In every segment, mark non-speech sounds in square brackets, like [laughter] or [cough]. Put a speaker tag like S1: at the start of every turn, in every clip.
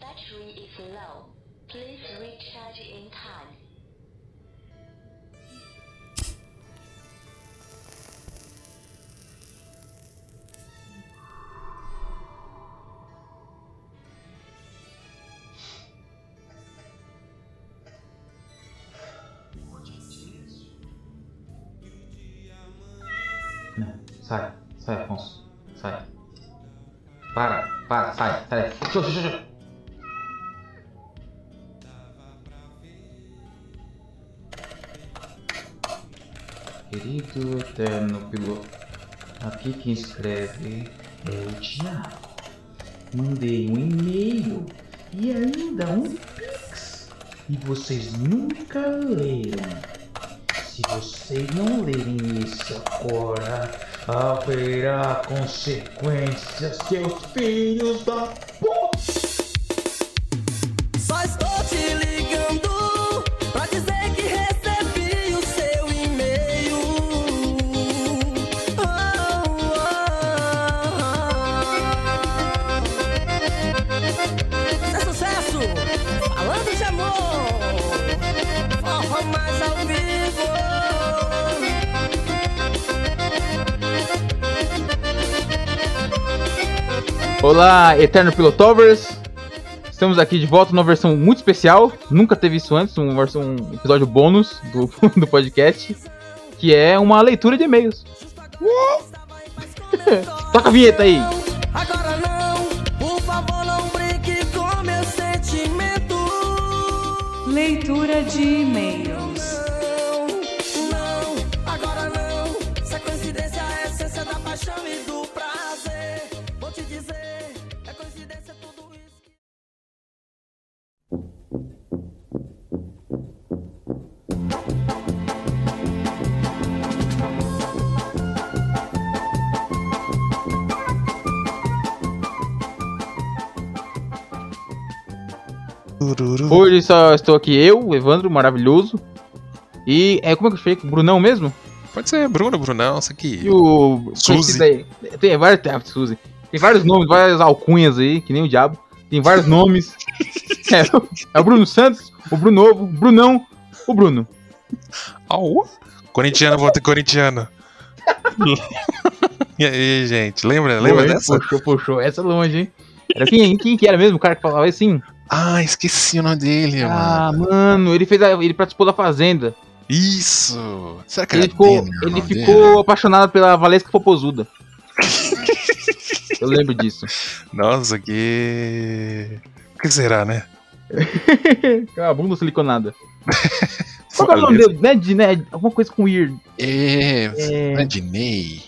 S1: battery is low. Please recharge in time.
S2: Né? Sai, sai, Afonso. Sai. Para, para, sai, sai. Show, show, show, show. Querido eterno piloto, aqui quem escreve é o Thiago. Mandei um e-mail e ainda um pix. E vocês nunca leram. Se vocês não lerem isso agora, haverá consequências, seus filhos da puta!
S3: Só estou te ligando pra dizer que recebi o seu e-mail. Oh, oh, oh. É sucesso! Falando de amor, forró mais ao vivo.
S2: Olá, Eterno Pilotovers! Estamos aqui de volta numa versão muito especial, nunca teve isso antes, um, versão- um episódio bônus do, [laughs] do podcast, que é uma leitura de e-mails.
S3: [laughs]
S2: Toca a vinheta aí!
S3: Agora não, por favor, não brinque com meu sentimento.
S4: Leitura de e-mails.
S3: Não, não, agora não. Se é coincidência, é a essência da paixão e do prazer. Vou te dizer, é coincidência tudo isso.
S5: Tururu.
S2: Hoje só estou aqui eu, Evandro, maravilhoso, e é, como é que eu falei? Brunão mesmo?
S5: Pode ser Bruno, Brunão, isso aqui.
S2: E o.
S5: Suzy.
S2: conhecido aí- Tem vários. Ah, Suzy. Tem vários nomes, várias alcunhas aí, que nem o diabo.
S5: [laughs]
S2: Tem vários nomes. É, é o Bruno Santos, o Bruno Novo, o Brunão, o Bruno.
S5: Au! Corintiano, vou ter
S2: [laughs]
S5: corintiano. e aí, gente, lembra, lembra
S2: Pô,
S5: dessa?
S2: Puxou, puxou. Essa é longe, hein? Era quem, quem que era mesmo? O cara que falava assim?
S5: Ah, esqueci o nome dele, mano.
S2: Ah, mano, ele fez a- ele participou da Fazenda.
S5: Isso! Será que
S2: Ele
S5: era
S2: ficou,
S5: Denner o
S2: ele
S5: nome dele?
S2: ficou apaixonado pela Valesca Popozuda. Eu lembro disso.
S5: Nossa, que. O que será, né?
S2: Aquela bunda siliconada. Qual que é o nome dele? Ned, Ned, alguma coisa com Weird.
S5: É,
S2: É...
S5: não é Diney.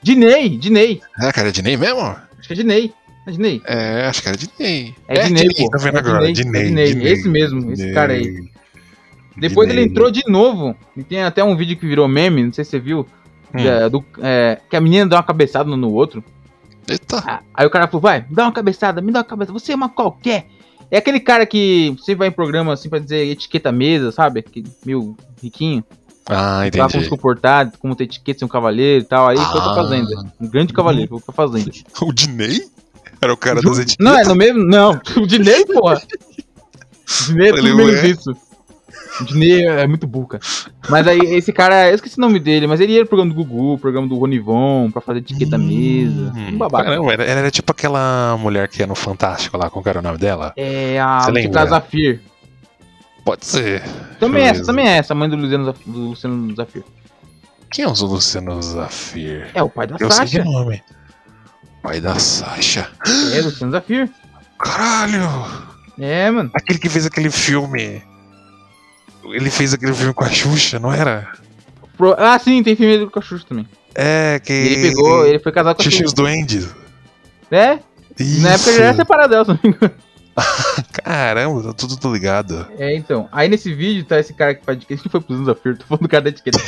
S2: Dinei, Dinei.
S5: Será que era Diney mesmo?
S2: Acho que é Dinei. É Dinei.
S5: É, acho que era Diney.
S2: É Dinei, pô.
S5: Tá vendo
S2: É
S5: agora?
S2: Dinei,
S5: Diney.
S2: é Dinei, esse mesmo, esse cara aí. Depois ele entrou de novo. E tem até um vídeo que virou meme, não sei se você viu. da- do- é, que a menina dá uma cabeçada no, no outro.
S5: Eita!
S2: Ah, Aí o cara falou: vai, dá uma cabeçada, me dá uma cabeçada, você é uma qualquer. É aquele cara que sempre vai em programa assim pra dizer etiqueta à mesa, sabe? Que, meio riquinho.
S5: Ah,
S2: Lá como se
S5: entendi.
S2: comportar, como ter etiqueta, ser um cavaleiro e tal. Aí foi pra
S5: Ah.
S2: fazenda. Um grande cavaleiro, foi
S5: [laughs]
S2: pra fazenda.
S5: O Diney? Era o cara das etiquetas.
S2: Não, é no mesmo. Não, [laughs] o Dinei, porra. Dinei é
S5: Falei,
S2: tudo menos
S5: ué.
S2: isso. O Dinei é muito burca. Mas aí, esse cara, eu esqueci o nome dele, mas ele ia pro programa do Gugu, programa do Ronivon, pra fazer etiqueta à mesa. Um babaca.
S5: Hum. Caramba, era, era tipo aquela mulher que é no Fantástico lá, qual que era o nome dela?
S2: É a
S5: Você lembra?
S2: Chica Zafir.
S5: Pode ser.
S2: Também
S5: Beleza.
S2: essa, também é essa, a mãe do Luciano, Zaf- do Luciano Zafir.
S5: Quem é o Luciano Zafir?
S2: É o pai da
S5: Eu sei
S2: Sasha.
S5: o nome. Pai da Sasha.
S2: É, Luciano Zafir.
S5: Caralho!
S2: É, mano.
S5: Aquele que fez aquele filme. Ele fez aquele filme com a Xuxa, não era?
S2: Pro- Ah, sim, tem filme do Cachucho também.
S5: É, que.
S2: Ele pegou, ele foi casado com a
S5: Xuxa e os
S2: Xuxa.
S5: Duendes.
S2: É,
S5: Isso.
S2: na época ele já era separado dela, se não me engano.
S5: Caramba, tá tudo tudo ligado.
S2: É, então. Aí nesse vídeo tá esse cara que faz etiqueta. Ele [laughs] foi pro desafio, tô falando do cara da etiqueta.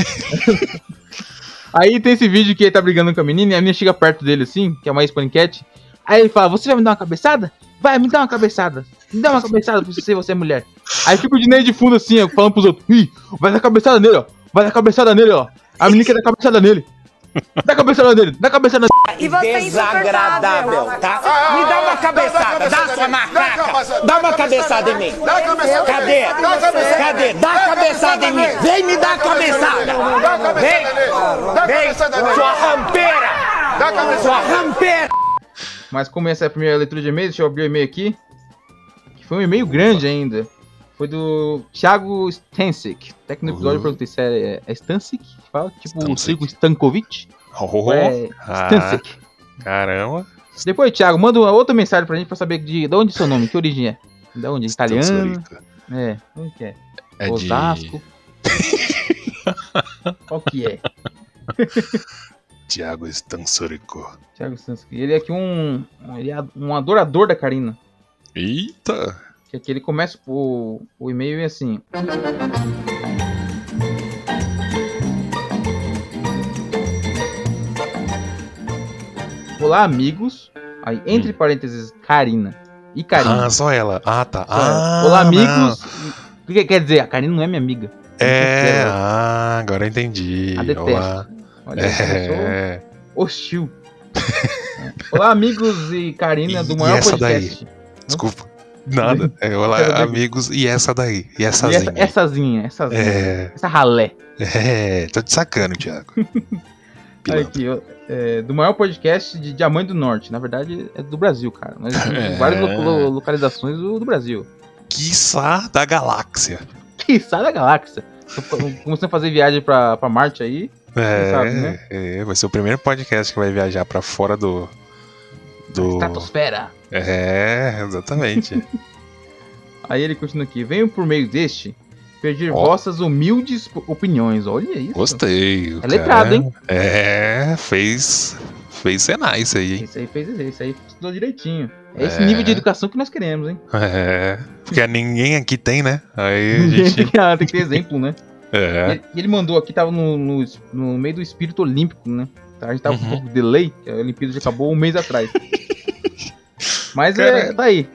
S2: aí tem esse vídeo que ele tá brigando com a menina e a menina chega perto dele assim, que é uma espanquete. Aí ele fala: Você vai me dar uma cabeçada? Vai, me dá uma cabeçada. Me dá uma cabeçada pra você ser você é mulher. Aí fica o Dinei de fundo assim, ó, falando pros outros: Ih, vai dar cabeçada nele, ó. Vai dar cabeçada nele, ó. A menina quer dar cabeçada nele. Dá a cabeçada dele, dá a cabeçada dele.
S6: E você é
S7: Desagradável,
S6: insuportável.
S7: tá?
S8: Ah,
S7: Me dá uma
S8: dá
S7: cabeçada,
S8: uma
S7: dá
S8: cabeçada
S7: sua
S8: em mim. Dá uma
S7: macaca.
S8: cabeçada.
S7: Dá uma cabeçada em mim.
S8: Dá a cabeçada
S7: Cadê?
S8: em mim. Dá
S7: Cadê? Dá a
S8: a cabeçada em mim. Dá a
S7: cabeçada em mim.
S8: em mim.
S7: Vem me dar a
S8: Dá a cabeçada em
S7: cabeçada.
S8: mim. Dá a cabeçada
S7: Vem.
S8: nele. Dá a cabeçada
S7: Vem.
S8: nele.
S7: Sua rampeira.
S8: Dá a cabeçada.
S7: Sua rampeira.
S2: Mas como essa é a primeira leitura de e-mail, deixa eu abrir o e-mail aqui. Que foi um e-mail grande ainda. Foi do Thiago Stancic. Até que no episódio eu
S5: Uhum.
S2: perguntei se é, é Stancic que fala, tipo o
S5: Stancic.
S2: Circo Stankovic.
S5: Oh,
S2: Ou é
S5: ah.
S2: Stancic.
S5: caramba.
S2: Depois, Thiago, manda uma outra mensagem pra gente pra saber de, de onde é seu nome, que origem é. De onde? [laughs] Italiano?
S5: Stanzolita.
S2: É, onde que é?
S5: É de- [laughs]
S2: Osasco. Qual que é?
S5: Tiago Stansorico.
S2: Thiago Stancic. Ele é aqui um, um, ele é um adorador da Karina.
S5: Eita.
S2: Que aqui ele começa o, o e-mail e assim. Olá, amigos. Aí, entre parênteses, Karina. E Karina.
S5: Hum. Ah, só ela. Ah, tá. Ah,
S2: Olá,
S5: não.
S2: amigos. O que que quer dizer? A Karina não é minha amiga.
S5: É,
S2: Eu
S5: ah, agora eu entendi.
S2: A detesto.
S5: Olá.
S2: Olha, começou
S5: É,
S2: hostil. É. Olá, amigos e Karina
S5: E-
S2: do
S5: e
S2: maior
S5: essa
S2: podcast.
S5: desculpa. Nada. É,
S2: [laughs]
S5: olá,
S2: Quero-
S5: amigos. E essa daí. E
S2: E essa,
S5: essazinha.
S2: essazinha, essazinha.
S5: É,
S2: Essa ralé.
S5: é, tô te sacando, Thiago. Pilantra.
S2: Aqui, ó, é, do maior podcast de Diamante do Norte. Na verdade, é do Brasil, cara. Mas tem
S5: É.
S2: várias lo- lo- localizações do, do Brasil.
S5: Quiçá da galáxia.
S2: Que sai da galáxia. Tô co- Começando a fazer viagem pra, pra Marte aí.
S5: É,
S2: sabe, né?
S5: é, vai ser o primeiro podcast que vai viajar pra fora do. Do.
S2: Estratosfera.
S5: É,
S2: [laughs]
S5: exatamente.
S2: Aí ele continua aqui. Venho por meio deste pedir
S5: Ó.
S2: vossas humildes po- opiniões. Olha isso.
S5: Gostei.
S2: É letrado, hein?
S5: É, fez. Fez Senai isso aí, hein?
S2: Isso aí fez isso aí estudou direitinho. É esse
S5: É.
S2: nível de educação que nós queremos, hein?
S5: É. Porque ninguém aqui tem, né? Aí a
S2: Ninguém tem
S5: gente.
S2: que, ah, [laughs] tem que ter exemplo, né? E
S5: É.
S2: ele- E ele mandou aqui, tava no, no, es- no meio do espírito olímpico, né? Tá, A gente tava com um
S5: Uhum.
S2: pouco de delay, que a Olimpíada já acabou um mês
S5: [laughs]
S2: atrás. Mas é,
S5: Cara.
S2: tá aí.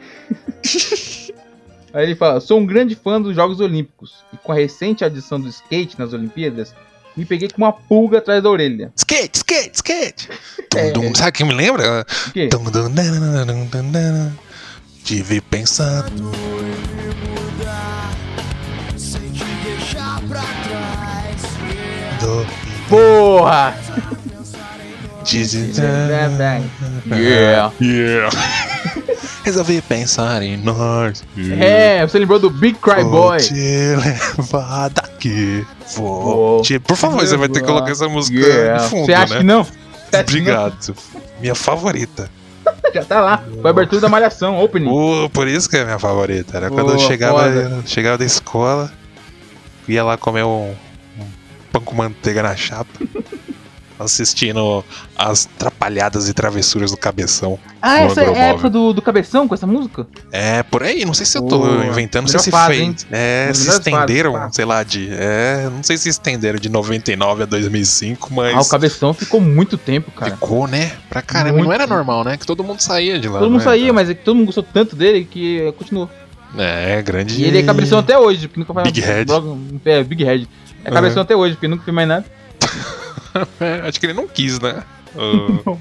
S2: Aí ele fala: sou um grande fã dos Jogos Olímpicos. E com a recente adição do skate nas Olimpíadas, me peguei com uma pulga atrás da orelha.
S5: Skate, skate, skate! Dum,
S2: É.
S5: dum. Sabe quem me lembra?
S2: O quê?
S5: Dum, dum, dum, dum, dum, dum. Tive pensando.
S3: Sem te deixar pra trás.
S2: Porra!
S5: Dizem-
S2: Yeah.
S5: Yeah. [laughs] Resolvi pensar em nós.
S2: É, você lembrou do Big Cry
S5: vou
S2: Boy?
S5: te levar daqui. Vou
S2: Vou
S5: te... Por favor, você vai ter que colocar essa música
S2: Yeah.
S5: no fundo,
S2: Você acha
S5: né?
S2: que não? tá Você acha que não?
S5: Obrigado. Minha favorita.
S2: Já tá lá. Foi a abertura da Malhação, opening.
S5: Pô, por isso que é minha favorita. Era quando eu
S2: Boa,
S5: chegava,
S2: foda.
S5: chegava da escola, ia lá comer um, um pão com manteiga na
S2: [laughs]
S5: chapa. Assistindo as trapalhadas e travessuras do cabeção.
S2: Ah,
S5: No
S2: essa é a
S5: Agromóvel.
S2: época do, do Cabeção com essa música?
S5: É, por aí, não sei se eu tô
S2: Boa.
S5: inventando, não sei
S2: Melhor
S5: se
S2: fase,
S5: fez.
S2: hein?
S5: É,
S2: Melhor
S5: se
S2: fase,
S5: estenderam,
S2: pá.
S5: sei lá, de. É, não sei se estenderam de 99 a 2005, mas.
S2: Ah, o Cabeção ficou muito tempo, cara.
S5: É Ficou, né? Pra caramba.
S2: Muito.
S5: Não era normal, né? Que todo mundo saía de lá.
S2: todo mundo
S5: né?
S2: saía, mas é que todo mundo gostou tanto dele que continuou.
S5: É, grande.
S2: E ele é cabeção até hoje, porque nunca faz
S5: Big Head.
S2: Blog- é, Big Head. É cabeção até hoje, porque nunca fez mais nada.
S5: É, acho que ele não quis,
S2: [laughs]
S5: né? Ô,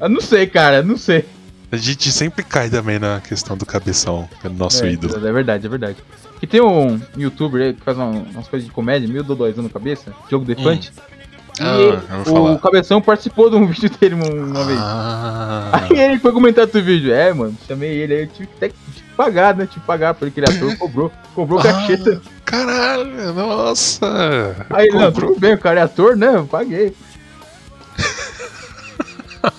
S2: Eu não sei, cara, eu não sei.
S5: a gente sempre cai também na questão do cabeção, que é o nosso
S2: é,
S5: ídolo.
S2: é verdade, é verdade. Que tem um youtuber aí que faz uma- umas coisas de comédia, meio dodóizão na cabeça, Diogo Defante. E
S5: Hum. Ah, eu vou
S2: o
S5: falar.
S2: Cabeção participou de um [laughs] vídeo dele uma, uma vez.
S5: Ah,
S2: Aí ele foi comentar do vídeo. É, mano, chamei ele aí, eu tive que até tive que pagar, né? Tive que pagar, porque ele ator cobrou, cobrou cachê também.
S5: caralho, nossa.
S2: Aí ele, não,
S5: Comprou.
S2: tudo bem, o cara é ator, né? Eu paguei.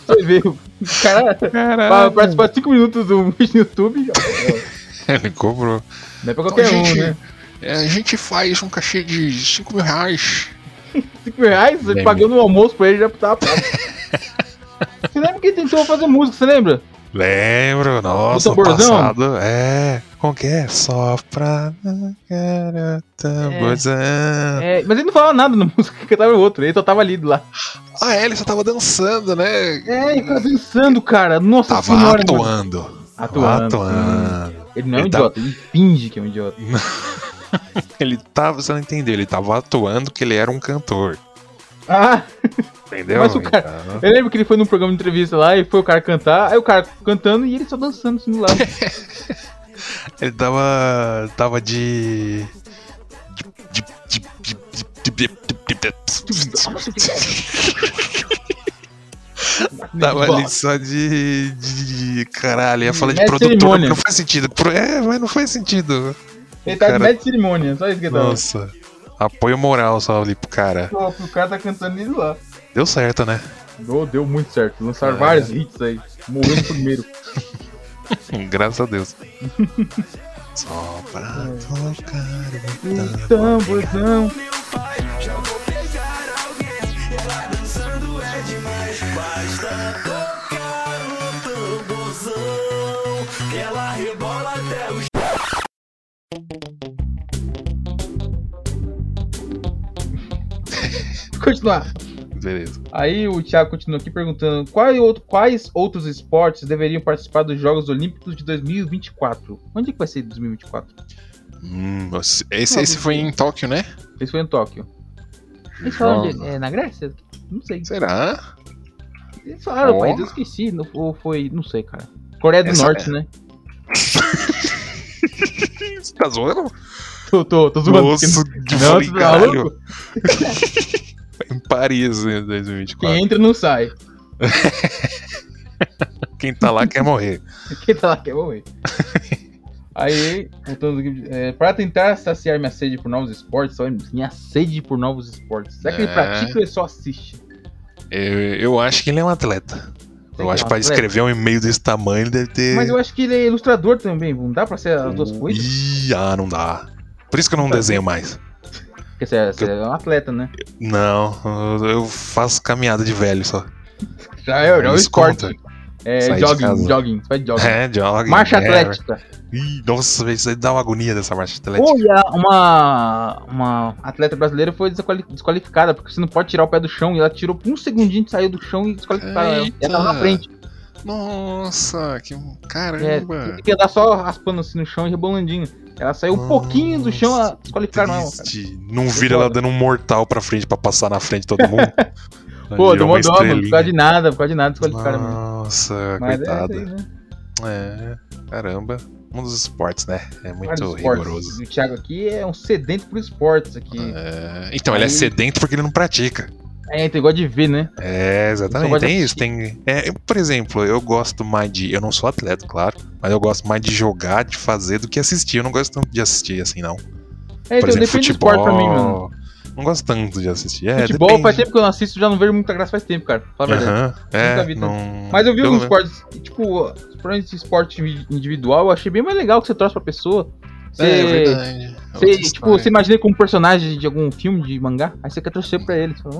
S2: Você vê, o cara pra
S5: Caralho.
S2: participar de 5 minutos de um vídeo no YouTube,
S5: [laughs] Ele cobrou.
S2: não é pra qualquer um,
S5: gente,
S2: né?
S5: é, a gente faz um cachê de 5 mil reais.
S2: 5 reais, você
S5: Lembro.
S2: pagou no almoço pra ele já tava pago. Você lembra que ele tentou fazer música, você lembra?
S5: Lembro, nossa,
S2: Do
S5: no
S2: tamborzão?
S5: passado. É, como que é? Só pra. cara, tamborzão.
S2: É, mas ele não falava nada na [laughs] música que tava o outro, ele só tava ali do lado.
S5: Ah, é, ele só tava dançando, né?
S2: É, ele tava dançando, cara. Nossa
S5: Tava
S2: senhora, mano.
S5: atuando.
S2: Atuando.
S5: Atuando.
S2: Ele não é um
S5: Ele tá-
S2: idiota, ele finge que é um idiota.
S5: Ele tava, você não entendeu, ele tava atuando que ele era um cantor.
S2: Ah!
S5: Entendeu?
S2: Mas o cara-
S5: Então,
S2: Eu lembro que ele foi num programa de entrevista lá e foi o cara cantar, aí o cara cantando e ele só dançando assim
S5: [laughs]
S2: do lado.
S5: Ele tava. tava de. de- de- de- de- de- de- Tava ali só de, de- de- Caralho, ia falar de
S2: É
S5: produtor,
S2: cerimônia.
S5: mas não faz sentido. Pro- É, mas não faz sentido.
S2: Ele tá de
S5: Cara.
S2: média cerimônia, só isso que dá.
S5: Nossa. Apoio moral só ali pro cara.
S2: Pô, o cara tá cantando isso lá.
S5: Deu certo, né?
S2: Deu, deu muito certo. Lançaram
S5: É.
S2: vários hits aí. Morreu no primeiro.
S5: Hum, Graças a
S2: [laughs]
S5: Deus. Só pra
S2: É.
S5: tocar. né? o
S2: Tamborzão. Continuar.
S5: Beleza.
S2: Aí o Thiago continua aqui perguntando quais, outro- quais outros esportes deveriam participar dos Jogos Olímpicos de 2024? Onde é que vai ser 2024?
S5: Hum, nossa, esse, esse foi em Tóquio, né?
S2: Esse foi em Tóquio. Eles falaram
S5: Joga.
S2: onde? É na Grécia? Não sei.
S5: Será?
S2: Eles falaram,
S5: Ó.
S2: mas eu esqueci. não- Ou foi. Não sei, cara. Coreia do
S5: Essa- é.
S2: Norte, né?
S5: Você tá zoando?
S2: Tô, tô, tô zoando.
S5: Nossa, que
S2: Não,
S5: falei,
S2: tu tá
S5: caralho.
S2: maluco?
S5: [laughs] Em Paris em
S2: Quem
S5: 2024.
S2: entra não sai. [laughs]
S5: Quem tá lá quer morrer.
S2: Quem tá lá quer morrer.
S5: [laughs]
S2: Aí, voltando aqui. É, pra tentar saciar minha sede por novos esportes, olha, minha sede por novos esportes. Será que ele
S5: É.
S2: pratica ou ele só assiste?
S5: Eu, eu acho que ele é um atleta. Eu acho
S2: que é um
S5: que pra
S2: atleta.
S5: escrever um e-mail desse tamanho ele deve ter.
S2: Mas eu acho que ele é ilustrador também, não dá pra ser as duas coisas?
S5: Ih, ah, não dá. Por isso que eu
S2: Tá
S5: não desenho mais.
S2: Porque você é, você é um atleta, né?
S5: Não, eu- eu faço caminhada de velho só.
S2: Já é, já é o
S5: Isso
S2: esporte.
S5: conta.
S2: É,
S5: Sai de
S2: jogging,
S5: casa.
S2: jogging, você faz jogging.
S5: [laughs] É, joga.
S2: Marcha
S5: é.
S2: atlética.
S5: Ih, nossa, velho, isso aí dá uma agonia dessa marcha atlética.
S2: Olha, uma, uma atleta brasileira foi desquali- desqualificada, porque você não pode tirar o pé do chão. E ela tirou por um segundinho, saiu do chão e desqualificaram ela. E ela tava Tá, é, na
S5: Eita.
S2: frente.
S5: Nossa, que um,
S2: É,
S5: caramba.
S2: tem que andar só raspando assim no chão e rebolandinho. Ela saiu um pouquinho do chão, ela desqualificaram ela, cara.
S5: Triste. Não vira ela dando um mortal pra frente pra passar na frente de todo mundo.
S2: [laughs] Pô,
S5: Ali é
S2: deu uma
S5: uma
S2: dó, mano. Por causa de
S5: estrelinha. Ah,
S2: nada, por causa de nada, desqualificaram mesmo.
S5: Nossa,
S2: Mas é isso
S5: coitada.
S2: aí, né?
S5: É, caramba. Um dos esportes, né? É muito
S2: Vários esportes.
S5: rigoroso.
S2: E O Thiago aqui é um sedento por esportes aqui.
S5: É, Então, ele é
S2: Aí-
S5: sedento porque ele não pratica.
S2: É, então igual de ver, né?
S5: É,
S2: Só gosta
S5: exatamente.
S2: de
S5: Tem isso, tem. É, eu, por exemplo, eu gosto mais de. Eu não sou atleta, claro, mas eu gosto mais de jogar, de fazer do que assistir. Eu não gosto tanto de assistir assim, não.
S2: É,
S5: por
S2: então
S5: exemplo,
S2: depende
S5: futebol.
S2: do esporte pra mim, mano.
S5: Não gosto tanto de assistir. É,
S2: futebol
S5: depende.
S2: faz tempo que eu não assisto, já não vejo muita graça faz tempo, cara. Fala a verdade.
S5: Aham, Então, né?
S2: Nunca
S5: é,
S2: vi tanto.
S5: não...
S2: Mas eu vi
S5: pelo
S2: alguns
S5: menos-
S2: esportes, e, tipo, principalmente esse esporte invi- individual, eu achei bem mais legal que você trouxe pra pessoa. Você,
S5: É, verdade. É outra
S2: você, tipo, você
S5: história.
S2: imagina como um personagem de algum filme de mangá, aí você quer torcer pra ele. Você fala, "Oh,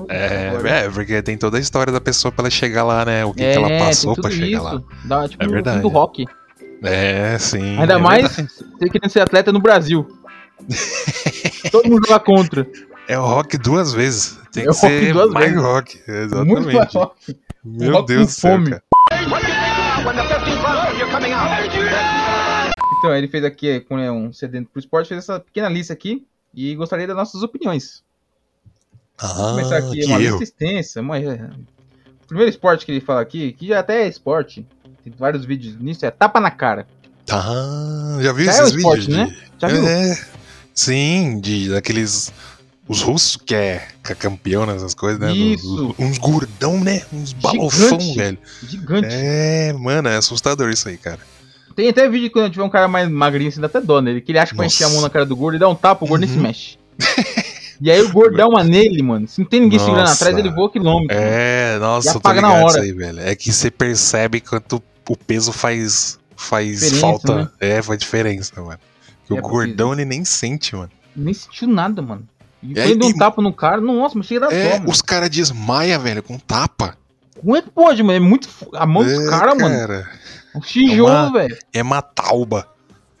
S2: agora".
S5: É, é, porque tem toda a história da pessoa pra ela chegar lá, né? O que, que ela
S2: É,
S5: passou
S2: tem
S5: pra
S2: tudo
S5: chegar
S2: isso.
S5: lá.
S2: Dá, tipo,
S5: É
S2: um filme
S5: verdade.
S2: do rock.
S5: É, sim.
S2: Ainda
S5: é
S2: mais
S5: verdade.
S2: você querendo ser atleta no Brasil.
S5: [laughs]
S2: Todo mundo joga contra.
S5: É o rock duas vezes. Tem
S2: É
S5: que
S2: o rock
S5: ser
S2: duas
S5: mais
S2: vezes.
S5: rock.
S2: Muito mais
S5: Exatamente.
S2: rock.
S5: Meu
S2: rock
S5: Deus
S2: com
S5: do céu.
S2: fome.
S5: cara.
S2: Então, ele fez aqui, como é um sedento pro esporte, fez essa pequena lista aqui e gostaria das nossas opiniões.
S5: Ah,
S2: começar aqui,
S5: que
S2: uma
S5: erro.
S2: lista extensa, mas é- o primeiro esporte que ele fala aqui, que já até é esporte, tem vários vídeos nisso, é tapa na cara.
S5: Ah, já viu
S2: Já é
S5: esses
S2: o esporte,
S5: vídeos?
S2: né?
S5: de-
S2: Já viu?
S5: É. Sim, de daqueles. Os russos que é, que é campeão nessas coisas, né?
S2: Isso.
S5: Uns gordão, né? Uns balofão,
S2: Gigante.
S5: velho.
S2: Gigante.
S5: É, mano, é assustador isso aí, cara.
S2: Tem até vídeo quando tiver um cara mais magrinho, assim, dá até dó nele, que ele acha que vai
S5: Nossa.
S2: encher a mão na cara do gordo e dá um tapa, o gordo nem se
S5: Uhum.
S2: mexe.
S5: [laughs]
S2: e aí o gordo dá uma nele, mano. Se não tem ninguém segurando
S5: Nossa.
S2: atrás, ele voa quilômetro. mano.
S5: É, nossa, eu tô
S2: apaga na
S5: ligado
S2: hora.
S5: isso aí, velho. É que você percebe quanto o peso faz, faz
S2: Diferença,
S5: falta.
S2: né?
S5: É, faz diferença, mano. Que
S2: É,
S5: o
S2: porque-
S5: gordão ele nem sente, mano.
S2: Nem sentiu nada, mano. E
S5: É, E aí
S2: quando ele dá um
S5: tem-
S2: tapa no cara, nossa, mas chega a dar dó,
S5: É,
S2: mano.
S5: os caras desmaia, velho, com tapa.
S2: Como é que pode, mano? É muito. fo- A mão dos
S5: É,
S2: caras, mano.
S5: cara,
S2: Um tijolo,
S5: É uma-
S2: velho.
S5: É uma tauba.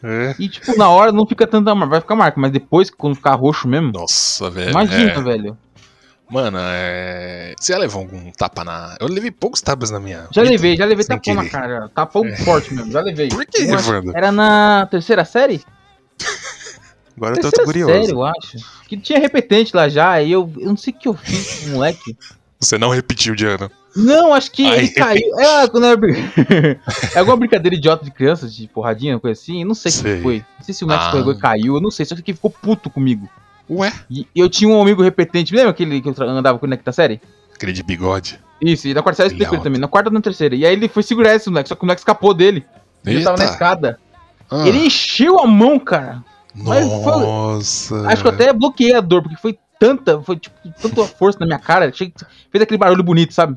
S5: É.
S2: E, tipo, na hora não fica tanta marca. Vai ficar marca, mas depois, quando ficar roxo mesmo.
S5: Nossa, velho.
S2: imagina,
S5: é.
S2: velho.
S5: Mano, é... você já levou algum tapa na. Eu levei poucos tapas na minha.
S2: Já
S5: vida,
S2: levei, já levei
S5: sem
S2: tapão na
S5: querer. É.
S2: cara. já. Tapão forte mesmo, já levei.
S5: Por que,
S2: Eu acho- é
S5: Evandro?
S2: Era na terceira série?
S5: Agora eu tô
S2: terceira
S5: curioso.
S2: série, eu acho. Que tinha repetente lá já, e eu, eu não sei o que eu fiz com o moleque.
S5: Você não repetiu de ano.
S2: Não, acho que
S5: Ai, [laughs]
S2: ele caiu. É, quando era... brin- [laughs] é alguma brincadeira idiota de criança, de porradinha, coisa assim. Não sei o que
S5: Sei.
S2: foi. Não sei se o Max
S5: Ah.
S2: escorregou e caiu, eu não sei. Só que ele ficou puto comigo.
S5: Ué?
S2: E eu tinha um amigo repetente. Lembra aquele que eu tra- andava com ele na quinta série?
S5: Aquele de bigode.
S2: Isso, e na quarta série eu explico ele
S5: Legal.
S2: também. Na quarta ou na terceira. E aí ele foi segurar esse moleque, só que o moleque escapou dele. Ele tava na
S5: Eita.
S2: escada.
S5: Ah,
S2: Ele encheu a mão, cara. mas foi-
S5: Nossa.
S2: Acho que eu até bloqueei a dor, porque foi tanta, foi tipo,
S5: [laughs]
S2: tanta força na minha cara. achei que fez aquele barulho bonito, sabe?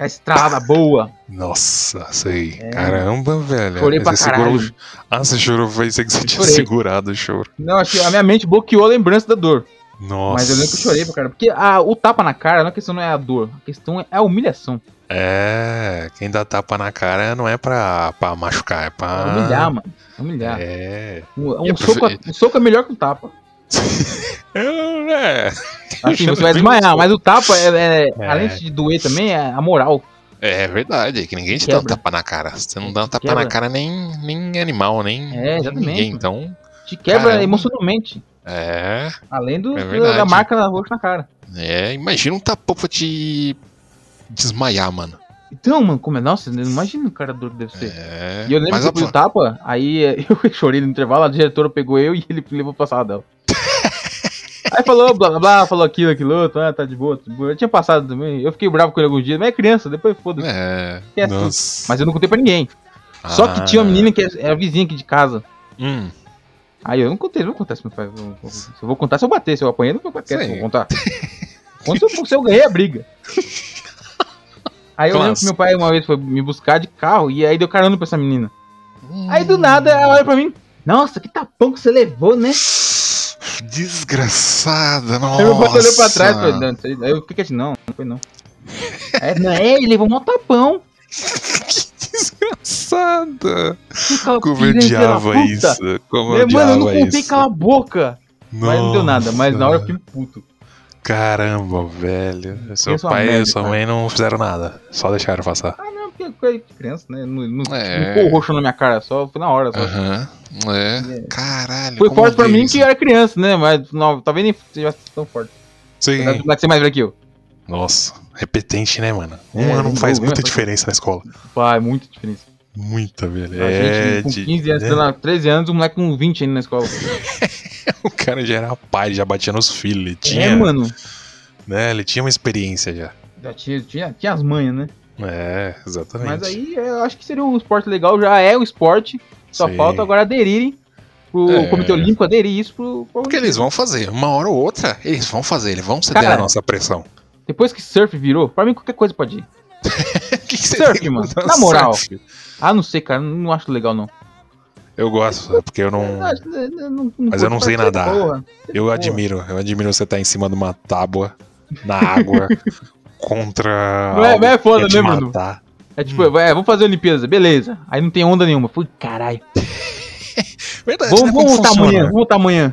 S2: A estrada boa.
S5: Nossa, sei. Caramba, velho.
S2: É. Chorei
S5: Aí
S2: pra
S5: você
S2: caralho.
S5: segurou o- Ah, você chorou, foi isso aí que você tinha
S2: Chorei.
S5: segurado o choro.
S2: Não, acho que a minha mente bloqueou a lembrança da dor.
S5: Nossa.
S2: Mas eu lembro que eu chorei pra cara. Porque a- o tapa na cara, não é questão não é a dor, a questão é a humilhação.
S5: É, quem dá tapa na cara não é pra, pra machucar, é
S2: É
S5: pra.
S2: humilhar, mano. É humilhar.
S5: É.
S2: Um,
S5: E
S2: um
S5: a
S2: soco,
S5: profe-
S2: um soco é melhor que um tapa.
S5: Eu- É. [laughs]
S2: Assim,
S5: Eu
S2: você vai
S5: não-
S2: desmaiar, mas o tapa, é, é-
S5: É.
S2: além de doer também, é a moral.
S5: É verdade, é que ninguém te dá um
S2: Quebra.
S5: tapa na cara. Você não
S2: É,
S5: dá um
S2: te
S5: tapa
S2: quebra.
S5: na cara nem, nem animal, nem,
S2: É,
S5: nem
S2: exatamente,
S5: ninguém.
S2: mano.
S5: Então,
S2: Te quebra
S5: Caramba.
S2: emocionalmente.
S5: é,
S2: Além do,
S5: É
S2: da- da
S5: verdade.
S2: marca na roxa na cara.
S5: é. Imagina um tapão pra te desmaiar, mano.
S2: Então, mano, como é? Nossa, eu não imagino o cara dor que deve ser.
S5: É.
S2: E eu lembro
S5: mas
S2: que
S5: a
S2: eu pus o tapa, aí [laughs] eh, eu chorei no intervalo, a diretora pegou eu e ele levou pra sala
S5: [laughs]
S2: dela. aí falou blá blá blá, falou aquilo, aquilo outro, ah, tá de boa, tá de boa. Eu tinha passado também, eu fiquei bravo com ele alguns dias, mas é criança, depois foda-se.
S5: É.
S2: Esquece.
S5: Nossa.
S2: assim. Mas eu não contei pra ninguém. Só que tinha uma
S5: Ah,
S2: menina que era vizinha aqui de casa.
S5: Hum,
S2: Aí eu não contei, não acontece, meu pai. Eu, eu- eu- se eu vou contar se eu bater, se eu apanhar, não vou quieto,
S5: Sim.
S2: vou contar. Quando eu, se eu ganhei a briga. Aí eu lembro que
S5: Clássico.
S2: meu pai uma vez foi me buscar de carro e aí deu carona pra essa menina. Aí do nada ela olha pra mim. Nossa, que tapão que você levou, né?
S5: Desgraçada, nossa.
S2: Aí meu pai olhou pra trás né? e falou, não, não sei. Aí eu fiquei quieto, não, não foi não. Aí, não, é, ele levou um tapão.
S5: Desgraçada.
S2: Cala-
S5: Como eu
S2: filha da
S5: odiava
S2: puta.
S5: isso. Como eu
S2: Né, Mano, eu não
S5: odiava
S2: contei,
S5: isso.
S2: cala a boca. Mas não deu nada, mas na hora eu fiquei puto.
S5: Caramba, velho. Seu
S2: Pensa é uma
S5: pai
S2: merda,
S5: e sua
S2: cara.
S5: mãe não fizeram nada. Só deixaram passar.
S2: Ah, não, porque é coisa de criança, né? Não, não,
S5: É.
S2: não ficou roxo na minha cara, só foi na hora. Só.
S5: Aham. É. Caralho.
S2: Foi
S5: como
S2: forte pra
S5: eu vi
S2: mim
S5: isso?
S2: que eu era criança, né? Mas não, talvez nem tivesse tão forte. Apesar
S5: Sim.
S2: de Você é mais velho que eu.
S5: Nossa. Repetente, né, mano? Um
S2: É,
S5: ano
S2: não
S5: faz
S2: envolveu,
S5: muita
S2: mas-
S5: diferença na escola.
S2: Pai, é muita diferença.
S5: Muita, velho.
S2: A
S5: É,
S2: gente com
S5: de-
S2: 15 anos,
S5: né?
S2: sei lá, 13 anos, o moleque com 20 ainda na escola.
S5: [laughs] O cara já era pai, já batia nos filhos. Ele tinha,
S2: É, mano.
S5: né? Ele tinha uma experiência já.
S2: Já tinha, tinha, tinha as manhas, né?
S5: É, exatamente.
S2: Mas aí é, eu acho que seria um esporte legal, já é um esporte. Só
S5: Sim.
S2: falta agora aderirem pro
S5: É.
S2: Comitê Olímpico, aderir isso pro. pro
S5: Porque eles vão fazer, uma hora ou outra, eles vão fazer, eles vão ceder
S2: Cara.
S5: à nossa
S2: [laughs]
S5: pressão.
S2: Depois que surf virou, pra mim qualquer coisa pode ir.
S5: O que, que você
S2: Surf,
S5: tem
S2: mano,
S5: contra
S2: na moral.
S5: surf?
S2: Ah, não sei, cara, não acho legal não.
S5: Eu gosto, é porque eu não.
S2: Ah, não- não-
S5: Mas eu não
S2: curto
S5: sei
S2: pra
S5: nadar.
S2: porra.
S5: Eu admiro, eu admiro você estar em cima de uma tábua, na
S2: [laughs]
S5: água, contra.
S2: Não é-
S5: Ah, algo
S2: não é
S5: que
S2: foda,
S5: quer te
S2: né, Bruno?
S5: matar.
S2: É tipo, é, vamos fazer a Olimpíada, beleza. Aí não tem onda nenhuma. Fui, caralho.
S5: Verdade,
S2: Vamos,
S5: né?
S2: vamos
S5: Como
S2: voltar
S5: funciona?
S2: amanhã, vamos voltar amanhã.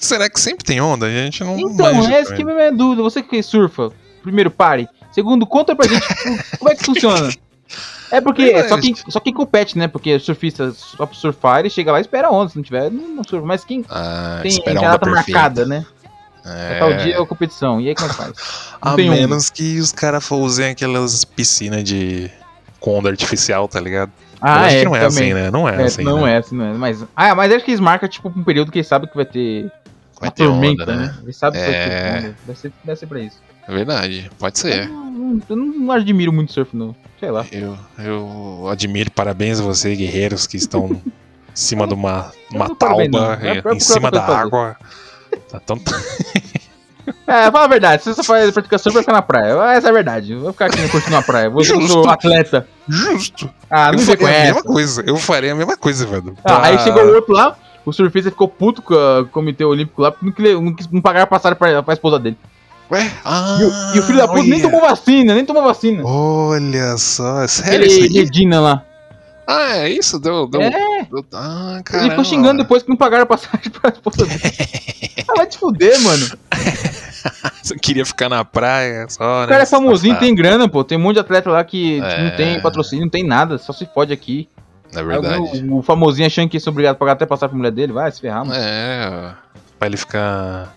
S5: Será que sempre tem onda? A gente não.
S2: Então,
S5: manja
S2: é essa que é a
S5: também.
S2: minha dúvida. Você que surfa, primeiro pare. Segundo, conta pra gente como é que funciona. É porque é só, quem, só quem compete, né? Porque surfista só pra surfar, ele chega lá e espera a onda. Se não tiver, não, não surfa. Mas quem
S5: Ah,
S2: tem
S5: espera a
S2: a
S5: onda
S2: data
S5: perfeita.
S2: marcada, né? É. Tal
S5: É,
S2: dia é a competição. E aí como é que faz?
S5: [laughs] a
S2: tem onda.
S5: menos que os caras usem aquelas piscinas de. com onda artificial, tá ligado?
S2: Ah,
S5: eu acho que não é assim, né? Não é,
S2: É,
S5: assim.
S2: não
S5: né?
S2: é assim, não é. Mas, ah, mas acho que eles marcam, tipo, um período que eles sabem que vai ter
S5: Vai
S2: uma
S5: ter
S2: tormenta,
S5: onda, né?
S2: né? Eles sabem que vai
S5: É.
S2: ter onda. Deve ser, deve ser pra isso.
S5: É verdade, pode
S2: Eu
S5: ser.
S2: não, eu não admiro muito surf, não. Sei lá.
S5: Eu, eu admiro, parabéns a você, guerreiros que
S2: [laughs]
S5: estão em cima de uma, uma
S2: não parabéns, não.
S5: tauba,
S2: É pra-
S5: em
S2: pra-
S5: cima
S2: pra
S5: da
S2: fazer.
S5: água. Tá tão...
S2: É, fala a verdade. Se você faz praticar surf, vai ficar na praia. Essa é a verdade. Eu vou ficar aqui curtindo a praia. Você que sou
S5: Justo.
S2: atleta.
S5: Justo!
S2: Ah, não
S5: eu
S2: me
S5: faria a mesma
S2: conhece.
S5: coisa, eu faria a mesma coisa, velho.
S2: Ah, aí
S5: Pra-
S2: chegou o outro lá, o surfista ficou puto com a- com o Comitê Olímpico lá, porque não, queria- não, quis- não pagaram passagem pra, pra esposa dele.
S5: Ué? Ah,
S2: E, o- e o filho da puta nem
S5: olha.
S2: tomou vacina, nem tomou vacina.
S5: Olha só, é sério
S2: Aquele
S5: isso aqui?
S2: Regina lá.
S5: Ah, é isso? Deu, deu,
S2: É.
S5: deu- Ah, cara.
S2: Ele ficou xingando
S5: [laughs]
S2: depois que não pagaram a passagem pra esposa dele. ah, vai te fuder, mano.
S5: Queria ficar na praia, só... né? tá
S2: O cara é famosinho, tem grana, pô. Tem um monte de atleta lá que tipo, não
S5: É.
S2: tem patrocínio, não tem nada, só se fode aqui.
S5: Na
S2: Aí
S5: É verdade.
S2: O, o famosinho achando que isso é obrigado a pagar até passar pra mulher dele, vai se ferrar, mano.
S5: É, pra ele ficar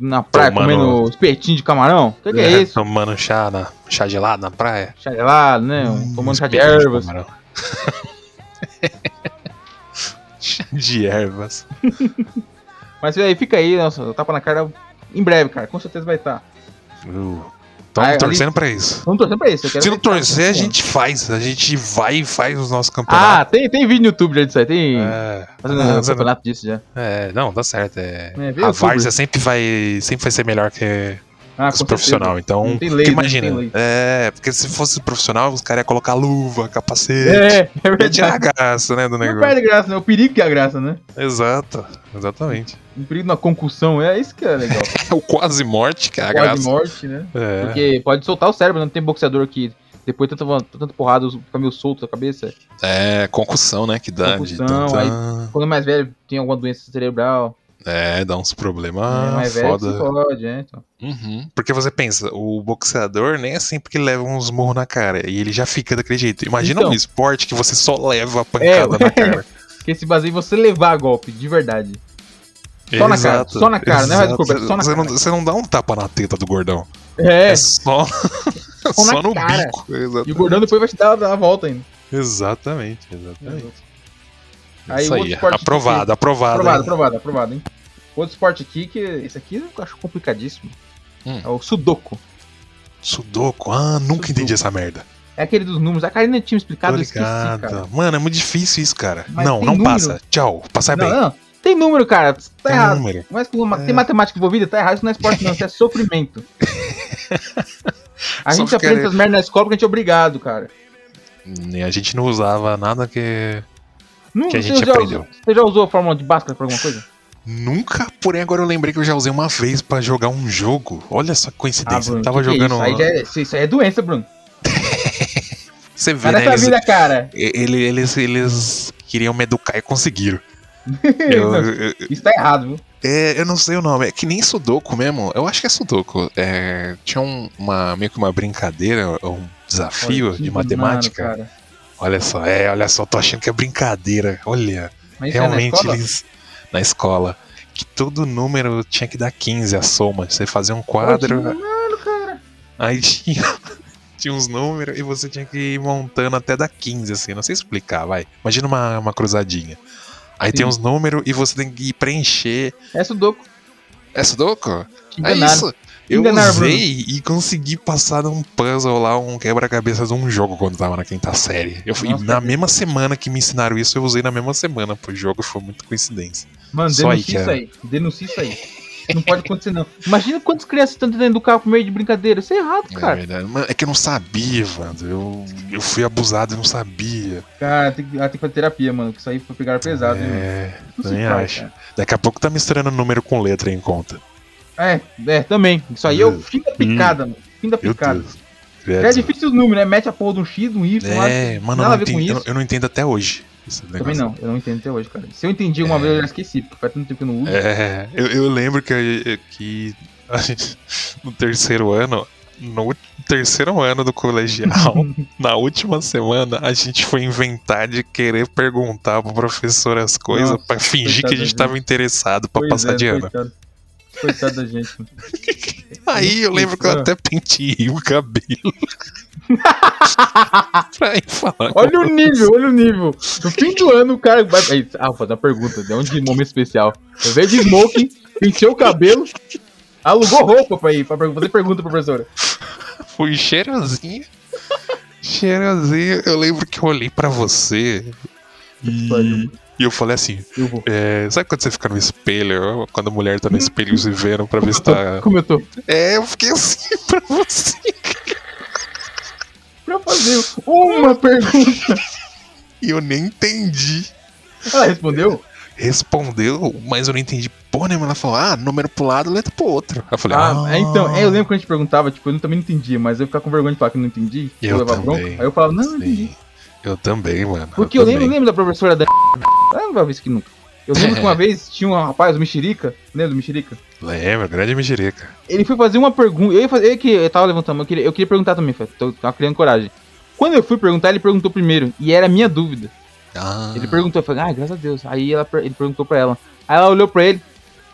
S2: na praia
S5: Tomando-
S2: comendo espetinho de camarão? O que, que é, isso?
S5: Tomando chá, na, chá gelado na praia.
S2: Chá gelado, né? Um- Tomando chá de
S5: Hum, Espetinho
S2: ervas.
S5: camarão. chá de ervas.
S2: Mas aí fica aí, nossa, tapa na cara em breve, cara. Com certeza vai estar.
S5: Uh,
S2: Ah, ali-
S5: Tamo torcendo pra isso.
S2: Vamos torcer pra isso. Eu quero
S5: Se não
S2: ver isso
S5: torcer, a
S2: acontecendo.
S5: gente faz. A gente vai e faz os nossos
S2: Ah,
S5: campeonatos.
S2: tem, tem vídeo no YouTube já disso aí. Tem
S5: É,
S2: fazendo
S5: ah,
S2: um campeonato disso já.
S5: é, não, dá certo. É,
S2: É, vê
S5: a
S2: o Kubrick.
S5: Várzea sempre vai, sempre vai ser melhor que
S2: Ah,
S5: os
S2: com certeza.
S5: profissional. Então,
S2: Não tem
S5: porque
S2: lei, né?
S5: imagina.
S2: Não tem lei.
S5: É, porque se fosse profissional, os caras iam colocar luva, capacete.
S2: É,
S5: [laughs]
S2: é
S5: Ia tirar a
S2: verdade.
S5: graça, né, do
S2: Não
S5: negócio.
S2: perde graça, né? O perigo que é a graça, né?
S5: Exato, exatamente.
S2: O perigo na concussão, é isso que é legal.
S5: [laughs] É o quase morte, que é [laughs] a
S2: Quase
S5: graça.
S2: morte, né?
S5: É.
S2: Porque pode soltar o cérebro, né? Não tem boxeador que depois de tanta, tanta porrada fica meio solto a cabeça.
S5: É, concussão, né? Que dá. de
S2: Concussão,
S5: tan-
S2: aí-
S5: tan.
S2: Quando é mais velho, tem alguma doença cerebral.
S5: É, dá uns problemas
S2: né? Mais velho,
S5: Ah, foda.
S2: se pode, né? Então,
S5: Uhum. Porque você pensa, o boxeador nem é sempre que leva uns murros na cara. E ele já fica daquele jeito. Imagina
S2: Então. É,
S5: um esporte que você só leva a pancada
S2: [laughs]
S5: na cara.
S2: porque se baseia em você levar golpe, de verdade. Só na cara, só na cara, né? Mas, desculpa, é só na
S5: você
S2: cara.
S5: Não, você não dá um tapa na teta do gordão.
S2: É,
S5: É, só, [laughs]
S2: na
S5: só no
S2: cara.
S5: bico. Exa-
S2: e o gordão depois vai te dar dar a volta ainda.
S5: Exatamente, exatamente. É.
S2: Aí, um
S5: Isso
S2: outro
S5: aí,
S2: esporte que
S5: aprovado, aprovado.
S2: Aprovado,
S5: hein?
S2: aprovado, aprovado, hein? Outro esporte aqui que. Esse aqui eu acho complicadíssimo.
S5: Hum.
S2: É o Sudoku.
S5: Sudoku, ah, nunca entendi
S2: Sudoku.
S5: essa merda.
S2: É aquele dos números. A Karina tinha me explicado,
S5: Tô
S2: eu esqueci, cara.
S5: ligado. Mano, é muito difícil isso, cara.
S2: Mas
S5: não,
S2: tem
S5: não
S2: número.
S5: passa. Tchau, passa Tá bem.
S2: Não, não. Tem número, cara. Tá
S5: Tem
S2: errado.
S5: número. É.
S2: Mas com uma, tem matemática envolvida, tá errado. Isso não é esporte,
S5: [laughs]
S2: não. Isso é sofrimento. A
S5: Só
S2: gente
S5: fica
S2: aprende
S5: aí.
S2: essas merdas na escola porque a gente é obrigado, cara.
S5: E a gente não usava nada que.
S2: Não,
S5: Que a
S2: você
S5: gente
S2: já
S5: aprendeu.
S2: Usou, você já usou a fórmula de Bhaskara pra alguma coisa?
S5: Nunca, porém agora eu lembrei que eu já usei uma vez pra jogar um jogo. Olha só que coincidência. eu tava
S2: que que é
S5: jogando.
S2: isso? Aí já é- isso, isso aí é doença, Bruno.
S5: Você vê,
S2: Vai
S5: né?
S2: nessa
S5: Eles,
S2: vida, cara.
S5: ele- eles, eles queriam me educar e
S2: [laughs]
S5: conseguiram. Eu, eu,
S2: Isso tá errado, viu?
S5: é, eu não sei o nome. É que nem Sudoku mesmo. Eu acho que é Sudoku. É, tinha um- uma, meio que uma brincadeira, um desafio
S2: Olha, que
S5: de
S2: mano,
S5: matemática.
S2: cara.
S5: Olha só, é, olha só, tô achando que é brincadeira. Olha,
S2: Mas isso é na
S5: realmente
S2: escola?
S5: eles. Na escola. Que todo número tinha que dar 15 a soma. Você fazia um
S2: Pô,
S5: quadro,
S2: que Mano, cara.
S5: aí tinha, [laughs] tinha uns números e você tinha que ir montando até dar 15, assim. Não sei explicar, vai. Imagina uma, uma cruzadinha. Aí tem
S2: Sim.
S5: uns números e você tem que ir preencher.
S2: É Sudoku.
S5: É Sudoku? É
S2: Enganaram.
S5: isso. Eu
S2: Enganaram, Bruno.
S5: usei e consegui passar um puzzle lá, um quebra-cabeça de um jogo quando tava na quinta série. Eu fui,
S2: Nossa,
S5: na
S2: cara.
S5: mesma semana que me ensinaram isso, eu usei na mesma semana pro jogo, foi muito coincidência.
S2: Mano,
S5: Só aí
S2: denuncia
S5: que
S2: isso
S5: é.
S2: aí. Denuncia isso aí. Não pode acontecer, não. [laughs] Imagina quantas crianças estão tentando educar por meio de brincadeira. Isso é errado,
S5: É,
S2: cara.
S5: verdade. Mano, é que eu não sabia, Wanda. Eu, eu fui abusado e não sabia.
S2: Cara, tem que, ah, tem que fazer terapia, mano. Que isso aí foi pegar pesado, hein, mano.
S5: É,
S2: Não se
S5: também
S2: faz,
S5: acho.
S2: cara.
S5: Daqui a pouco tá misturando número com letra em conta.
S2: É, é, também. Isso aí é o
S5: Hum.
S2: fim da picada, mano. Fim da
S5: Meu
S2: picada.
S5: Deus.
S2: Já é
S5: Credo.
S2: difícil os números, né? Mete a porra de um X, de um Y, um A.
S5: É, mano, eu
S2: nada
S5: não,
S2: a ver com
S5: entendo, eu,
S2: isso.
S5: não, eu não entendo até hoje. esse
S2: Também
S5: negócio.
S2: não, eu não entendo até hoje, cara. Se eu entendi uma vez, eu já esqueci, porque faz tanto tempo que eu não uso.
S5: É, eu, eu lembro que, que a gente- no terceiro ano, no ú- terceiro ano do
S2: [laughs]
S5: colegial, na última semana, a gente foi inventar de querer perguntar pro professor as coisas
S2: Nossa,
S5: pra fingir que a
S2: coitado
S5: gente
S2: da
S5: tava interessado pra
S2: Pois
S5: passar
S2: é,
S5: de ano.
S2: coitado. Coitado da gente. mano.
S5: Aí eu lembro que eu
S2: Ah.
S5: até penteei [laughs] o
S2: [laughs]
S5: cabelo. pra ir falar.
S2: Olha o nível, olha o nível. No fim do ano, o cara vai. Aí, Ah, vou fazer uma pergunta. De onde de momento especial? Eu veio de smoking, pintei o cabelo, alugou roupa pra ir, pra per- fazer pergunta pra professora.
S5: Fui cheirosinho. Cheirosinho. Eu lembro que eu olhei pra você. E,
S2: pariu.
S5: e eu falei assim:
S2: Eu vou.
S5: é, Sabe quando você fica no espelho? Quando a mulher tá no espelho se vendo pra ver se tá.
S2: Como eu tô?
S5: [laughs] É, eu fiquei assim [laughs] pra você.
S2: Pra fazer uma pergunta.
S5: E eu nem entendi.
S2: Ela respondeu?
S5: Respondeu, mas eu não entendi porra nenhuma. Ela falou: Ah, número pro lado, letra pro outro. Eu falei:
S2: Ah,
S5: Ah,
S2: é, então, é, eu lembro quando a gente perguntava, tipo, eu também não entendia, mas eu ficava com vergonha de falar que eu não entendi. tipo,
S5: Eu
S2: levar bronca.
S5: também.
S2: Aí eu falava, não, não entendi.
S5: Sim. Eu também, mano.
S2: Porque eu, lembro,
S5: também.
S2: lembro da professora da. Ela não vai ver isso aqui nunca. Eu lembro que
S5: [laughs]
S2: uma vez tinha um rapaz, o Mexerica, lembra do Mexerica?
S5: Lembro, grande mexerica.
S2: Ele foi fazer uma pergunta. Eu, ia fazer- eu que eu tava levantando, a mão, eu queria, eu queria perguntar também, falei, tô, tava criando coragem. Quando eu fui perguntar, ele perguntou primeiro. E era a minha dúvida.
S5: Ah,
S2: Ele perguntou, eu falei, ai, graças a Deus. Aí ela per- ele perguntou pra ela. Aí ela olhou pra ele.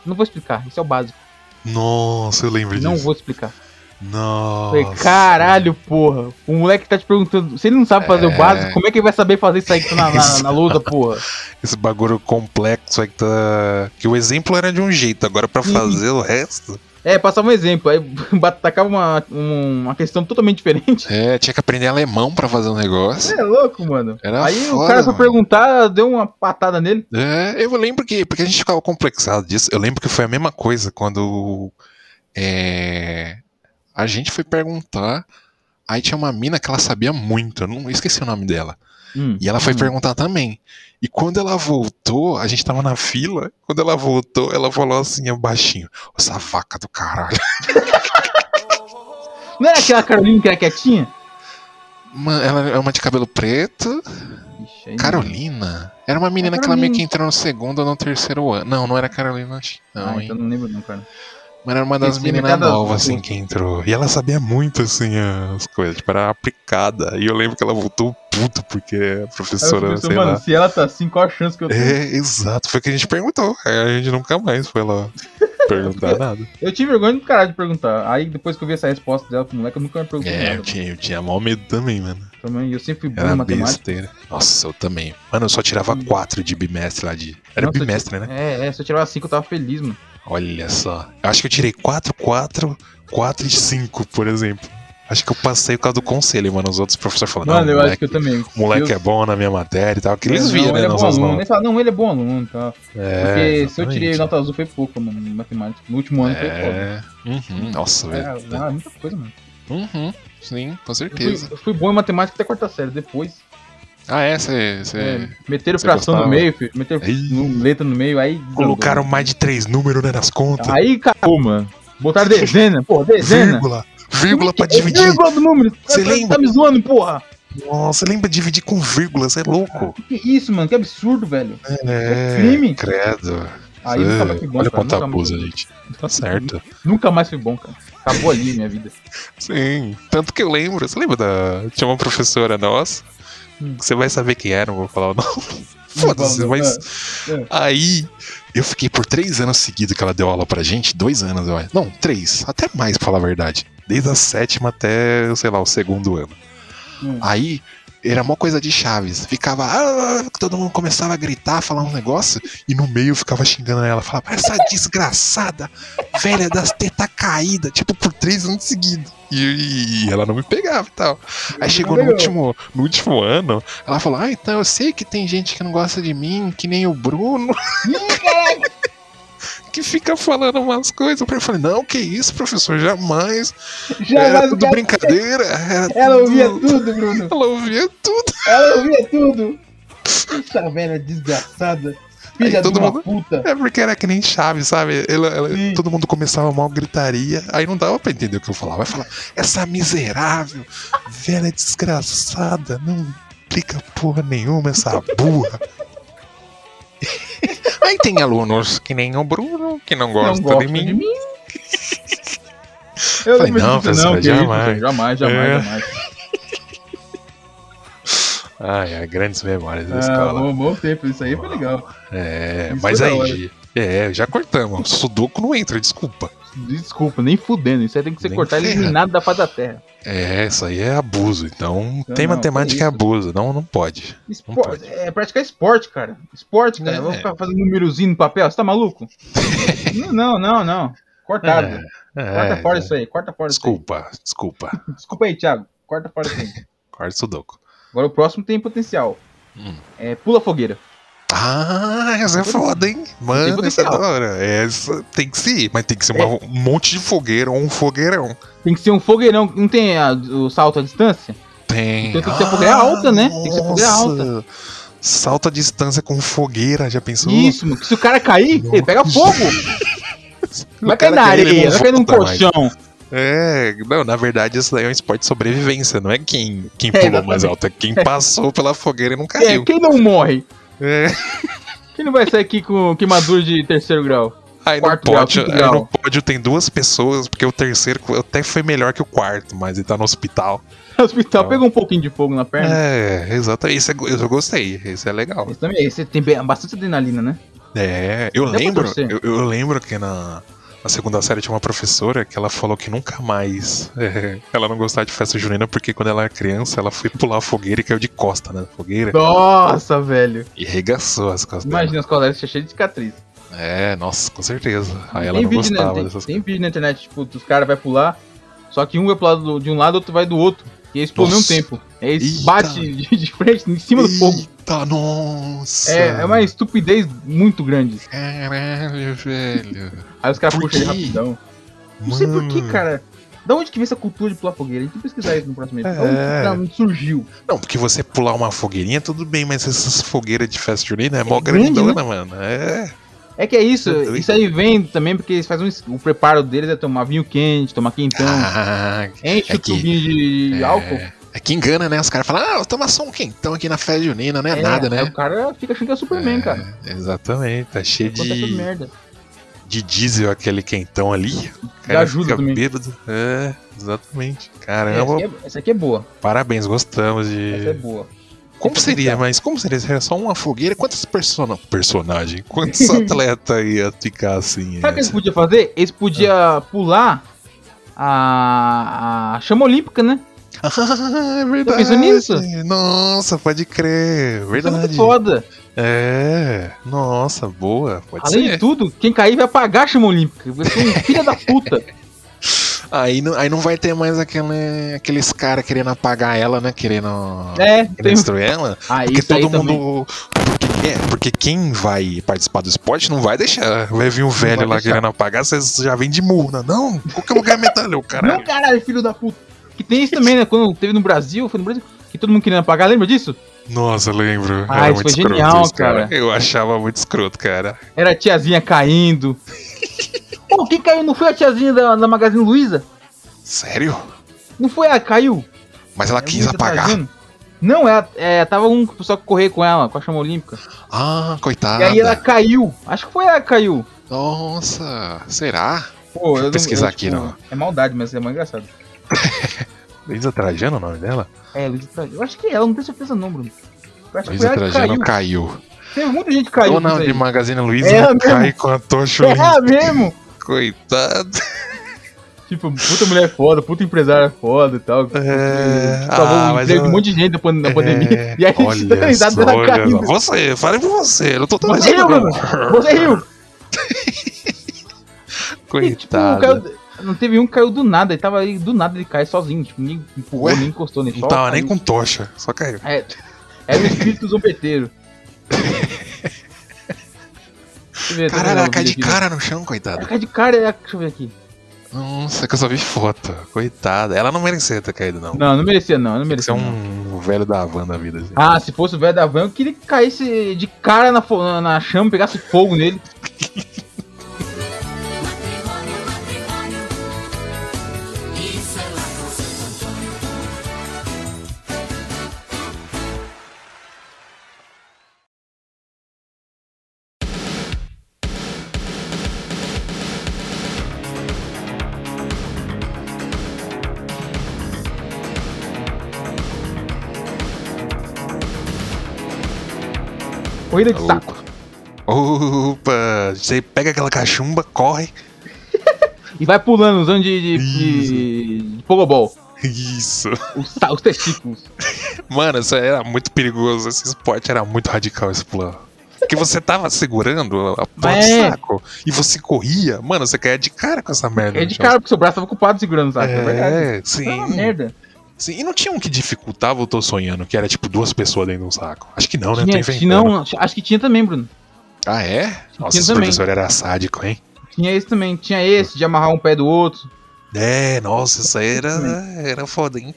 S2: Não vou explicar, isso é o básico.
S5: Nossa, eu lembro
S2: Não
S5: disso.
S2: vou explicar.
S5: Nossa.
S2: Falei, caralho, porra. O moleque tá te perguntando, se ele não sabe fazer o básico, como é que ele vai saber fazer isso aí que tá na, na, na lousa, porra?
S5: Esse bagulho complexo aí que tá. Que o exemplo era de um jeito, agora pra fazer o resto.
S2: É, passava um exemplo, aí [laughs] bat- tacava uma, um- uma questão totalmente diferente.
S5: É, tinha que aprender alemão pra fazer um negócio.
S2: É louco, mano.
S5: Era
S2: aí o
S5: foda,
S2: cara foi
S5: mano.
S2: perguntar, deu uma patada nele.
S5: É, eu lembro que. Porque a gente ficava complexado disso. Eu lembro que foi a mesma coisa quando. é, a gente foi perguntar. Aí tinha uma mina que ela sabia muito. Eu não eu esqueci o nome dela.
S2: Hum.
S5: E ela foi
S2: Hum.
S5: perguntar também. E quando ela voltou, a gente tava na fila. Quando ela voltou, ela falou assim, baixinho: Essa vaca do caralho.
S2: Não era aquela Carolina que era quietinha?
S5: Mano, ela é uma de cabelo preto.
S2: Ixi, aí-
S5: Carolina. Era uma menina
S2: É
S5: que ela meio
S2: Carolina.
S5: que entrou no segundo ou no terceiro ano. Não, não era Carolina. acho que Não,
S2: Ah,
S5: hein?
S2: então não lembro não, cara.
S5: Mas era uma das
S2: Esse menino
S5: meninas
S2: cada-
S5: novas, assim, que entrou. E ela sabia muito, assim, as coisas. Tipo, era aplicada. E eu lembro que ela voltou puta porque a
S2: Aí eu
S5: professora,
S2: pensei,
S5: sei
S2: mano,
S5: lá.
S2: se ela tá assim, qual a chance que eu tenho?
S5: É, exato. Foi o que a gente perguntou. Aí a gente nunca mais foi
S2: [laughs]
S5: lá perguntar nada.
S2: Eu tive vergonha do caralho de perguntar. Aí depois que eu vi essa resposta dela pro moleque, eu nunca me perguntei
S5: É, eu
S2: nada.
S5: tinha, eu tinha maior medo também, mano.
S2: Também, eu sempre fui bom
S5: Era
S2: em matemática.
S5: besteira. Nossa, eu também. Mano, eu só tirava
S2: Hum.
S5: quatro de bimestre lá de. Era
S2: Nossa, eu
S5: bimestre,
S2: ti-
S5: né?
S2: É, é, se eu tirava 5 eu tava feliz, mano.
S5: Olha só. Eu acho que eu tirei quatro, quatro, quatro e cinco, por exemplo. Acho que eu passei por causa do conselho, mano. Os outros professores falaram.
S2: mano,
S5: "Não,
S2: eu
S5: moleque,
S2: acho que eu também.
S5: o moleque
S2: eu,
S5: é bom na minha matéria e tal. Que eles
S2: Não,
S5: viam,
S2: ele
S5: né?
S2: é bom
S5: Nossas
S2: aluno.
S5: notas.
S2: Ele fala, não, ele é bom aluno, tá? Porque
S5: É,
S2: se eu tirei
S5: exatamente.
S2: nota azul foi pouco, mano, em matemática. No último ano foi pouco.
S5: É. Uhum, nossa,
S2: É,
S5: velho.
S2: ah, muita coisa, mano.
S5: Uhum. Sim, com
S2: Eu fui,
S5: certeza.
S2: eu fui bom em matemática até a quarta série. Depois,
S5: Ah, é, você.
S2: é, meteram
S5: Você
S2: fração no
S5: gostava?
S2: meio, filho. Meteram
S5: Ih.
S2: no- letra no meio, aí. desandou.
S5: Colocaram mais de três números né, nas contas.
S2: Aí cagou, mano. Botaram dezena, porra, dezena.
S5: Vírgula. Vírgula pra
S2: É
S5: dividir.
S2: Vírgula do número.
S5: Você
S2: Tá-
S5: lembra?
S2: Tá me zoando, porra.
S5: Nossa, lembra dividir com vírgula, você é louco.
S2: Que isso, mano? Que absurdo, velho.
S5: É,
S2: crime.
S5: Credo.
S2: Aí
S5: É,
S2: nunca mais fui bom,
S5: Olha
S2: cara,
S5: quanto
S2: nunca mais
S5: abusa,
S2: fui bom.
S5: gente. Tá certo.
S2: Nunca mais fui bom, cara. Acabou ali minha vida.
S5: Sim. Tanto que eu lembro, você lembra da. Tinha uma professora nossa.
S2: Hum.
S5: Você vai saber quem era, não vou falar o nome.
S2: [laughs]
S5: Foda-se,
S2: Não,
S5: mas.
S2: é, é.
S5: Aí, eu fiquei por três anos seguidos que ela deu aula pra gente. Dois anos, eu acho. Não, três. Até mais, pra falar a verdade. Desde a sétima até, sei lá, o segundo ano.
S2: Hum.
S5: Aí, era uma coisa de Chaves. Ficava. "Ah", Todo mundo começava a gritar, falar um negócio. E no meio eu ficava xingando ela. Falava, essa desgraçada, velha das tetas caídas. Tipo, por três anos seguidos. E, e ela não me pegava e tal. Aí chegou no
S2: pegou.
S5: último, no último ano, ela falou: Ah, então eu sei que tem gente que não gosta de mim, que nem o Bruno. [laughs] que fica falando umas coisas. Eu falei: Não, que isso, professor, jamais. Era
S2: Jamais o
S5: tudo
S2: cara-
S5: brincadeira. era
S2: Ela ouvia
S5: tudo-
S2: tudo, Bruno.
S5: Ela ouvia tudo.
S2: Ela ouvia tudo. Essa velha desgraçada. Filha
S5: Aí
S2: de
S5: todo
S2: uma
S5: mundo-
S2: puta.
S5: É porque era que nem chave, sabe? Ela- ela-
S2: Sim.
S5: todo mundo começava mal gritaria, aí não dava pra entender o que eu falava. Vai falar, essa miserável, velha desgraçada, não implica porra nenhuma essa burra. [laughs] aí tem alunos que nem o Bruno, que não
S2: Não
S5: gosta
S2: gosta
S5: de mim.
S2: Eu
S5: Falei,
S2: lembro
S5: não,
S2: disso,
S5: professora,
S2: que isso,
S5: jamais.
S2: velho, jamais, jamais,
S5: É.
S2: jamais.
S5: Ai, ai, grandes memórias da
S2: Ah,
S5: escola.
S2: bom, bom tempo, isso aí foi legal.
S5: É,
S2: isso
S5: mas
S2: é da
S5: aí,
S2: hora.
S5: Gi, é, já cortamos. Sudoku não entra, desculpa.
S2: Desculpa, nem fudendo. Isso aí tem que ser
S5: Nem
S2: cortado e
S5: ferra.
S2: eliminado da face da terra.
S5: É, isso aí é abuso. Então,
S2: Não,
S5: tem
S2: não, que
S5: matemática é
S2: isso.
S5: abuso. Não, não pode.
S2: Espor-
S5: pode.
S2: É praticar esporte, cara. Esporte, cara.
S5: É.
S2: Vamos ficar fazendo númerozinho no papel, você tá maluco?
S5: [laughs]
S2: não, não, não, não. Cortado.
S5: É,
S2: Corta
S5: É,
S2: fora isso aí, corta fora
S5: Desculpa, desculpa.
S2: isso aí. Desculpa aí, Thiago. Corta fora isso aí.
S5: Corta o Sudoku.
S2: Agora o próximo tem potencial.
S5: Hum.
S2: É, pula fogueira.
S5: Ah, essa é foda, hein? Mano, essa é da
S2: potencial.
S5: hora. Essa tem que ser, mas tem que ser uma-
S2: É.
S5: um monte de fogueira ou um fogueirão.
S2: Tem que ser um fogueirão, não tem a- o salto à distância?
S5: Tem.
S2: Então tem que ser fogueira alta, né? Tem que ser fogueira alta.
S5: nossa. Salta a distância com fogueira, já pensou?
S2: Isso, mano. que Se o cara cair,
S5: Nossa.
S2: ele pega fogo.
S5: [laughs] cara
S2: Vai cair na
S5: cair, ele
S2: areia,
S5: não
S2: vai cair num
S5: volta mais.
S2: colchão.
S5: É, não, na verdade, isso daí é um esporte de sobrevivência, não é quem,
S2: [laughs]
S5: quem pulou mais
S2: exatamente.
S5: alto, é quem passou pela fogueira e não
S2: É,
S5: caiu.
S2: quem não morre?
S5: É.
S2: Quem não vai sair aqui com queimadura de terceiro grau? [laughs]
S5: Aí no,
S2: Quarto grau,
S5: pódio,
S2: quinto
S5: aí
S2: grau.
S5: no pódio tem duas pessoas, porque o terceiro até foi melhor que o quarto, mas ele tá no hospital.
S2: No hospital,
S5: Não.
S2: pega um pouquinho de fogo na perna.
S5: É, exatamente. Esse é, eu eu gostei, esse é legal.
S2: Esse também, esse tem bem- bastante adrenalina, né?
S5: É, eu
S2: Dá pra
S5: lembro,
S2: torcer.
S5: eu, eu lembro que na, na segunda série tinha uma professora que ela falou que nunca mais eh, ela não gostava de festa junina porque quando ela era criança ela foi pular a fogueira e caiu de costa né, na fogueira
S2: Nossa, velho.
S5: e arregaçou as costas dela.
S2: Imagina as colegas cheias de cicatriz.
S5: É, nossa, com certeza. Aí Ah, ela
S2: tem,
S5: não
S2: vídeo,
S5: gostava
S2: né? tem,
S5: dessas
S2: tem vídeo na internet, tipo, dos caras vai pular, só que um vai pular do- de um lado, outro vai do outro. E eles pulam ao mesmo
S5: Nossa.
S2: tempo. Aí eles
S5: Eita.
S2: batem de, de frente em cima do fogo.
S5: Eita, nossa!
S2: É, é uma estupidez muito grande.
S5: Caralho, velho.
S2: Aí os caras
S5: Por
S2: puxam ele
S5: quê?
S2: rapidão. Não sei por que,
S5: Mano.
S2: cara. Da onde que vem essa cultura de pular fogueira? A gente tem que pesquisar isso no próximo episódio.
S5: É.
S2: Da onde surgiu?
S5: Não, porque você pular uma fogueirinha, tudo bem, mas essas fogueiras de festa junina é mó
S2: grande, né?
S5: grandona, mano. É.
S2: É que é isso.
S5: Eu também-
S2: Isso aí vem também porque eles fazem um es- o preparo deles é tomar vinho quente, tomar quentão.
S5: Ah,
S2: enche
S5: é
S2: o
S5: que-
S2: tubinho de
S5: é,
S2: álcool.
S5: é que engana, né? Os caras falam, ah, toma só um quentão aqui na festa junina, não é, nada,
S2: aí O
S5: né?
S2: cara fica achando que é Superman, cara.
S5: Exatamente, tá cheio
S2: Acontece essas
S5: de,
S2: merda.
S5: de diesel aquele quentão ali. O
S2: Dá ajuda
S5: fica
S2: também.
S5: bêbado. É, exatamente.
S2: Essa
S5: Caramba,
S2: aqui, é, essa aqui é boa.
S5: parabéns, gostamos de.
S2: Essa é boa.
S5: Como seria, mas como seria? Seria só uma fogueira? Quantos persona... personagem?
S2: [laughs]
S5: Quantos atleta ia ficar assim?
S2: Sabe o que eles podiam fazer? Eles
S5: Ah.
S2: podiam pular a, a chama olímpica, né?
S5: [laughs] Ah, é verdade.
S2: pensou Tá nisso?
S5: Nossa, pode crer.
S2: Isso é
S5: Verdade.
S2: muito foda.
S5: É. Nossa, boa. Pode
S2: Além
S5: ser.
S2: de tudo, quem cair vai pagar a chama olímpica. Vai ser um filho da puta.
S5: Aí não, aí não vai ter mais aquele, aqueles caras querendo apagar ela, né? Querendo,
S2: É,
S5: querendo
S2: tem...
S5: destruir ela.
S2: Ah,
S5: Porque
S2: isso aí
S5: todo
S2: também.
S5: mundo. Porque, é, porque quem vai participar do esporte não vai deixar. Vai vir um
S2: vai
S5: velho lá
S2: deixar.
S5: querendo apagar, você já vem de murna. Não, qualquer lugar é metalho,
S2: Não,
S5: caralho.
S2: caralho, filho da puta. Que tem isso também, né? Quando teve no Brasil, foi no Brasil, que todo mundo querendo apagar, lembra disso?
S5: Nossa, eu lembro.
S2: Ah, isso foi genial, cara.
S5: Eu achava muito escroto, cara.
S2: Era a tiazinha caindo.
S5: [laughs]
S2: Pô, quem caiu não foi a tiazinha da, da Magazine Luiza?
S5: Sério?
S2: Não foi ela, que caiu.
S5: Mas ela
S2: É
S5: quis
S2: muito
S5: apagar.
S2: atrasando. Não, ela, é, tava um pessoal que correr com ela, com a chama olímpica.
S5: Ah, coitada.
S2: E aí ela caiu. Acho que foi ela que caiu.
S5: Nossa, será?
S2: Pô,
S5: Deixa eu pesquisar aqui, não.
S2: É maldade, mas é mais engraçado.
S5: Luísa Trajano é o nome dela?
S2: É, Luísa Trajano. Eu acho que é ela, não tenho certeza não, Bruno. Eu acho que foi
S5: Luísa
S2: ela que
S5: Trajano
S2: caiu.
S5: caiu.
S2: Teve muita gente que caiu. com
S5: Dona
S2: isso
S5: de
S2: aí.
S5: Magazine Luiza
S2: É ela
S5: cai com a tocha.
S2: É ela mesmo.
S5: Coitado.
S2: Tipo, puta mulher foda, puta empresária foda e tal. Tipo,
S5: É,
S2: Salvou
S5: ah,
S2: o
S5: mas
S2: emprego de um
S5: eu-
S2: monte de gente na, pan- na
S5: É,
S2: pandemia. [laughs] E aí a gente
S5: olha
S2: tá risado
S5: só,
S2: dela
S5: olha
S2: caindo.
S5: só. Você, fale por você. Eu não tô
S2: Você riu, Bruno? Você riu? Tipo, E, tipo,
S5: Coitado.
S2: caiu- não teve um que caiu do nada. Ele tava aí, do nada ele cai sozinho. Tipo, ninguém empurrou,
S5: Ué?
S2: nem encostou, nem
S5: Não tava nem com tocha, só caiu.
S2: É, era o
S5: [laughs]
S2: espírito zombeteiro. Deixa eu ver, tá
S5: Caralho,
S2: vendo
S5: ela
S2: o
S5: cai de
S2: vídeo aqui?
S5: cara no chão,
S2: Ela
S5: coitada.
S2: cai de cara, ela- deixa eu ver aqui.
S5: Nossa, que eu só vi foto. Coitada. Ela não merecia ter caído, não.
S2: Não, não merecia não, não
S5: Você é
S2: merecia não.
S5: um velho da van da vida. Assim.
S2: Ah, se fosse o velho da van, eu queria que caísse de cara na, fo- na- na chama, pegasse fogo nele. Corrida de
S5: Ô,
S2: Ah, saco.
S5: Opa! Você pega aquela cachumba, corre.
S2: E vai pulando, usando de, de, de, de pogobol.
S5: Isso.
S2: Os, sa- os testículos.
S5: Mano, isso era muito perigoso. Esse esporte era muito radical, esse plano. Porque você tava segurando a porra do
S2: É.
S5: saco e você corria. Mano, você caía de cara com essa merda.
S2: É
S5: no
S2: de
S5: chão.
S2: cara porque seu braço tava ocupado segurando o saco, é, verdade.
S5: então. É,
S2: É uma
S5: sim.
S2: merda.
S5: sim. E não tinha um que dificultava o Tô Sonhando, que era tipo duas pessoas dentro de um saco. Acho que não, né? Tô
S2: Tinha,
S5: inventando.
S2: tinha- não, acho que tinha também, Bruno.
S5: Ah, é? Nossa,
S2: tinha
S5: esse
S2: também.
S5: professor era sádico, hein?
S2: Tinha esse também. Tinha esse de amarrar um pé do outro.
S5: É, nossa, isso aí era, era foda, hein?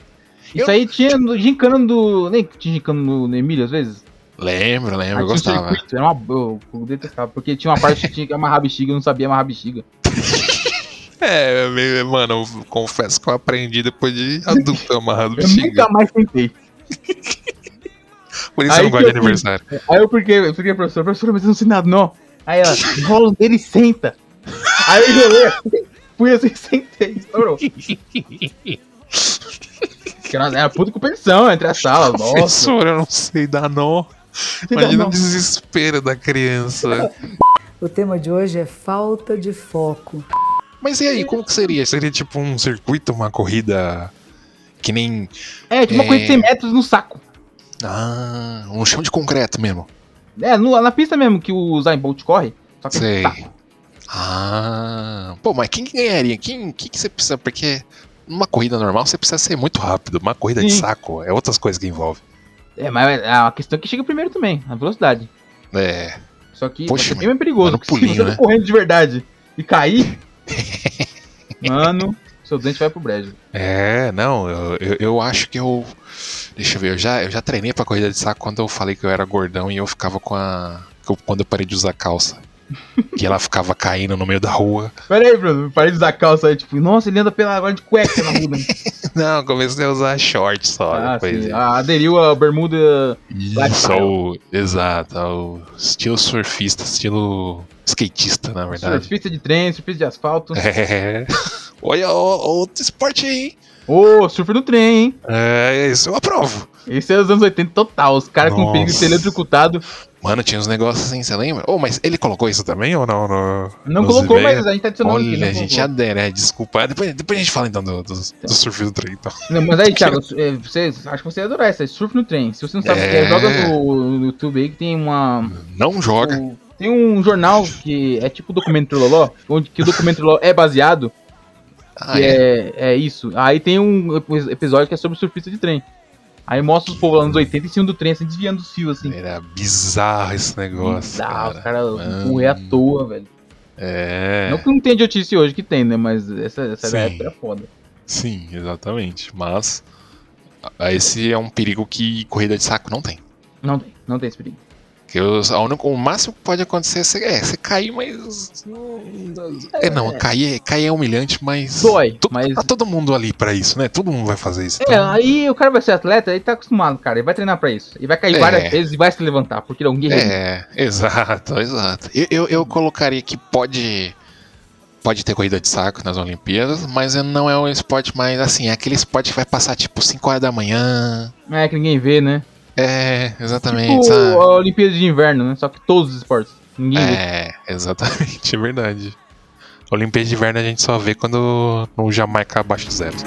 S2: Isso aí tinha no gincana do. Nem que tinha gincana no, no Emílio, às vezes.
S5: Lembro,
S2: Aí
S5: lembro, eu
S2: tinha um
S5: gostava.
S2: circuito, Era uma, eu, eu detestava, porque tinha uma parte que tinha que amarrar a bexiga, eu não sabia amarrar a bexiga.
S5: É, meu- mano, eu confesso que eu aprendi depois de adulto amarrado
S2: Eu
S5: bexiga.
S2: nunca mais tentei.
S5: Por isso
S2: Aí
S5: eu não gosto de
S2: que eu fiz.
S5: aniversário.
S2: Aí eu porque eu fiquei, professora, professora, mas eu não sei nada, não. Aí ela,
S5: [laughs]
S2: rola um dele e senta. Aí eu rolei, fui assim, sentei, estourou. Porque nós- Era puta competição entre a sala, nossa.
S5: Professor, eu não sei dar nó.
S2: dar
S5: Imagina
S2: nó.
S5: o desespero da criança.
S6: O tema de hoje é falta de foco.
S5: [laughs] Mas e aí, como que seria? Seria tipo um circuito, uma corrida que nem.
S2: É, tipo uma
S5: É.
S2: coisa de 100 metros no saco.
S5: Ah, um chão de concreto mesmo.
S2: É, no- na pista mesmo que o Zayn Bolt corre. Só que
S5: Sei.
S2: tá.
S5: Ah, pô, mas quem que ganharia? Quem que, que você precisa? Porque numa corrida normal você precisa ser muito rápido. Uma corrida de
S2: Sim.
S5: saco é outras coisas que envolve.
S2: É, mas é a questão é que chega primeiro também, a velocidade.
S5: É,
S2: Só que
S5: Poxa,
S2: Poxa, é
S5: mano,
S2: bem perigoso.
S5: mano,
S2: porque se
S5: [laughs] pulinho,
S2: você
S5: né?
S2: tá correndo de verdade e cair, [laughs] mano, seu dente vai pro brejo.
S5: é, não, eu, eu, eu acho que eu. Deixa eu ver, eu já, eu já treinei pra corrida de saco quando eu falei que eu era gordão e eu ficava com a. que eu- Quando eu parei de usar
S2: [laughs]
S5: calça. que ela ficava caindo no meio da rua.
S2: Pera aí, Bruno, parei de usar calça aí, tipo, nossa, ele anda pela agora de cueca na
S5: [laughs]
S2: rua. né?
S5: Não, eu comecei a usar short só.
S2: ah,
S5: depois.
S2: sim. Ah, aderiu a bermuda.
S5: Isso,
S2: Lifestyle.
S5: ao, exato, ao estilo surfista, estilo skatista, na verdade.
S2: é, Surfista de trem, surfista de asfalto.
S5: Ah. É. [laughs] Olha, ó, outro esporte aí, hein?
S2: Ô, surf no trem, hein?
S5: É, isso eu aprovo.
S2: Esse é os anos 80 total. Os caras com perigo de ser
S5: Nossa.
S2: eletrocutado.
S5: Mano, tinha uns negócios assim, você lembra? Oh, mas ele colocou isso também ou não? no-
S2: Não
S5: nos
S2: colocou,
S5: e-mails?
S2: mas a gente tá adicionando aqui,
S5: Olha,
S2: não
S5: a gente
S2: colocou.
S5: adere, é, desculpa. Depois, depois a gente fala então do, do, do surf do trem, então.
S2: Não, mas aí, Thiago, é, você, acho que você ia adorar essa. Surf no trem. Se você não sabe o que
S5: É.
S2: é, joga no, no YouTube aí que tem uma.
S5: Não joga.
S2: o- tem um jornal que é tipo o documento Trololó, onde que o documento Trololó é baseado,
S5: Ah,
S2: que
S5: é.
S2: é, é isso. Aí tem um epi- episódio que é sobre surfista de trem. Aí mostra os povos lá nos 80 em cima do trem, assim, desviando os fios, assim.
S5: Era bizarro esse negócio.
S2: Bizarro,
S5: cara.
S2: os caras
S5: Mano.
S2: correr à toa, velho.
S5: É.
S2: Não que não tenha idiotice hoje, que tem, né? Mas essa, essa
S5: Sim.
S2: época era foda.
S5: Sim, exatamente. Mas a- esse é um perigo que corrida de saco não tem.
S2: Não tem, não tem esse perigo.
S5: Que os- a única- o máximo que pode acontecer é você, é, você cair, mas. É, não, cair, é- cair é humilhante, mas.
S2: Dói,
S5: to-
S2: mas-
S5: Tá todo mundo ali pra isso, né? Todo mundo vai fazer isso.
S2: É, aí o cara vai ser atleta, ele tá acostumado, cara. Ele vai treinar pra isso. Ele vai cair
S5: É.
S2: várias vezes e vai se levantar, porque ele é um guerreiro.
S5: [laughs] É, exato, exato. Eu, eu, eu colocaria que pode. Pode ter corrida de saco nas Olimpíadas, mas não é um esporte mais assim, é aquele esporte que vai passar tipo 5 horas da manhã.
S2: É, que ninguém vê, né?
S5: É, exatamente.
S2: Tipo
S5: sabe?
S2: a Olimpíada de Inverno, né? Só que todos os esportes. Ninguém vê.
S5: É, exatamente, [laughs] é verdade. Olimpíada de inverno a gente só vê quando no Jamaica abaixo de zero.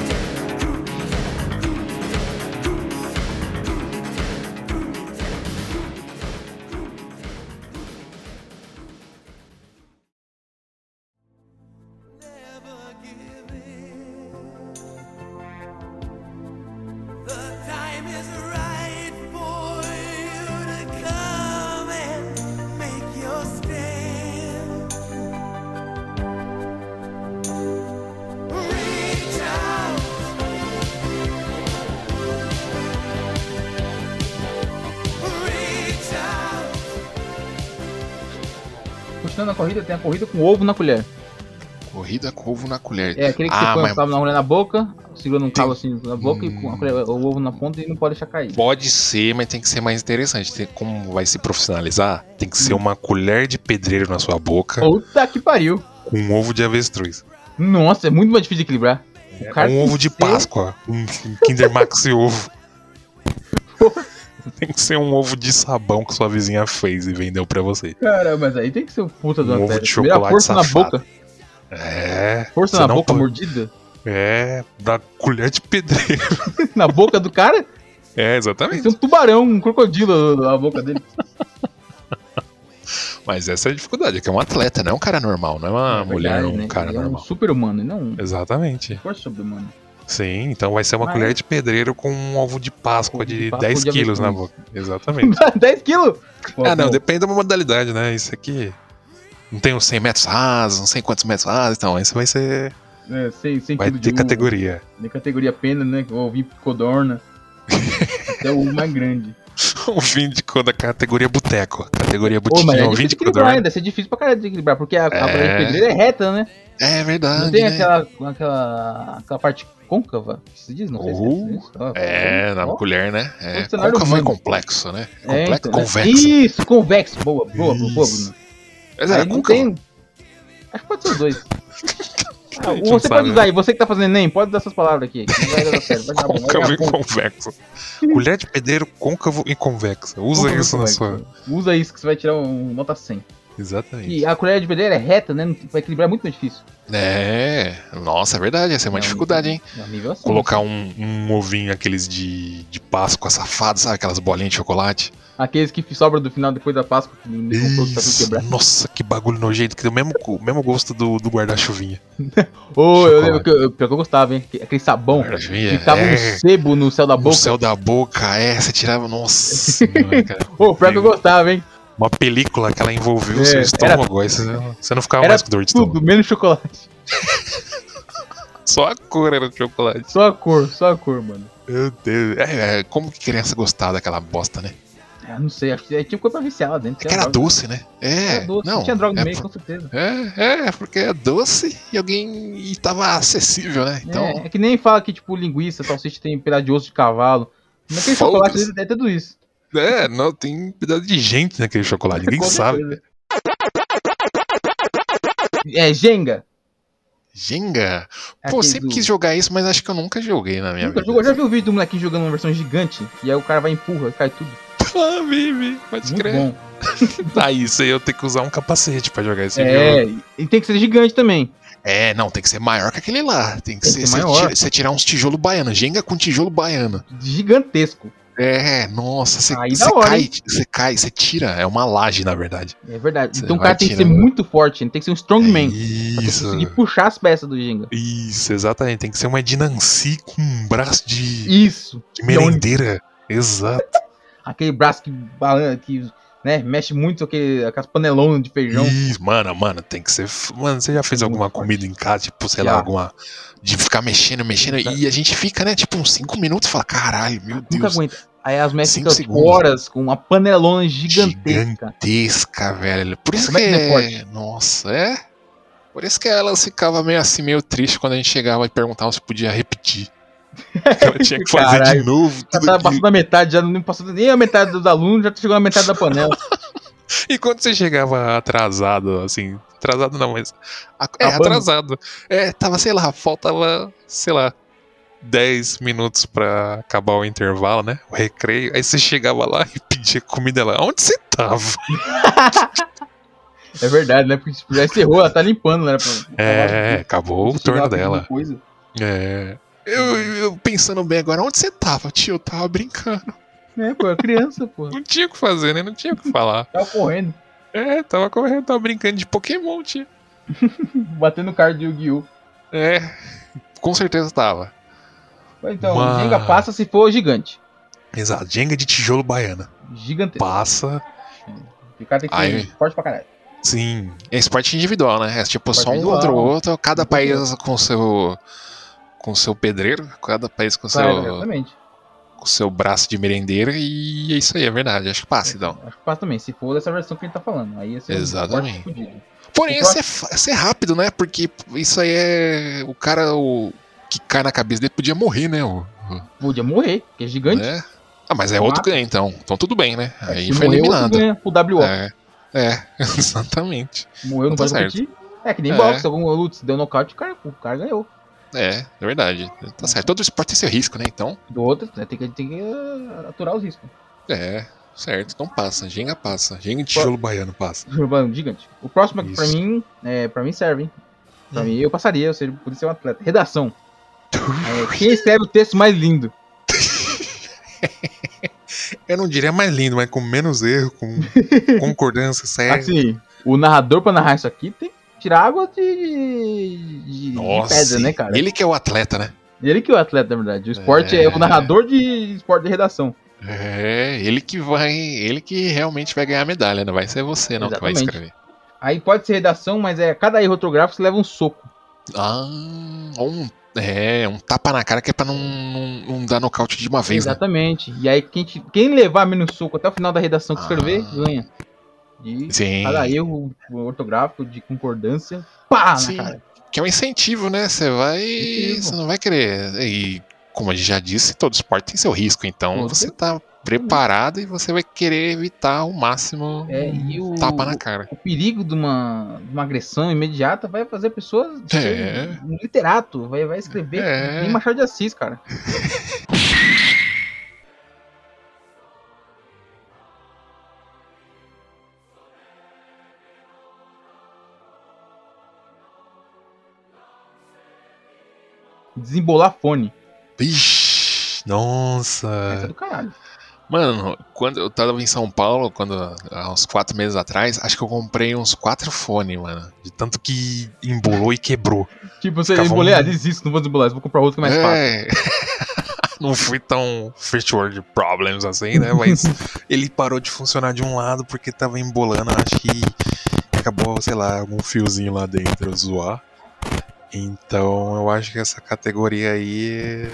S2: Continuando a corrida, tem a corrida com ovo na colher.
S5: Corrida com ovo na colher.
S2: É aquele que
S5: ah,
S2: você põe
S5: mas
S2: o cabo na colher na boca, segura um cabo assim na boca e com a colher, o ovo na ponta e não pode deixar cair.
S5: pode ser, mas tem que ser mais interessante. Tem- como vai se profissionalizar, tem que ser uma colher de pedreiro na sua boca
S2: Puta que pariu.
S5: com um ovo de avestruz.
S2: Nossa, é muito mais difícil de equilibrar. O
S5: É um
S2: tem
S5: ovo de
S2: que ser-
S5: Páscoa, um Kinder Max e ovo. [laughs] Tem que ser um ovo de sabão que sua vizinha fez e vendeu pra você.
S2: Cara, mas aí tem que ser o puta do
S5: Um ovo
S2: atleta.
S5: de
S2: Primeiro a
S5: chocolate
S2: força
S5: safado.
S2: na boca.
S5: É.
S2: Força
S5: você
S2: na
S5: não
S2: boca,
S5: pode-
S2: mordida. [laughs]
S5: É, da colher de pedreiro. [laughs]
S2: na boca do cara,
S5: É,
S2: tem que
S5: exatamente.
S2: ser um tubarão, um crocodilo na boca dele.
S5: Mas essa é a dificuldade, é que é um atleta, não é um cara normal, não é uma [laughs]
S2: Na
S5: mulher,
S2: verdade,
S5: um
S2: né?
S5: cara
S2: Ele é um
S5: normal.
S2: super humano, não um
S5: Exatamente.
S2: força
S5: [laughs]
S2: sobre-humano. [laughs]
S5: Sim, então vai ser uma
S2: Mas-
S5: colher de pedreiro com um ovo de Páscoa
S2: Ovo de
S5: de
S2: Páscoa
S5: 10
S2: de
S5: quilos na
S2: avestruz.
S5: boca.
S2: [laughs]
S5: Exatamente.
S2: 10 quilos?
S5: ah, não, depende da modalidade, né? Isso aqui. Não tem uns 100 metros rasos, não sei quantos metros rasos, então isso vai ser.
S2: É, 100, 100
S5: Vai
S2: quilos
S5: ter
S2: de uva.
S5: categoria. [laughs]
S2: Na categoria pena, né? Eu ouvi codorna. Até o mais
S5: [laughs]
S2: grande.
S5: O vinho de cor da categoria boteco. Categoria
S2: Pô, mas
S5: botinho,
S2: é
S5: o vinho de
S2: difícil de
S5: cor
S2: equilibrar
S5: da-
S2: ainda. Isso é difícil pra caralho de equilibrar, porque a, a
S5: É.
S2: parede pedreira é reta, né?
S5: É
S2: Não
S5: verdade.
S2: tem
S5: né?
S2: aquela, aquela, aquela parte côncava que se diz, não sei
S5: Uh,
S2: se é isso. Ó,
S5: É, na
S2: ó.
S5: colher, né? É,
S2: Outro cenário
S5: como que foi
S2: humano.
S5: complexo, né?
S2: É,
S5: Complexo,
S2: então, né?
S5: convexo.
S2: Isso, convexo. Boa, boa, boa, boa,
S5: Isso. é
S2: Bruno.
S5: Mas
S2: Aí
S5: era
S2: não
S5: Cuca,
S2: tem. Acho que pode ser os dois. Ah,
S5: [laughs] A gente não
S2: você
S5: sabe,
S2: pode usar
S5: né?
S2: aí, você que tá fazendo Enem, pode usar essas palavras aqui. que Vai dar
S5: [laughs]
S2: certo, vai dar bom, vai
S5: Côncavo
S2: dar
S5: e
S2: bom.
S5: convexo. Colher de pedreiro côncavo e convexa. Usa
S2: Côncavo e
S5: isso na
S2: convexo.
S5: sua.
S2: Usa isso que você vai tirar um nota 100.
S5: Exatamente.
S2: Que a colher de pedreiro é reta, né? Não- Pra equilibrar é muito mais difícil.
S5: É, nossa, é verdade, essa é uma
S2: É um-
S5: dificuldade, hein?
S2: É um nível assim.
S5: Colocar um, um ovinho aqueles de, de Páscoa safado, sabe? Aquelas bolinhas de chocolate.
S2: Aqueles que sobram do final depois da Páscoa, que não comprou, que tá tudo
S5: Isso,
S2: quebrado.
S5: nossa, que bagulho nojento, que deu o mesmo, o mesmo gosto do, do guarda-chuvinha.
S2: Ô, eu
S5: Chocolate.
S2: lembro que eu, pior que eu gostava, hein? Aquele sabão
S5: Maravilha,
S2: que tava um
S5: é.
S2: sebo no céu da
S5: O
S2: boca.
S5: céu da boca, é, você tirava.
S2: [laughs]
S5: Nossa, senhora, cara.
S2: Ô, pior que eu gostava, hein?
S5: Uma película que ela envolveu o
S2: É,
S5: seu
S2: era- né?
S5: estômago, aí você, você não ficava
S2: Era
S5: mais com dor de
S2: tudo,
S5: estômago.
S2: menos chocolate.
S5: Só a cor era de chocolate.
S2: Só a cor, só a cor, mano.
S5: Meu Deus. É, é, como que criança gostava daquela bosta, né?
S2: Ah, não sei, acho que tinha coisa pra viciar dentro.
S5: É que era doce, né? É,
S2: Era doce,
S5: não.
S2: tinha droga no
S5: é
S2: meio,
S5: por-
S2: com certeza.
S5: É, é, porque é doce e alguém. e tava acessível, né? Então.
S2: é, é que nem fala que, tipo, linguiça, salsicha tem pedaço de osso de cavalo. Naquele chocolate
S5: Foda-se.
S2: dele é tudo isso.
S5: É, não, tem pedaço de gente naquele chocolate, ninguém
S2: [laughs] Com
S5: sabe.
S2: certeza. É, Jenga.
S5: Jenga?
S2: É
S5: Pô,
S2: aquele
S5: sempre
S2: do-
S5: quis jogar isso, mas acho que eu nunca joguei na minha
S2: Nunca
S5: vida.
S2: jogou? Já viu o vídeo do molequinho jogando uma versão gigante? E aí o cara vai e empurra, cai tudo.
S5: Ah, Bibi, pode
S2: Muito
S5: crer.
S2: bom.
S5: Ah, isso aí eu tenho que usar um capacete pra jogar esse jogo.
S2: É, e tem que ser gigante também.
S5: É, não, tem que ser maior que aquele lá. Tem que
S2: Tem
S5: ser.
S2: que ser
S5: Você
S2: maior.
S5: tira- você tirar uns tijolo baiano. Jenga com tijolo baiano.
S2: Gigantesco.
S5: É, nossa, você
S2: Aí
S5: você
S2: da hora,
S5: cai,
S2: hein?
S5: você cai, você tira. É uma laje, na verdade.
S2: É verdade.
S5: Você
S2: então o
S5: vai
S2: cara tem que ser
S5: tirando.
S2: muito forte, ele tem que ser um strongman. pra
S5: Isso.
S2: conseguir puxar as peças do Jenga.
S5: Isso, exatamente. Tem que ser uma Dinancy com um braço de,
S2: Isso.
S5: de merendeira.
S2: é um
S5: Exato.
S2: Aquele braço que balança, que né, mexe muito aquele, com as panelonas de feijão.
S5: Isso, mano, mano, tem que ser. f- Mano, você já fez
S2: Muito
S5: alguma
S2: forte.
S5: comida em casa, tipo, sei
S2: Já. Tá.
S5: lá, alguma. De ficar mexendo, mexendo. E a gente fica, né, tipo, uns 5 minutos e fala, caralho, meu
S2: Nunca
S5: Deus.
S2: aguenta. Aí as mulheres
S5: Cinco
S2: ficam
S5: segundos.
S2: horas com uma panelona gigantesca.
S5: Gigantesca, velho. Por isso
S2: Como é
S5: que
S2: que não é
S5: é.
S2: forte?
S5: Nossa, é. Por isso que elas ficavam meio assim, meio triste quando a gente chegava e perguntava se podia repetir. [laughs] Ela tinha que fazer de
S2: Caralho.
S5: novo.
S2: Já
S5: tudo
S2: tava
S5: aquilo.
S2: passando a metade, já não passou nem a metade dos alunos, já chegou na
S5: [laughs]
S2: metade da panela.
S5: E quando você chegava atrasado, assim, atrasado não, mas. a- É,
S2: Acabando.
S5: atrasado. É, tava, sei lá, faltava, sei lá, 10 minutos pra acabar o intervalo, né? O recreio. Aí você chegava lá [laughs] e pedia comida lá. Onde você tava?
S2: É verdade, né? Porque tipo, já encerrou, ela tá limpando, né? pra-
S5: É, acabou o
S2: Chegava
S5: turno
S2: pedindo
S5: dela.
S2: coisa.
S5: É. Eu, eu pensando bem agora, onde você tava, tio? Eu tava brincando.
S2: É, pô, é criança, pô.
S5: Não tinha o que fazer, né? Não tinha o que falar.
S2: Tava correndo,
S5: [laughs] É, tava correndo, tava brincando de Pokémon, tio.
S2: batendo o card de Yu-Gi-Oh!
S5: É, com certeza tava.
S2: Então,
S5: Mano.
S2: Jenga passa se for gigante.
S5: Exato, Jenga de tijolo baiana.
S2: Gigantesco.
S5: Passa.
S2: O cara tem que
S5: Aí.
S2: ser forte pra caralho.
S5: Sim. É esporte individual, né? É tipo
S2: Esporte
S5: só um
S2: individual.
S5: contra o outro, cada
S2: Um contra o
S5: país com seu. com seu pedreiro, cada país com
S2: Claro,
S5: seu.
S2: exatamente.
S5: com seu braço de merendeira e é isso aí, é verdade. Acho que passa então.
S2: Acho que passa também, se for dessa versão que a gente tá falando. Aí ia ser um
S5: Exatamente.
S2: forte fudido.
S5: Porém,
S2: Eu
S5: isso é, fa- isso é rápido, né? Porque isso aí é. O cara o, que cai na cabeça dele podia morrer, né? O,
S2: Podia morrer, porque é gigante.
S5: né? Ah, mas é outro
S2: Mata.
S5: ganho, então. Então tudo bem, né? Aí
S2: Se
S5: foi
S2: morrer, outro
S5: eliminado.
S2: ganha né? o WO.
S5: É, é, [laughs] exatamente.
S2: Morreu, não
S5: Tá
S2: pode
S5: certo.
S2: repetir. É que nem
S5: É.
S2: boxe, algum luta, se deu nocaute, o cara, o cara ganhou.
S5: É, é verdade. Tá certo. Todo esporte tem seu risco, né? Então,
S2: Do outro, né, tem que, tem que eh, aturar os riscos.
S5: é, certo. Então passa. Jenga passa. Jenga de tijolo baiano passa.
S2: Urbano, gigante. O próximo aqui pra
S5: Isso. Hum.
S2: mim, é, pra mim serve, hein? Pra mim, eu passaria, eu seria, poderia ser um atleta.
S5: [laughs]
S2: Redação. É, quem escreve o texto mais lindo?
S5: Eu não diria mais lindo, mas com menos erro, [laughs] com concordância, certo.
S2: Assim, o narrador pra narrar isso aqui tem que tirar água de, de- de
S5: Nossa.
S2: pedra, né, cara? Ele...
S5: Ele que é o atleta, né?
S2: que é o atleta, na verdade. O esporte é,
S5: É.
S2: o narrador de esporte de redação.
S5: É, ele que vai, ele que realmente vai ganhar a medalha, não vai ser você não que
S2: Exatamente.
S5: vai escrever.
S2: Aí pode ser redação, mas é cada erro ortográfico você leva um soco.
S5: Ah, ou um, é, um tapa na cara que é pra não, não, não dar nocaute de uma vez, né?
S2: Exatamente. E aí quem, te- quem levar menos soco até o final da redação que escrever,
S5: Ah.
S2: ganha. E
S5: Sim,
S2: cada erro ortográfico de concordância, pá,
S5: Sim.
S2: na cara.
S5: que é um incentivo, né? Você vai,
S2: Incentivo.
S5: você não vai querer. E como a gente já disse, todo esporte tem seu risco, então
S2: Com
S5: você tá preparado e você vai querer evitar ao máximo
S2: É, e
S5: um
S2: o-
S5: tapa na cara.
S2: o perigo de uma, de uma agressão imediata vai fazer a pessoa ser
S5: É.
S2: um literato, vai, vai escrever
S5: É.
S2: nem Machado de
S5: [laughs]
S2: Assis, cara. Desembolar fone.
S5: Vixe,
S2: Essa é
S5: nossa.
S2: do caralho.
S5: Mano, quando eu tava em São Paulo, quando há uns quatro meses atrás, acho que eu comprei uns quatro fones, mano. De tanto que embolou e quebrou.
S2: Tipo, você
S5: Ficava
S2: embolei,
S5: um-
S2: ah, desisto, não vou desembolar, vou comprar outro que é mais fácil.
S5: É. [laughs] Não fui tão first world problems assim, né? Mas
S2: [laughs]
S5: ele parou de funcionar de um lado porque tava embolando, acho que acabou, sei lá, algum fiozinho lá dentro zoar. Então eu acho que essa categoria aí é-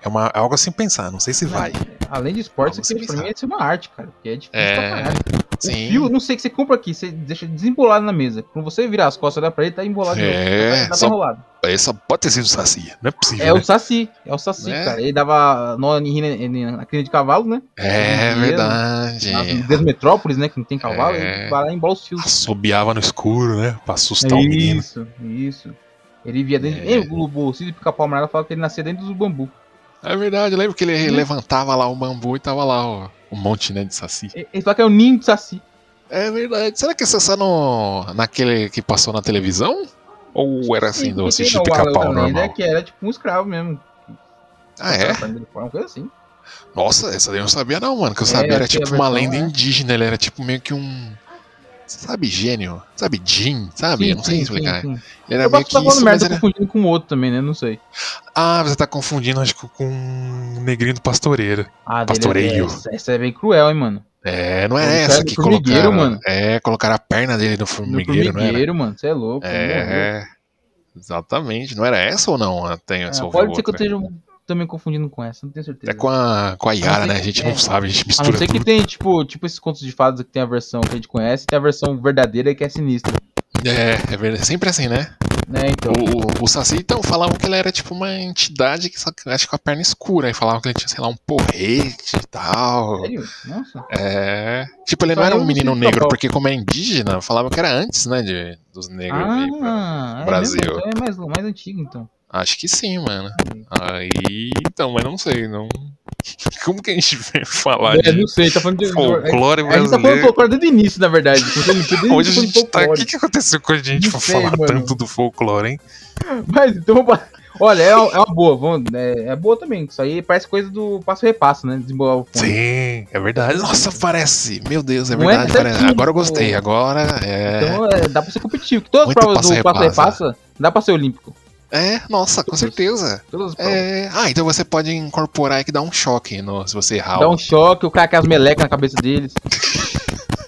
S5: é, uma, é algo assim pensar, não sei se vai.
S2: Além de esporte,
S5: Vamos
S2: isso aqui pra
S5: pensar.
S2: mim é ser uma arte, cara. Porque é difícil
S5: É,
S2: pra caralho. O
S5: Sim.
S2: fio, eu não sei o que você compra aqui, você deixa desembolado na mesa. Quando você virar as costas olhar pra ele, tá embolado. de novo.
S5: É,
S2: Tá- tá
S5: só-
S2: enrolado.
S5: [laughs] Aí só pode ter sido saci, não é possível.
S2: É
S5: né?
S2: o Saci, é o Saci,
S5: Né?
S2: cara. Ele dava nó em rina- em- na crina de cavalo, né?
S5: É
S2: Dinheiro.
S5: verdade.
S2: Nas das metrópoles, né? Que não tem cavalo,
S5: É.
S2: ele vai lá e embola os fios.
S5: Assobiava no escuro, né? Pra assustar o menino.
S2: isso, isso. Ele via dentro.
S5: É.
S2: É. O bolsinho de pica-pau amarelo falava que ele nascia dentro dos bambu.
S5: É verdade, eu lembro que ele levantava lá o bambu e tava lá, ó, um monte, né, de saci.
S2: E- Ele falava que é o ninho de Saci.
S5: É verdade. Será que esse é só no, naquele que passou na televisão? Ou era assim, do
S2: Porque tem
S5: assistir
S2: o Alan
S5: pica-pau
S2: também, né,
S5: normal?
S2: Que era tipo um escravo mesmo.
S5: Ah, é?
S2: Uma coisa assim.
S5: Nossa, essa daí eu não sabia não, mano. Que eu
S2: É,
S5: sabia era
S2: acho que a
S5: tipo uma
S2: versão
S5: lenda
S2: é.
S5: indígena. Ele era tipo meio que um... Sabe, gênio? Sabe, Jin? Sabe? eu não sei explicar.
S2: sim, sim.
S5: Ele era meio
S2: Eu posso
S5: que
S2: estar falando
S5: isso, mas
S2: merda,
S5: era...
S2: confundindo com o outro também, né? Não sei.
S5: Ah, você tá confundindo, acho que com o negrinho do pastoreiro.
S2: Ah, dele é-
S5: Pastoreio.
S2: Essa, essa é bem cruel, hein, mano.
S5: É, não
S2: Ele
S5: é
S2: saiu
S5: essa
S2: do
S5: que
S2: formigueiro,
S5: colocaram.
S2: mano.
S5: É, colocaram a perna dele no
S2: No
S5: formigueiro, não era?
S2: formigueiro, mano. Você é louco. morreu.
S5: É, exatamente. Não era essa ou não? Tem,
S2: Ah,
S5: essa ou
S2: pode ser
S5: outra,
S2: que eu
S5: né?
S2: esteja também confundindo com essa, não tenho certeza.
S5: É com a, com a Yara,
S2: ser
S5: né? A
S2: que-
S5: gente
S2: é.
S5: não sabe, a gente
S2: A não
S5: mistura
S2: ser que
S5: tudo.
S2: tem, tipo, tipo esses contos de fadas que tem a versão que a gente conhece, tem a versão verdadeira que é sinistra.
S5: É, é verdade. Sempre assim, né?
S2: Né, então.
S5: O, o, o Saci, então, falavam que ele era tipo uma entidade que só que acho que com a perna escura. E falavam que ele tinha, sei lá, um porrete e tal.
S2: Sério? Nossa.
S5: É. Tipo, ele
S2: Só
S5: não era
S2: eu
S5: um
S2: não
S5: menino
S2: sei qual.
S5: negro, porque como é indígena, falavam que era antes, né? De, dos negros vir pra-
S2: é
S5: pro Brasil.
S2: mesmo? Então é mais, mais antigo, então.
S5: Acho que sim, mano. Aí. Então, mas não sei, não. [laughs] Como que a gente vem [laughs] falar
S2: É,
S5: de
S2: não sei, tá falando de.
S5: folclore
S2: a gente tá falando de
S5: brasileiro?
S2: folclore desde o início, na verdade. porque ele- desde
S5: [laughs] Hoje a
S2: quando
S5: gente tá. O
S2: folclore.
S5: que, que aconteceu quando a gente
S2: Não
S5: for
S2: sei,
S5: falar
S2: mano.
S5: tanto do folclore, hein?
S2: Mas então vamos pra- Olha, é, é uma boa, vamos, é, é boa também. Isso aí parece coisa do passo-repasso, né? Desembolar o fone.
S5: Sim, é verdade. Nossa, parece. Meu Deus, é
S2: Não é
S5: verdade.
S2: daqui,
S5: parece. Agora eu
S2: pô.
S5: gostei. Agora é.
S2: Então é, dá pra ser competitivo. que Todas as
S5: Muito
S2: provas do
S5: passo-repassa.
S2: passo-repassa dá pra ser olímpico.
S5: É, nossa, com certeza.
S2: Todas as provas.
S5: É... Ah, então você pode incorporar e que dá um choque no... se você errar.
S2: Dá um choque, o cara cai as melecas na cabeça deles.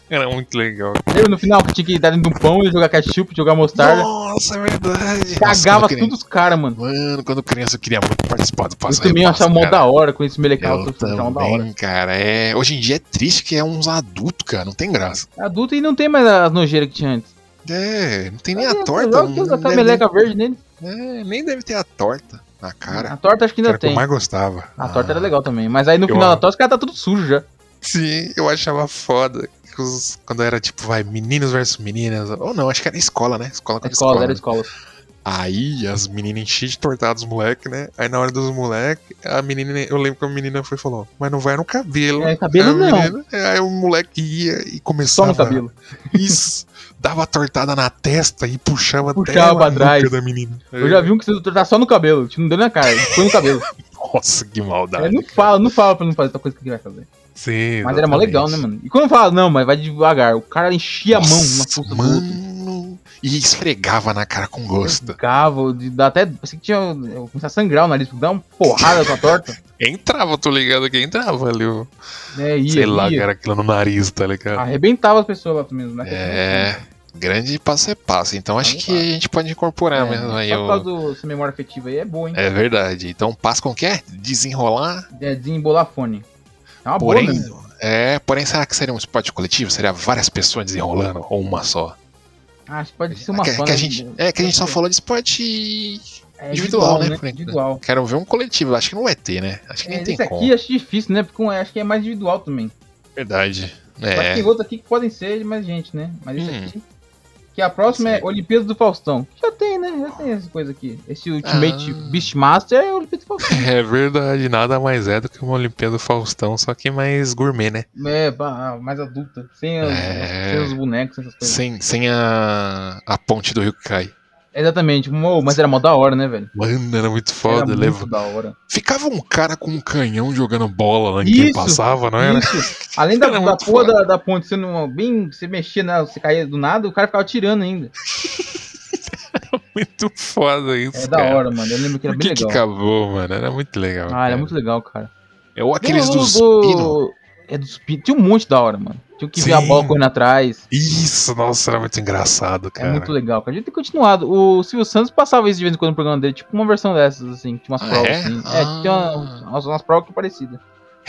S5: Era é muito legal.
S2: Lembra no final que tinha que dar dentro de um pão e jogar ketchup, jogar mostarda?
S5: Nossa, é verdade. Nossa,
S2: Tá. cagava
S5: quando criança-
S2: tudo os caras, mano.
S5: Mano, quando criança eu queria muito participar do
S2: Eu
S5: passo
S2: também
S5: Repasso,
S2: achava mó
S5: cara.
S2: da hora com esse melecado.
S5: Eu
S2: Eu achava mó da hora.
S5: também, cara. É... Hoje em dia é triste que é uns adultos, cara. Não tem graça.
S2: Adulto e não tem mais as nojeiras que tinha antes.
S5: É, não tem nem
S2: Aí,
S5: a
S2: eu
S5: torta.
S2: jogo
S5: Não
S2: aquilo, aquela
S5: deve nem,
S2: meleca verde nele.
S5: é, nem deve ter a torta na cara.
S2: A torta acho que
S5: Era
S2: ainda
S5: o que eu
S2: tem.
S5: mais gostava.
S2: A torta
S5: Ah,
S2: era legal também. Mas aí no
S5: Eu
S2: final da
S5: amo.
S2: torta os caras tá tudo sujo já.
S5: Sim, eu achava foda. que os- Quando era tipo, vai, meninos versus meninas. Ou não, acho que era escola, né? Escola
S2: Na
S5: contra
S2: escola,
S5: escola.
S2: era escola.
S5: Aí as meninas enchiam de tortar dos moleques, né? Aí na hora dos moleques, a menina, eu lembro que a menina foi e falou, mas não vai no cabelo.
S2: É, cabelo
S5: Aí a
S2: não.
S5: menina- aí o moleque ia e
S2: Só
S5: começava.
S2: no cabelo.
S5: Isso. Dava a tortada na testa e puxava,
S2: Puxava pra
S5: até a
S2: trás.
S5: nuca da menina.
S2: Eu já vi um que você tá só no cabelo. Tipo, não deu na cara, foi no
S5: [laughs]
S2: cabelo.
S5: Nossa, que maldade.
S2: É, não
S5: cara.
S2: fala, não fala pra não fazer essa coisa que ele vai fazer.
S5: Sim,
S2: Mas era mó legal, né, mano? E quando fala, não, mas vai devagar. O cara enchia a mão na
S5: Nossa,
S2: puta do outro.
S5: mano. E esfregava na cara com gosto.
S2: Ficava, de- dá até. Parecia que tinha. Eu começava a sangrar o nariz, porque dá uma porrada com a torta.
S5: Entrava, tô ligado que entrava ali. o- [laughs]
S2: Né, ia,
S5: Sei lá,
S2: ia. Ah.
S5: cara, aquilo no nariz, tá ligado?
S2: Arrebentava as pessoas lá mesmo, né?
S5: É, grande passo é passo. Então acho
S2: Vamos
S5: que
S2: lá.
S5: a gente pode incorporar
S2: É,
S5: mesmo aí.
S2: só por causa
S5: O...
S2: do- dessa memória afetiva aí é boa, hein?
S5: É verdade. Então passo com o que é? Desenrolar.
S2: É, desembolar fone. É uma
S5: Porém,
S2: boa, mesmo.
S5: é, porém, será que seria um esporte coletivo? Seria várias pessoas desenrolando ou uma só?
S2: Ah, Acho que pode ser uma
S5: que,
S2: fã,
S5: que a
S2: né?
S5: gente, é que a gente só falou de esporte
S2: É
S5: individual, né? por enquanto.
S2: Individual.
S5: Quero ver um coletivo. Acho que não vai ter, né? Acho que
S2: É,
S5: nem
S2: esse
S5: tem
S2: aqui
S5: como.
S2: acho difícil, né? Porque um- acho que é mais individual também.
S5: Verdade.
S2: Só que
S5: É.
S2: tem outros aqui que podem ser de mais gente, né? Mas esse
S5: Hum.
S2: aqui. Que a próxima
S5: Sim.
S2: é Olimpíadas do Faustão. Já tem, né? Já tem essa coisa aqui. Esse Ultimate
S5: Ah.
S2: Beastmaster é Olimpíadas do Faustão. [laughs]
S5: É verdade, nada mais é do que uma Olimpíada do Faustão, só que mais gourmet, né?
S2: É, ba- mais adulta. Sem, as-
S5: É.
S2: sem os bonecos, essas coisas.
S5: Sem, sem a, a ponte do rio que cai.
S2: Exatamente. Mô, mas era mó da hora, né, velho?
S5: Mano, era muito
S2: Era
S5: foda.
S2: muito
S5: leva-
S2: da hora.
S5: Ficava um cara com um canhão jogando bola lá em quem
S2: Isso,
S5: passava, não era?
S2: Isso.
S5: [laughs]
S2: Além da,
S5: Era
S2: da
S5: É muito
S2: porra
S5: foda.
S2: da, da ponte sendo uma- bem. Você mexia, né? Você caía do nada, o cara ficava tirando ainda.
S5: Muito foda isso.
S2: É da
S5: cara.
S2: hora, mano. Eu lembro que era
S5: Por que,
S2: bem
S5: que
S2: legal.
S5: acabou, mano? Era muito legal.
S2: ah,
S5: cara.
S2: era muito legal, cara.
S5: É o aqueles
S2: Do-
S5: dos
S2: do-
S5: pino.
S2: É dos pinos. Tinha um monte da hora, mano. Tinha que ver a
S5: Sim.
S2: bola correndo atrás.
S5: Isso, nossa, era muito engraçado,
S2: É
S5: cara.
S2: muito legal, cara. A gente tem continuado. O Silvio Santos passava isso de vez em quando no programa dele, tipo uma versão dessas, assim, que tinha umas
S5: Ah,
S2: provas,
S5: é?
S2: assim.
S5: Ah.
S2: É, tinha umas, umas, umas provas que parecidas.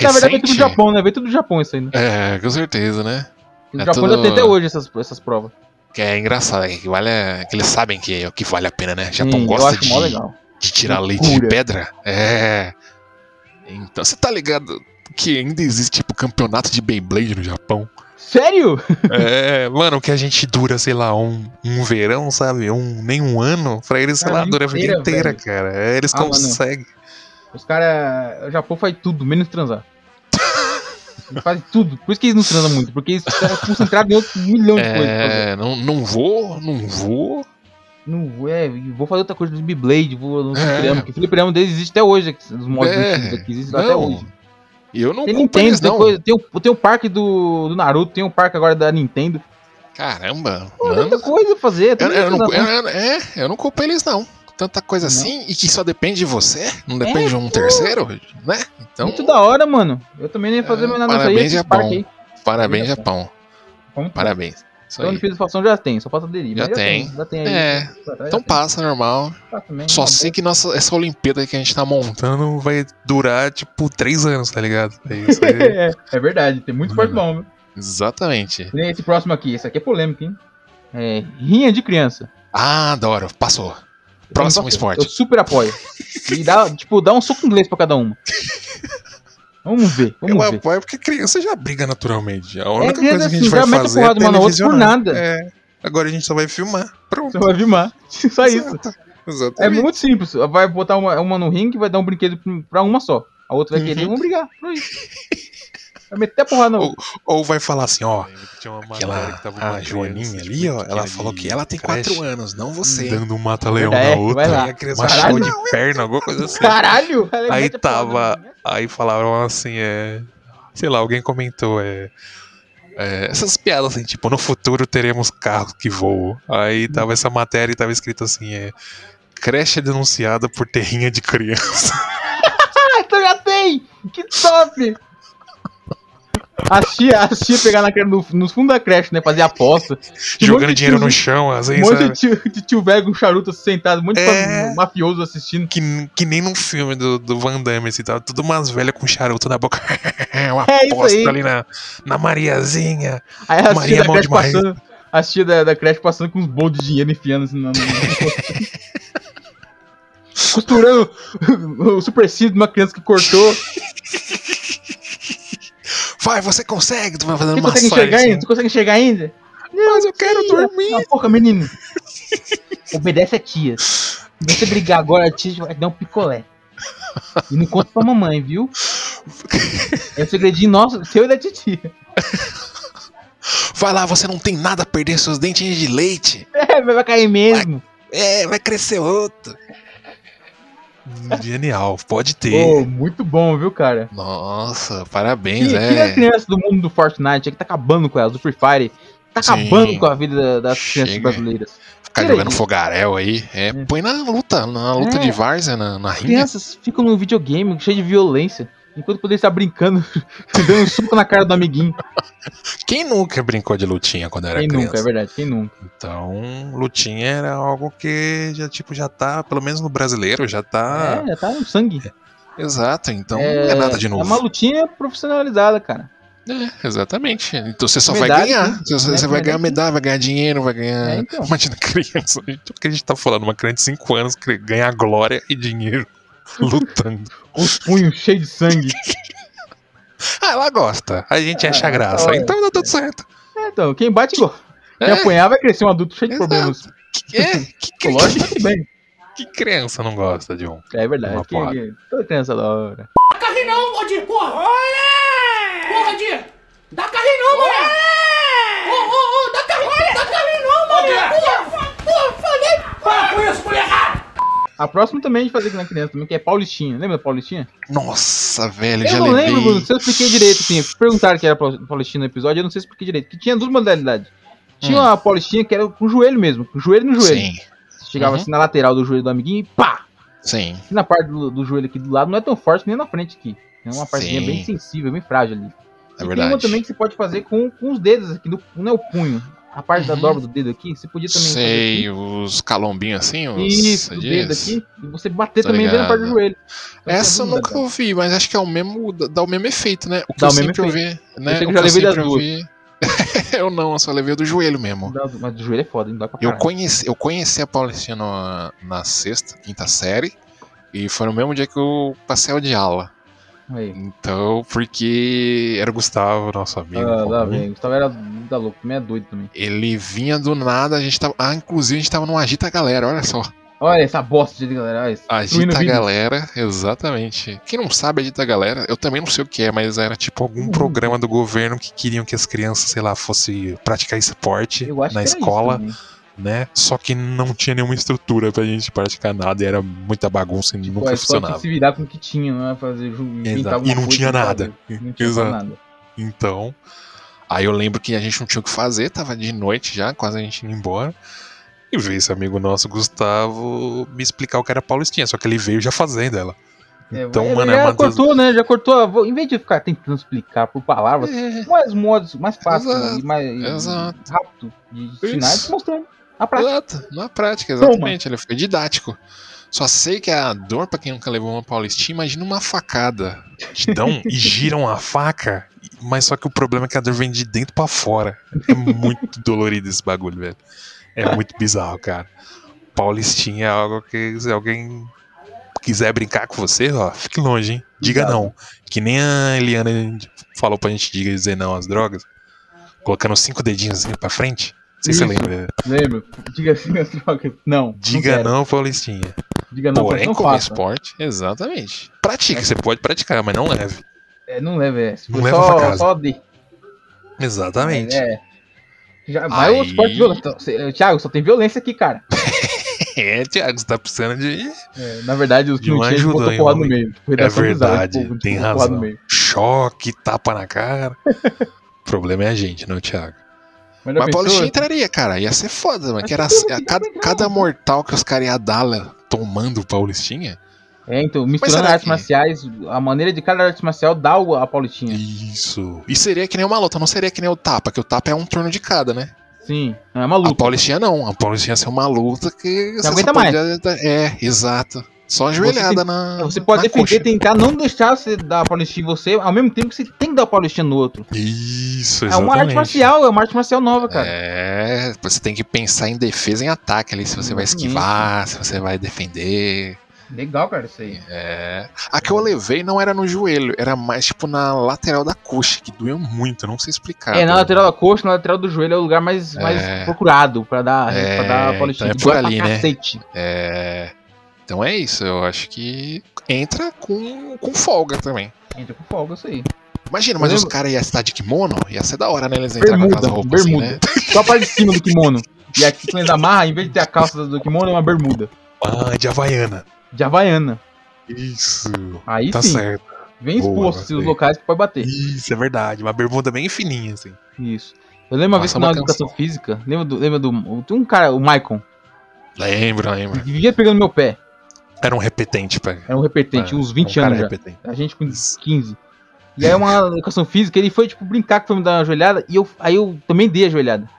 S2: Na verdade, veio
S5: Recente?
S2: tudo do Japão, né? Veio tudo do Japão isso aí, né?
S5: É, com certeza, né?
S2: O
S5: É
S2: Japão
S5: tudo-
S2: ainda tem até hoje essas, essas provas.
S5: Que é engraçado, é que, vale a- que eles sabem que é o que vale a pena, né?
S2: Sim,
S5: Japão
S2: eu
S5: gosta
S2: acho
S5: de,
S2: mó legal.
S5: de tirar leite
S2: Loucura.
S5: de pedra. É. Então, você tá ligado que ainda existe, tipo, campeonato de Beyblade no Japão?
S2: Sério?
S5: É, mano, que a gente dura, sei lá, um, um verão, sabe? Um, nem um ano. Pra eles, sei lá,
S2: Cara,
S5: dura a vida
S2: Ah, inteira,
S5: inteira,
S2: velho.
S5: cara. É, eles
S2: Ah, mano.
S5: conseguem.
S2: Os caras. O Japão faz tudo, menos transar. Eles fazem tudo. Por isso que eles não transam muito, porque eles estão concentrados em outro milhão de coisas. pra fazer.
S5: É, não, não vou, não vou.
S2: Não, vou- é, e vou fazer outra coisa do Beyblade, vou no
S5: É.
S2: Fliperama, que o Fliperama deles existe até hoje, aqui, os mods
S5: É,
S2: antigos aqui existem até
S5: Não.
S2: hoje.
S5: E eu não
S2: Tem
S5: culpo
S2: Nintendo,
S5: eles,
S2: tem,
S5: não.
S2: coisa- tem o, tem o parque do, do Naruto, tem o parque agora da Nintendo.
S5: Caramba,
S2: Pô,
S5: mano.
S2: tanta coisa a fazer.
S5: Eu,
S2: tanta
S5: eu não,
S2: coisa a-
S5: eu- eu- é, eu não culpo eles, não. Tanta coisa
S2: Não. É,
S5: assim, e que só depende de você, não depende de um terceiro, né? Então,
S2: Muito da hora, mano. Eu também não ia fazer
S5: É,
S2: mais nada nessa aí,
S5: parabéns,
S2: esse
S5: Japão.
S2: parque aí.
S5: parabéns,
S2: Olha só.
S5: Japão.
S2: Vamos lá.
S5: Parabéns. Isso
S2: Então,
S5: aí.
S2: liquidação já tem, só falta aderir.
S5: Já
S2: mas
S5: tem.
S2: Já tem aí.
S5: É,
S2: Já tá, já
S5: então
S2: tem.
S5: passa, normal.
S2: Tá também,
S5: Só
S2: tá
S5: sei
S2: bom.
S5: que nossa, essa Olimpíada que a gente tá montando vai durar, tipo, três anos, tá ligado? É isso aí.
S2: [laughs] é, é verdade, tem muito esporte bom, viu?
S5: Exatamente.
S2: Tem Esse próximo aqui, esse aqui é polêmico, hein? É, rinha de criança.
S5: Ah, adoro. Passou. Próximo
S2: Eu-
S5: esporte.
S2: Eu super apoio. E dá, tipo, dá um soco inglês pra cada uma. Vamos ver, vamos
S5: Eu
S2: ver.
S5: apoio porque criança já briga naturalmente. É A única coisa
S2: criança,
S5: que a gente
S2: assim,
S5: vai
S2: já mete a
S5: fazer é
S2: porrada uma na outra por
S5: televisionar.
S2: nada.
S5: É. Agora a gente só vai filmar. Pronto.
S2: Você vai vimar. [laughs] Só isso.
S5: Exato.
S2: É
S5: Exatamente.
S2: muito simples. Vai botar uma, uma no ringue, vai dar um brinquedo pra uma só. A outra vai
S5: Uhum.
S2: querer, vão brigar. Só isso. Vai meter a porrada na
S5: [laughs]
S2: outra.
S5: Ou vai falar assim, ó.
S6: Tinha uma matéria
S5: Aquela
S6: que tava uma
S5: a Joaninha
S6: criança,
S5: ali,
S6: tipo,
S5: ó, ela
S6: ali
S5: falou que ela tem
S6: creche,
S5: quatro anos, não você. Dando um
S6: mata-leão
S2: Verdade,
S6: na
S2: É, vai
S6: outra.
S2: lá.
S5: e a criança
S2: Caralho.
S5: achou de perna, alguma coisa
S2: [laughs]
S5: assim.
S2: Caralho! ela
S5: Aí
S2: mete a porrada
S5: tava-
S2: na outra.
S5: Aí falaram assim, é. Sei lá, alguém comentou, é. é, essas piadas assim, tipo, no futuro teremos carros que voam. Aí tava essa matéria e tava escrito assim, é. Creche é denunciada por terrinha de criança. [laughs]
S2: Ah, então já tem! Que top! A tia, a tia pegar na, no, no fundo da creche, né? Fazer aposta. Tinha um monte
S5: jogando
S2: de
S5: dinheiro no
S2: tiozinho-
S5: chão, assim,
S2: Um monte
S5: sabe?
S2: de tio, de tio velho com charuto sentado, um monte de
S5: É.
S2: mafioso assistindo.
S5: Que, que nem num filme do, do Van Damme, assim, tava tudo umas velhas com charuto na boca. Uma
S2: É isso aí.
S5: aposta ali na, na Mariazinha.
S2: Aí a
S5: Maria
S2: tia da
S5: mão
S2: creche
S5: de marreta.
S2: passando. A tia da, da creche passando com uns bolos de dinheiro enfiando assim na. na- [laughs] Costurando [laughs] o supercílio de uma criança que cortou.
S5: Vai, você consegue! Tu vai fazendo
S2: Você
S5: uma
S2: consegue
S5: massagem.
S2: enxergar
S5: assim.
S2: ainda? Você consegue enxergar ainda?
S5: Mas eu quero dormir.
S2: Cala a boca, menino. Obedece a tia. Se você brigar agora, a tia vai dar um picolé. E não conta pra
S5: [laughs]
S2: mamãe, viu? É um segredinho nosso, seu e da titia.
S5: Vai lá, você não tem nada a perder, seus dentinhos de leite.
S2: É, vai cair mesmo.
S5: É, vai crescer outro. Genial, pode ter.
S2: Pô, muito bom, viu, cara?
S5: Nossa,
S2: E
S5: parabéns,
S2: tira as
S5: é.
S2: crianças do mundo do Fortnite, é que tá acabando com elas, do Free Fire. Tá
S5: Sim.
S2: acabando com a vida da- das crianças
S5: Chega.
S2: brasileiras.
S5: Ficar
S2: tira
S5: jogando
S2: aí.
S5: fogaréu aí. É, põe na luta, na luta
S2: É.
S5: de várzea, na, na rinha.
S2: Crianças ficam num videogame cheio de violência, enquanto poderia estar brincando, [laughs] se dando um soco na cara do amiguinho.
S5: Quem nunca brincou de lutinha quando era
S2: Quem
S5: criança?
S2: nunca, é verdade, quem nunca.
S5: Então, lutinha era algo que já, tipo, já tá, pelo menos no brasileiro, já tá.
S2: É, já tá no sangue.
S5: Exato, então não é nada de novo.
S2: É uma lutinha profissionalizada, cara.
S5: É, exatamente. Então você só
S2: Medalha,
S5: vai ganhar.
S2: sim.
S5: Você, você
S2: Medalha,
S5: vai ganhar
S2: sim.
S5: medalha, vai ganhar dinheiro, vai ganhar.
S2: É, então.
S5: Imagina criança. O que a gente tá falando? Uma criança de 5 anos cre- ganhar glória e [laughs] dinheiro lutando.
S2: Com os punhos cheios de sangue.
S5: Ah, ela gosta. A gente acha
S2: Ah,
S5: graça.
S2: olha.
S5: Então dá tudo certo.
S2: É, então, quem bate igual. Quem
S5: É.
S2: apanhar vai crescer um adulto cheio de
S5: Exato.
S2: problemas
S5: Que, é, [laughs] que, cri-
S2: psicológicos também.
S5: que criança não gosta de um?
S2: É verdade.
S5: Uma
S2: Quem,
S5: porrada.
S2: quem- toda criança da hora.
S9: carrinho não, Odir, porra! Porra, Odir! Dá carrinho não, mané! Ô, ô, ô, dá carrinho, dá carrinho não, mané! Porra, porra, falei! Para com
S2: A próxima também é de fazer aqui na criança também, que é Paulistinha. Lembra da Paulistinha?
S5: Nossa, velho,
S2: Eu
S5: já
S2: não
S5: levei.
S2: lembro, Bruno, se eu expliquei direito, assim. Perguntaram que era pau- Paulistinha no episódio, eu não sei se eu expliquei direito. Que tinha duas modalidades. Tinha uma Paulistinha que era com o joelho mesmo, com o joelho no joelho.
S5: Hum. Sim,
S2: Você chegava
S5: Uhum.
S2: assim na lateral do joelho do amiguinho e pá!
S5: sim. é
S2: Aqui na parte do, do joelho aqui do lado não é tão forte nem na frente aqui. É uma partezinha
S5: Sim.
S2: bem sensível, bem frágil ali.
S5: É
S2: e tem uma
S5: verdade.
S2: também que você pode fazer com, com os dedos aqui, no, não é o punho. A parte da
S5: Uhum.
S2: dobra do dedo aqui, você podia também fazer
S5: Sei, os calombinhos assim,
S2: aqui.
S5: os.
S2: Isso,
S5: você
S2: o dedo
S5: diz?
S2: aqui, e você bater
S5: Tô
S2: também bem na
S5: Tá ligado.
S2: parte do joelho. Então,
S5: Essa eu
S2: você ajuda,
S5: nunca
S2: cara.
S5: ouvi, mas acho que é o mesmo. Dá o mesmo efeito, né? [laughs] O que
S2: Dá
S5: eu
S2: o mesmo
S5: sempre ouvi, né?
S2: Eu sei que
S5: o
S2: eu já
S5: eu
S2: levei das
S5: sempre
S2: duas.
S5: ouvi- eu não, eu só levei do joelho mesmo.
S2: Dá- Mas o joelho é foda, hein? Dói pra
S5: Eu
S2: caralho.
S5: conheci, eu conheci a Paulistina na- na sexta, quinta série, e foi no mesmo dia que eu passei a odiá-la.
S2: Aí.
S5: Então, porque era o Gustavo, nosso amigo.
S2: Ah, lá
S5: comum.
S2: vem. Gustavo era da louco, também é doido também.
S5: Ele vinha do nada, a gente tava. Ah, inclusive a gente tava no Agita Galera, olha só.
S2: Olha essa bosta de galera. Olha, isso. Destruindo
S5: Agita
S2: o
S5: a
S2: vídeo.
S5: Galera, exatamente. Quem não sabe Agita a Galera, eu também não sei o que é, mas era tipo algum
S2: Hum.
S5: programa do governo que queriam que as crianças, sei lá, fosse praticar esporte
S2: Eu acho
S5: na
S2: que era isso
S5: escola,
S2: também.
S5: né? Só que não tinha nenhuma estrutura pra gente praticar nada e era muita bagunça e
S2: Pô, a
S5: nunca
S2: escola tinha
S5: funcionava.
S2: Tipo, é que se virar com o que tinha, não é? Fazer, ju- inventar
S5: Exato.
S2: alguma
S5: E não
S2: coisa
S5: tinha
S2: pra
S5: nada.
S2: fazer. Não tinha
S5: Exato.
S2: nada.
S5: Então, aí eu lembro que a gente não tinha o que fazer, tava de noite já, quase a gente indo embora. E veio esse amigo nosso, Gustavo, me explicar o que era paulistinha, só que ele veio já fazendo ela.
S2: É,
S5: Então,
S2: ele
S5: mano, é
S2: já
S5: uma das-
S2: cortou, né? Já cortou. a vo- Em vez de ficar tentando explicar por palavras,
S5: É,
S2: mais modos, mais fácil
S5: Exato,
S2: e mais e
S5: exato.
S2: rápido de ensinar,
S5: Isso.
S2: ele te mostrou a prática.
S5: exato, na prática, exatamente. Ele foi É didático. Só sei que é a dor, pra quem nunca levou uma paulistinha, imagina uma facada. Te
S2: [laughs]
S5: dão e giram a faca, mas só que o problema é que a dor vem de dentro pra fora. É muito dolorido esse bagulho, velho. É muito bizarro, cara. Paulistinha é algo que se alguém quiser brincar com você, ó, fique longe, hein? Diga
S2: Cuidado.
S5: não. Que nem a Eliana falou pra gente diga- dizer não às drogas, colocando cinco dedinhos assim pra frente. Não sei se você
S2: Isso.
S5: lembra.
S2: Lembra? Diga assim nas trocas. Não.
S5: Diga é
S2: quero.
S5: não, Paulistinha.
S2: Diga não,
S5: Porém,
S2: não tá?
S5: como
S2: faça.
S5: esporte, exatamente. Pratique, você pode praticar, mas não leve.
S2: É, não leva é. Se
S5: Não
S2: for
S5: leva
S2: só,
S5: pra casa.
S2: só de.
S5: Exatamente.
S2: É. Já vai o
S5: Aí-
S2: esporte violento. Então, Cê- Thiago, só tem violência aqui, cara.
S5: [laughs] É, Thiago, você tá precisando de.
S2: É, na verdade, os que
S5: De um
S2: não tinha, ele
S5: anjo
S2: botou
S5: ganha,
S2: porrada no
S5: homem.
S2: meio. Tipo,
S5: É
S2: redação bizarra,
S5: verdade,
S2: tipo,
S5: tem
S2: botou porrada
S5: razão.
S2: no meio.
S5: Choque, tapa na cara. o problema é a gente, não, Thiago. Mas
S2: Mas, já
S5: a
S2: pensou?
S5: Paulistinha entraria, cara. Ia ser foda, mano. Que era, assim,
S2: tudo que
S5: a-
S2: dá
S5: cada,
S2: pra entrar,
S5: cada
S2: mano.
S5: mortal que os caras iam dar lá, tomando o Paulistinha.
S2: É, então, misturando
S5: será
S2: artes
S5: que-
S2: marciais, a maneira de cada arte marcial dá o- a Paulistinha.
S5: Isso. E seria que nem uma luta, não seria que nem o tapa, que o tapa é um turno de cada, né?
S2: Sim, é uma
S5: A
S2: luta.
S5: Paulistinha não. A Paulistinha ia ser uma luta que. você só
S2: aguenta
S5: podia dar- É, exato. Só ajoelhada
S2: tem-
S5: na.
S2: Você pode
S5: na
S2: defender,
S5: coxa.
S2: tentar não deixar você dar a Paulistinha em você, ao mesmo tempo que você tem que dar a Paulistinha no outro.
S5: Isso,
S2: É uma arte marcial, é uma arte marcial nova, cara.
S5: É, você tem que pensar em defesa e em ataque ali, se você
S2: Uhum.
S5: vai esquivar, se você vai defender.
S2: Legal, cara, isso aí.
S5: É. A que eu levei não era no joelho, era mais tipo na lateral da coxa, que doeu muito, eu não sei explicar.
S2: É, na lateral da coxa, na lateral do joelho é o lugar mais, mais
S5: É.
S2: procurado pra dar,
S5: É,
S2: pra dar a Paulistinha.
S5: então é por
S2: Dói pra
S5: ali, né?
S2: cacete.
S5: É. Então é isso, eu acho que entra com, com folga também.
S2: Entra com folga isso aí.
S5: Imagina, mas
S2: Eu
S5: os
S2: lembro-
S5: caras iam estar de kimono, ia ser da hora, né? Eles entraram com
S2: Bermuda,
S5: aquelas roupas
S2: bermuda.
S5: assim, né?
S2: Só a parte de cima do kimono. E aqui quando eles amarram, em vez de ter a calça do kimono, é uma bermuda.
S5: Ah, de Havaiana.
S2: De Havaiana.
S5: Isso.
S2: Aí
S5: tá
S2: sim,
S5: certo.
S2: vem
S5: Boa,
S2: exposto se os
S5: gostei.
S2: locais que pode bater.
S5: Isso, é verdade. Uma bermuda bem fininha, assim.
S2: Isso. Eu lembro uma
S5: Nossa,
S2: vez que na
S5: uma
S2: educação física, lembra do, lembra do. Tem um cara, o Maicon,
S5: Lembro, lembro.
S2: que vivia pegando meu pé.
S5: Era um repetente, pega.
S2: Era um repetente,
S5: É,
S2: uns
S5: um
S2: 20
S5: cara
S2: anos já.
S5: repetente.
S2: A gente com
S5: Isso.
S2: 15. E aí uma educação física, ele foi, tipo, brincar que foi me dar uma joelhada, e eu, aí eu também dei a joelhada.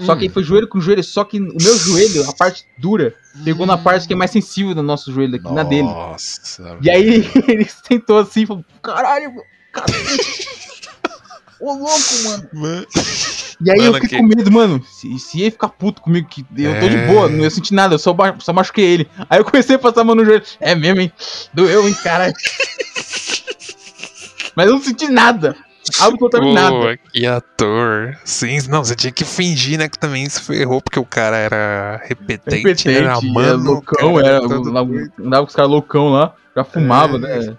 S2: Só
S5: Hum.
S2: que aí foi joelho com joelho, só que o meu joelho, a parte dura, pegou
S5: Hum.
S2: na parte que é mais sensível do nosso joelho aqui, na dele.
S5: Nossa.
S2: E aí [laughs] ele sentou assim e falou: Caralho, meu,
S5: [laughs]
S2: cacete. Ô louco, mano.
S5: Mano.
S2: E aí eu
S5: Mano,
S2: fiquei
S5: que-
S2: com medo, mano. Se, se ele ficar puto comigo, que eu tô de
S5: É.
S2: boa, não eu senti nada, eu só, ba- só machuquei ele. Aí eu comecei a passar a mão no joelho. É mesmo, hein? Doeu, hein,
S5: [laughs]
S2: caralho. Mas eu não senti nada. Absolutamente nada.
S5: Pô, que ator. Sim, não, você tinha que fingir, né? Que também se ferrou, porque o cara era repetente,
S2: Repetente,
S5: era
S2: é,
S5: mano.
S2: loucão,
S5: cara,
S2: era.
S5: todo-
S2: Andava andava com os caras loucão lá, já fumava, né?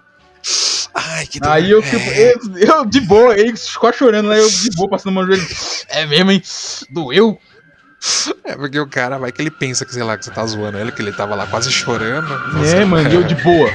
S5: Ai, que dor.
S2: Aí eu, tipo,
S5: É,
S2: eu, eu de boa, ele ficou chorando, aí eu de boa, passando a mão no joelho. É mesmo, hein? Doeu?
S5: É porque o cara vai que ele pensa que, sei lá, que você tá zoando ele, que ele tava lá quase chorando.
S2: É,
S5: Você-
S2: mano, e eu de boa.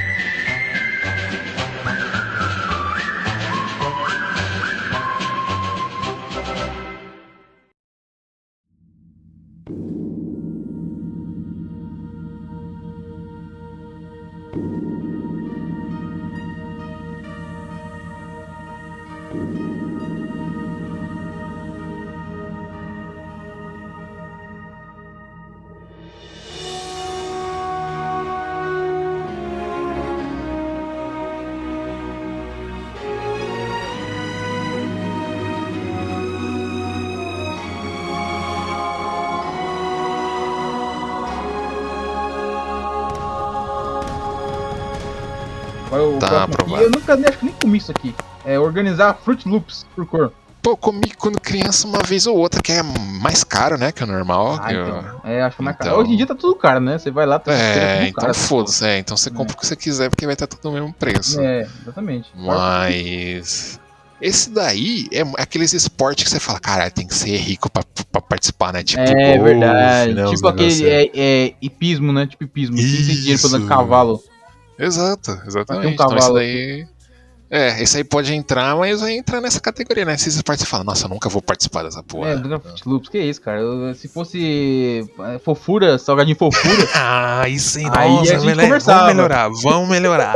S2: Vai é o
S5: Tá
S2: próximo aqui.
S5: aprovado.
S2: Eu nunca nem- acho que nem comi isso aqui. É organizar Fruit Loops por cor.
S5: Pô, comi quando criança uma vez ou outra, que é mais caro, né? Que é normal.
S2: Ah,
S5: que eu-
S2: então. É, acho que mais caro.
S5: Então.
S2: Hoje em dia tá tudo caro, né? Você vai lá, tá
S5: É,
S2: tudo
S5: então foda-se. É, então você compra o que você quiser, porque vai estar tudo no mesmo preço.
S2: É, exatamente.
S5: Mas. Esse daí é aqueles esportes que você fala, cara, tem que ser rico pra, pra participar, né? Tipo,
S2: É
S5: golfe,
S2: verdade.
S5: né, uns
S2: tipo aquele
S5: negócio assim.
S2: é, é, hipismo, né? Tipo hipismo. Quem tem dinheiro pra andar de
S5: Isso.
S2: cavalo?
S5: Exato, exatamente. então esse
S2: um cavalo
S5: daí. É, esse aí pode entrar, mas vai entrar nessa categoria, né? Esses esportes você fala, nossa, eu nunca vou participar dessa porra.
S2: É, andar
S5: tá.
S2: Fruit Loops, que isso, cara? Eu- se fosse é, fofura, salgadinho
S5: [laughs]
S2: fofura,
S5: Ah, isso aí,
S2: Aí
S5: nossa,
S2: a gente
S5: melhor-
S2: conversava.
S5: vamos melhorar, vamos melhorar.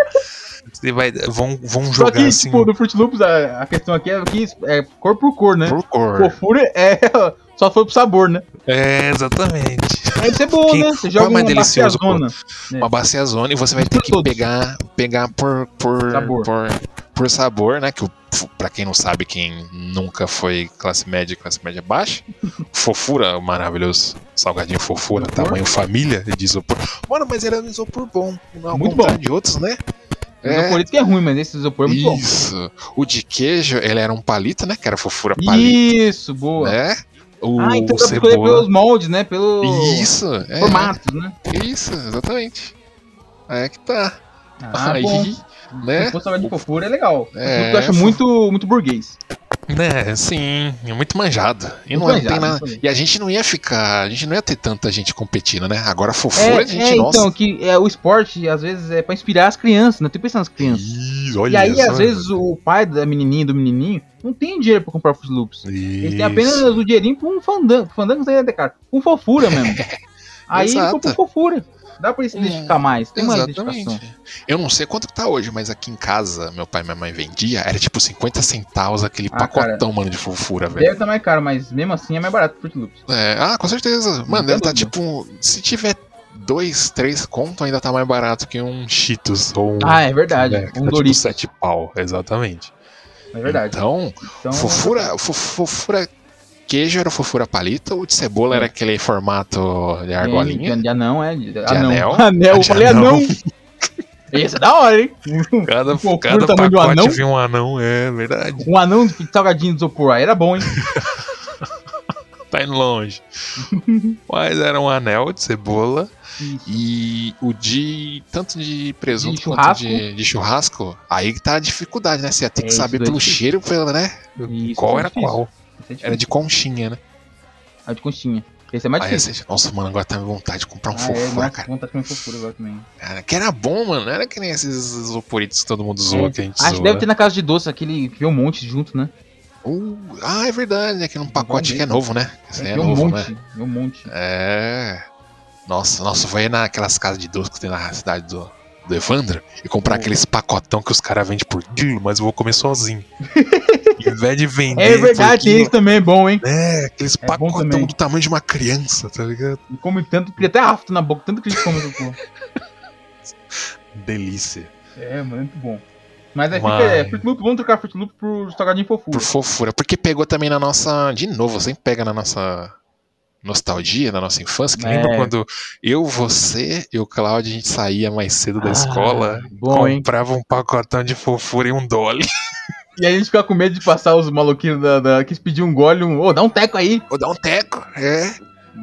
S5: Você vai, vão, vão
S2: só
S5: jogar
S2: que,
S5: assim
S2: tipo, no Fruit Loops a, a questão aqui é que é cor por cor, né?
S5: por cor.
S2: Fofura é [laughs] só foi pro sabor, né?
S5: É, exatamente.
S2: Aí isso é bom,
S5: Quem-
S2: né? Você
S5: qual
S2: joga
S5: é mais
S2: uma
S5: delicioso, pô?
S2: baciazona.
S5: Uma baciazona e você vai ter
S2: Por
S5: que
S2: todos.
S5: pegar, pegar por, por,
S2: Sabor.
S5: por, por sabor, né? Que o, pra quem não sabe, quem nunca foi classe média e classe média
S2: [laughs]
S5: baixa, fofura, maravilhoso. Salgadinho fofura,
S2: Isopor.
S5: tamanho família de isopor. Mano, mas era um isopor bom. Ao
S2: Muito
S5: contrário de outros, né?
S2: É. Por isso que é ruim, mas esse isopor é muito bom.
S5: Isso. O de queijo, ele era um palito, né? Que era fofura palito,
S2: Isso, boa.
S5: né? O
S2: Ah, então dá pra escolher
S5: cebola.
S2: pelos moldes, né? Pelo
S5: Isso, é.
S2: formatos, né?
S5: Isso, exatamente. Aí é que tá.
S2: Ah,
S5: Aí,
S2: bom.
S5: né?
S2: Se fosse salada de fofura, é legal.
S5: É,
S2: eu acho
S5: fo-
S2: muito, muito burguês.
S5: Né, sim, é muito manjado. E,
S2: Muito
S5: não
S2: manjado,
S5: tem nada.
S2: muito
S5: e a gente não ia ficar. A gente não ia ter tanta gente competindo, né? Agora fofura,
S2: É,
S5: a gente,
S2: é,
S5: nossa.
S2: então, que é, o esporte, às vezes, é pra inspirar as crianças, né? Tem que pensar nas crianças.
S5: Ih, olha
S2: E aí,
S5: só.
S2: às vezes, o pai da menininha, do menininho, não tem dinheiro pra comprar os loops. Ele
S5: Isso.
S2: tem apenas o dinheirinho pra um fandango. Fandango sai da cara. Com fofura
S5: [laughs]
S2: mesmo. Aí ele
S5: Exato. É.
S2: compra com fofura. Dá pra se identificar mais. Tem uma identificação.
S5: Exatamente. Eu não sei quanto que tá hoje, mas aqui em casa, meu pai e minha mãe vendia, era tipo 50 centavos aquele
S2: Ah, cara.
S5: pacotão, mano, de fofura, velho.
S2: Deve estar mais caro, mas mesmo assim é mais barato Fruit Loops.
S5: É, ah, com certeza. Mano, deve tá
S2: dúvida.
S5: tipo. Se tiver dois, três conto, ainda tá mais barato que um Cheetos ou um.
S2: Ah, é verdade.
S5: né, que
S2: um
S5: tá, tipo
S2: Doritos,
S5: sete pau,
S2: [laughs]
S5: exatamente.
S2: é verdade.
S5: Então,
S2: Então,
S5: fofura, fo- fofura queijo era fofura palito, o de cebola era aquele formato de argolinha.
S2: é, De, de anão, é. De, anão.
S5: anel?
S2: Anel, eu
S5: De
S2: falei
S5: anão.
S2: anão. Esse é da hora, hein?
S5: Cada,
S2: Fofura
S5: cada
S2: do tamanho de um
S5: pacote
S2: anão?
S5: vinha um anão, é verdade.
S2: Um anão de salgadinho de isopor. Aí era bom, hein?
S5: Tá indo
S2: [laughs]
S5: longe. Mas era um anel de cebola
S2: Isso.
S5: e o de. tanto de presunto
S2: De
S5: quanto de, de churrasco. Aí que tá a dificuldade, né? Você ia ter
S2: É,
S5: que
S2: isso
S5: saber
S2: daí
S5: pelo
S2: é difícil.
S5: cheiro, pelo, né?
S2: Isso,
S5: qual
S2: isso é
S5: era
S2: difícil.
S5: qual.
S2: Esse é
S5: Era
S2: difícil.
S5: de conchinha, né?
S2: Ah, de conchinha. Esse é mais
S5: Aí
S2: difícil.
S5: você, nossa, mano, agora tá me vontade de comprar um
S2: Ah, é,
S5: fofura,
S2: nossa,
S5: cara.
S2: vontade de comer fofura agora também.
S5: Cara, que era bom, mano. Não era que nem esses isoporitos que todo mundo zoa,
S2: É.
S5: que a gente
S2: Acho que
S5: zoa. né?
S2: deve ter na casa de doce aquele que vem um monte junto, né?
S5: Uh, ah, é verdade, né? Que num pacote que é
S2: mesmo.
S5: novo, né? Esse
S2: É,
S5: daí é
S2: vem um
S5: novo, né?
S2: monte. Vem um monte.
S5: É. Nossa, nossa, foi naquelas casas de doce que tem na cidade do, do Evandro e comprar
S2: Hum.
S5: aqueles pacotão que os caras vendem por quilo, mas eu vou comer sozinho.
S2: [laughs]
S5: em vez de vender.
S2: É
S5: por
S2: verdade, tem
S5: quilo,
S2: isso também, é bom, hein?
S5: É, aqueles
S2: É bom
S5: pacotão
S2: também.
S5: do tamanho de uma criança, tá ligado?
S2: E come tanto, cria até afto na boca, tanto que ele come essa porra.
S5: Delícia.
S2: É, mano, é muito bom. Mas aí
S5: Mas-
S2: fica, é, Fruit Loop, vamos trocar Fruit Loop por salgadinho fofura.
S5: Por fofura. Porque pegou também na nossa. De novo, sempre pega na nossa nostalgia, na nossa infância. Que
S2: É.
S5: lembra quando eu, você e o Cláudio, a gente saía mais cedo da
S2: Ah,
S5: escola,
S2: bom, hein?
S5: comprava um pacotão de fofura e um dólar.
S2: E aí a gente fica com medo de passar os maluquinhos da, da, que pediu um gole, um, ô, dá um teco aí.
S5: Vou dar um teco, é.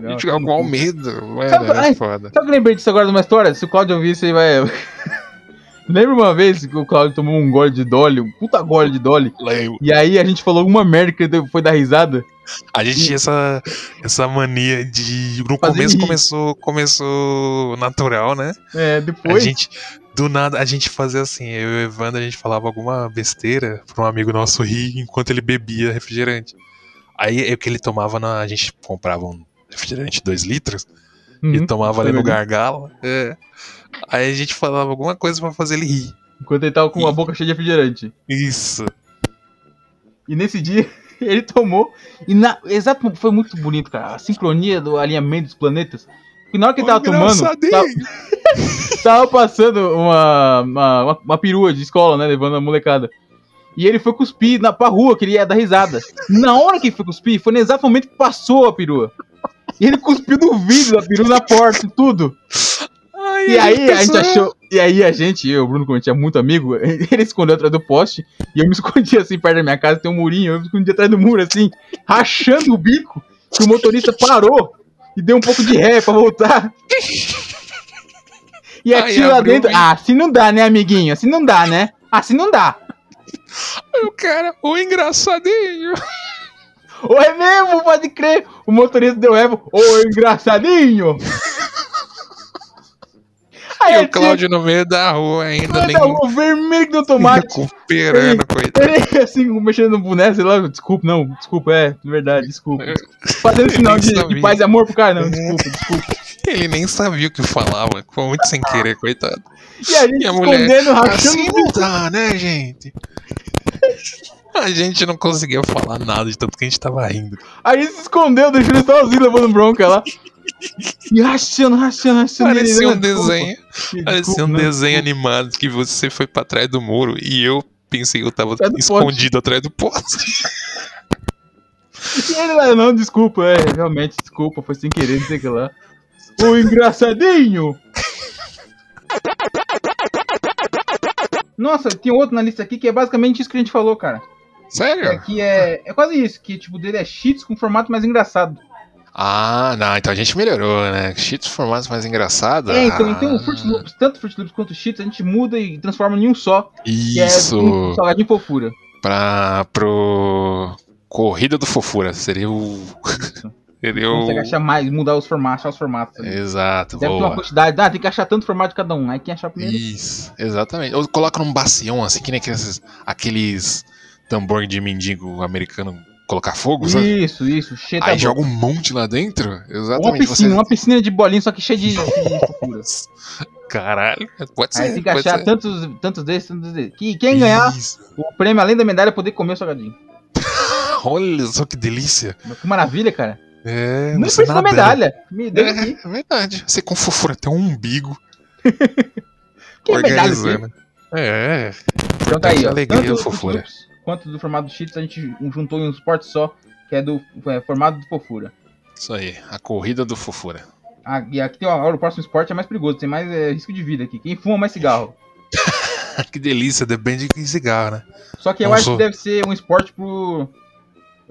S5: A gente ficava
S2: Não,
S5: com o medo. Mano,
S2: Sabe-
S5: era
S2: ai.
S5: foda.
S2: Sabe que eu lembrei disso agora de uma história? Se o Claudio ouvir isso aí, vai. [laughs] Lembra uma vez que o Claudio tomou um gole de Dolly, um puta gole de Dolly,
S5: Lembro.
S2: e aí a gente falou alguma merda que ele foi dar risada,
S5: A gente tinha essa, essa mania de. No
S2: Fazer
S5: começo
S2: rir.
S5: começou, começou natural, né?
S2: É,
S5: A
S2: depois.
S5: gente. Do nada, a gente fazia assim, eu e o Evandro, a gente falava alguma besteira pra um amigo nosso rir enquanto ele bebia refrigerante. Aí é o que ele tomava na. A gente comprava um refrigerante 2 litros
S2: Uhum.
S5: e tomava ali
S2: Tá
S5: no
S2: vendo?
S5: gargalo. é. Aí a gente falava alguma coisa pra fazer ele rir.
S2: Enquanto ele tava com a boca cheia de refrigerante.
S5: Isso.
S2: E nesse dia [laughs] ele tomou. E na, exato, foi muito bonito, cara. A sincronia do alinhamento dos planetas. E na hora que ele tava tomando,
S5: Engraçadinho.
S2: tava, tava [laughs] passando uma, uma, uma- uma perua de escola, né? Levando a molecada. E ele foi cuspir na, pra rua, que ele ia dar risada. Na hora que ele foi cuspir, foi no exato momento que passou a perua. E ele cuspiu no vidro da perua na porta e tudo.
S5: Ai, é
S2: E aí a gente
S5: pensou-
S2: achou. E aí a gente, eu, o Bruno, como a gente é muito amigo, [laughs] ele escondeu atrás do poste. E eu me escondi assim perto da minha casa, tem um murinho, eu me escondi atrás do muro, assim, rachando o bico, que o motorista parou e deu um pouco de ré
S5: [laughs]
S2: pra voltar. E a
S5: Ai,
S2: tia lá
S5: abriu
S2: dentro.
S5: o bico.
S2: Ah, assim não dá, né, amiguinho? Assim não dá, né? Assim não dá.
S5: O cara, o engraçadinho.
S2: Ou é mesmo, pode crer. O motorista deu evo. Ô, engraçadinho! Aí
S5: E
S2: a
S5: o
S2: tia
S5: Cláudio no meio da rua ainda, nem
S2: manda o vermelho do tomate.
S5: recuperando, coitado.
S2: Ele, assim, mexendo no boneco, sei lá, desculpa, não, desculpa, é, de verdade, desculpa. Fazendo sinal de, de paz e amor pro cara, não, desculpa, desculpa.
S5: Ele nem sabia o que falava, foi muito sem querer, coitado.
S2: E a gente
S5: E a mulher,
S2: escondendo, rachando
S5: assim não dá, né, gente? A gente não conseguia falar nada de tanto que a gente tava rindo.
S2: Aí ele se escondeu, deixou ele sozinho levando bronca lá. E rachando, rachando, rachando. ele,
S5: Parecia
S2: né,
S5: um
S2: desculpa,
S5: desenho,
S2: desculpa, né?
S5: parecia um
S2: não,
S5: desenho animado que você foi pra trás do muro e eu pensei que eu tava
S2: Atrás do
S5: escondido atrás do [laughs] poste.
S2: E ele lá, não, desculpa, é, realmente, desculpa, foi sem querer, não sei o que lá. O engraçadinho! Nossa, tem outro na lista aqui que é basicamente isso que a gente falou, cara. É
S5: Sério?
S2: que é, é quase isso, que tipo, dele é cheats com formato mais engraçado.
S5: Ah, não, então a gente melhorou, né? Cheats formatos mais engraçados.
S2: É, então, então o
S5: Ah,
S2: Fruit Loops, tanto Fruit Loops quanto cheats, a gente muda e transforma em um só,
S5: Ah,
S2: que é
S5: Isso.
S2: um salgadinho fofura.
S5: pra, pro Corrida do Fofura. Seria o. [laughs] Seria o.
S2: Consegue achar mais, mudar os formatos, achar os formatos. né?
S5: Exato,
S2: Deve ter uma
S5: boa.
S2: quantidade, ah, tem que achar tanto formato de cada um, aí quem achar primeiro...
S5: Isso, exatamente. Ou coloca num bacião, assim, que nem aqueles, aqueles tambor de mendigo americano colocar fogo, sabe?
S2: Isso, isso, cheio
S5: Aí
S2: tá bom.
S5: joga um monte lá dentro.
S2: Uma
S5: Exatamente.
S2: piscina,
S5: Você...
S2: uma piscina de bolinha, só que cheia de de fofura.
S5: Caralho, pode ser.
S2: Aí tem que
S5: pode
S2: achar
S5: ser.
S2: tantos, tantos desses, tantos desses. Que quem ganhar
S5: Isso.
S2: o prêmio, além da medalha, é poder comer o salgadinho.
S5: Olha só que delícia.
S2: Mas Que maravilha, cara.
S5: É,
S2: Não
S5: você
S2: precisa da
S5: nadando.
S2: medalha. Me deu aqui.
S5: [laughs] É, é verdade. Você com fofura até um umbigo.
S2: Que medalha,
S5: organizando. É,
S2: Então tá aí, ó.
S5: Alegria,
S2: Tanto do Fruit
S5: fofura.
S2: Loops Quanto do formato do Cheats, a gente juntou em um esporte só, que é do é, formato do fofura.
S5: isso aí. A corrida do fofura. [laughs]
S2: Ah, e aqui tem, ó, agora o próximo esporte é mais perigoso, tem mais é, risco de vida aqui. Quem fuma mais cigarro.
S5: que delícia, depende de que cigarro, né?
S2: Só que eu
S5: Não
S2: acho
S5: sou.
S2: que deve ser um esporte pro.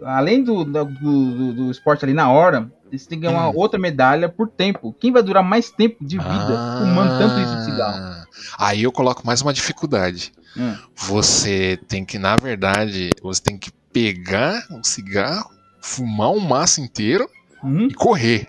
S2: Além do, da- do, do, do esporte ali na hora, eles têm que ganhar uma
S5: Hum.
S2: outra medalha por tempo. Quem vai durar mais tempo de vida fumando tanto isso de cigarro?
S5: Ah, Aí eu coloco mais uma dificuldade.
S2: Hum.
S5: Você tem que, na verdade, você tem que pegar o cigarro, fumar um maço inteiro
S2: Uhum.
S5: e correr.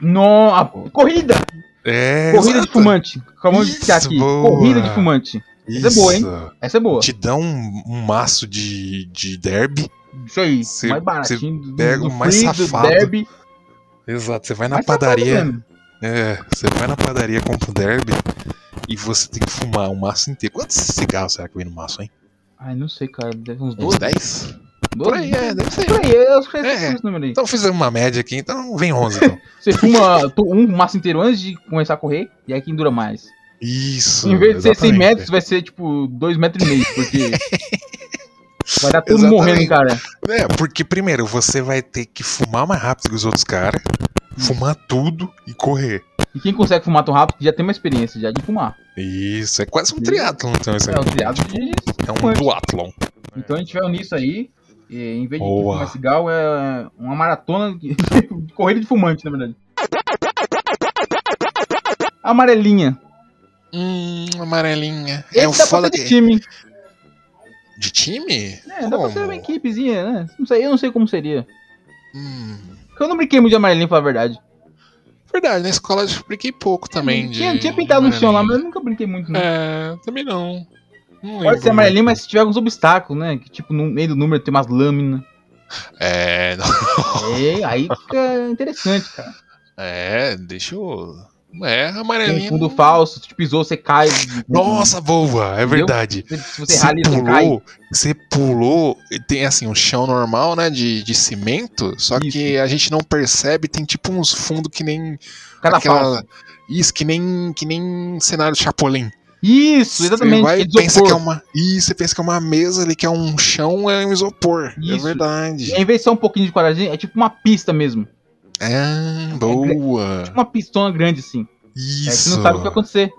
S2: No, a- corrida!
S5: É,
S2: Corrida de
S5: exato.
S2: fumante. Acabamos de ficar
S5: Isso,
S2: aqui.
S5: boa.
S2: Corrida de fumante. Essa é boa, hein?
S5: Isso.
S2: Essa é boa.
S5: Te dá um, um maço de, de derby.
S2: Isso aí,
S5: Cê-
S2: mais baratinho. do-
S5: pega
S2: do
S5: o mais
S2: free, do
S5: safado
S2: derby.
S5: Exato. Você vai na
S2: Mais safado
S5: padaria.
S2: mesmo.
S5: É, você vai na padaria compra o derby e você tem que fumar um maço inteiro. Quantos cigarros será que vem no maço, hein?
S2: Ai, não sei, cara. Deve uns 12.
S5: Uns 10?
S2: 12?
S5: É, Por aí, é, deve ser.
S2: Por aí, eu acho que é
S5: É.
S2: esse número aí.
S5: Então fizemos uma média aqui, então vem 11 então.
S2: Você fuma tu- um maço inteiro antes de começar a correr, e aí quem dura mais.
S5: [laughs] Isso.
S2: Em vez de ser 100
S5: exatamente.
S2: metros, vai ser tipo 2 metros e meio,
S5: [laughs]
S2: porque. Vai dar todo
S5: Exatamente.
S2: morrendo, cara.
S5: É, porque primeiro você vai ter que fumar mais rápido que os outros caras, fumar tudo e correr.
S2: E quem consegue fumar tão rápido já tem uma experiência já de fumar.
S5: Isso, é quase um triatlon, então isso aí.
S2: É um triado de.
S5: É um duatlon.
S2: Então a gente vai nisso aí. E, em vez de
S5: Boa.
S2: fumar cigarro, é uma maratona de [laughs] de corrida de fumante, na verdade. Amarelinha.
S5: Hum, amarelinha.
S2: Esse
S5: é o
S2: dá pra
S5: foda
S2: ser de
S5: que...
S2: time.
S5: De time?
S2: É, dá pra ser uma equipezinha, né? Não sei, eu não sei como seria. Eu não brinquei muito de amarelinho, pra falar a verdade.
S5: Hum, Verdade, na escola eu brinquei pouco também. de-
S2: Tinha, tinha pintado no chão lá, mas
S5: amarelinho.
S2: eu nunca brinquei muito, não.
S5: É, também não. Não lembro.
S2: Pode ser amarelinho, mas se tiver alguns obstáculos, né? Que tipo, no meio do número tem umas lâminas.
S5: É, não.
S2: É, aí fica interessante, cara.
S5: É, deixa eu. É,
S2: Tem um
S5: amarelinho.
S2: fundo falso, se te pisou, você cai.
S5: Nossa, boa! É
S2: Entendeu?
S5: verdade.
S2: Se se você
S5: Você
S2: ralha, você cai.
S5: pulou, você pulou, e tem assim, um chão normal, né? De, de cimento, só
S2: Isso.
S5: que a gente não percebe, tem tipo uns fundos que nem.
S2: Cada falso.
S5: aquela- Isso, que nem, que nem cenário de Chapolin.
S2: Isso, exatamente.
S5: Você vai
S2: é
S5: e pensa
S2: isopor.
S5: que é uma. Isso, você pensa que é uma mesa ali, que é um chão, é um isopor. É
S2: Isso.
S5: verdade.
S2: E Em vez de ser um pouquinho de quadradinho, é tipo uma pista mesmo.
S5: Ah, boa.
S2: Uma pistona grande, assim. É,
S5: Isso.
S2: você não sabe o que vai acontecer.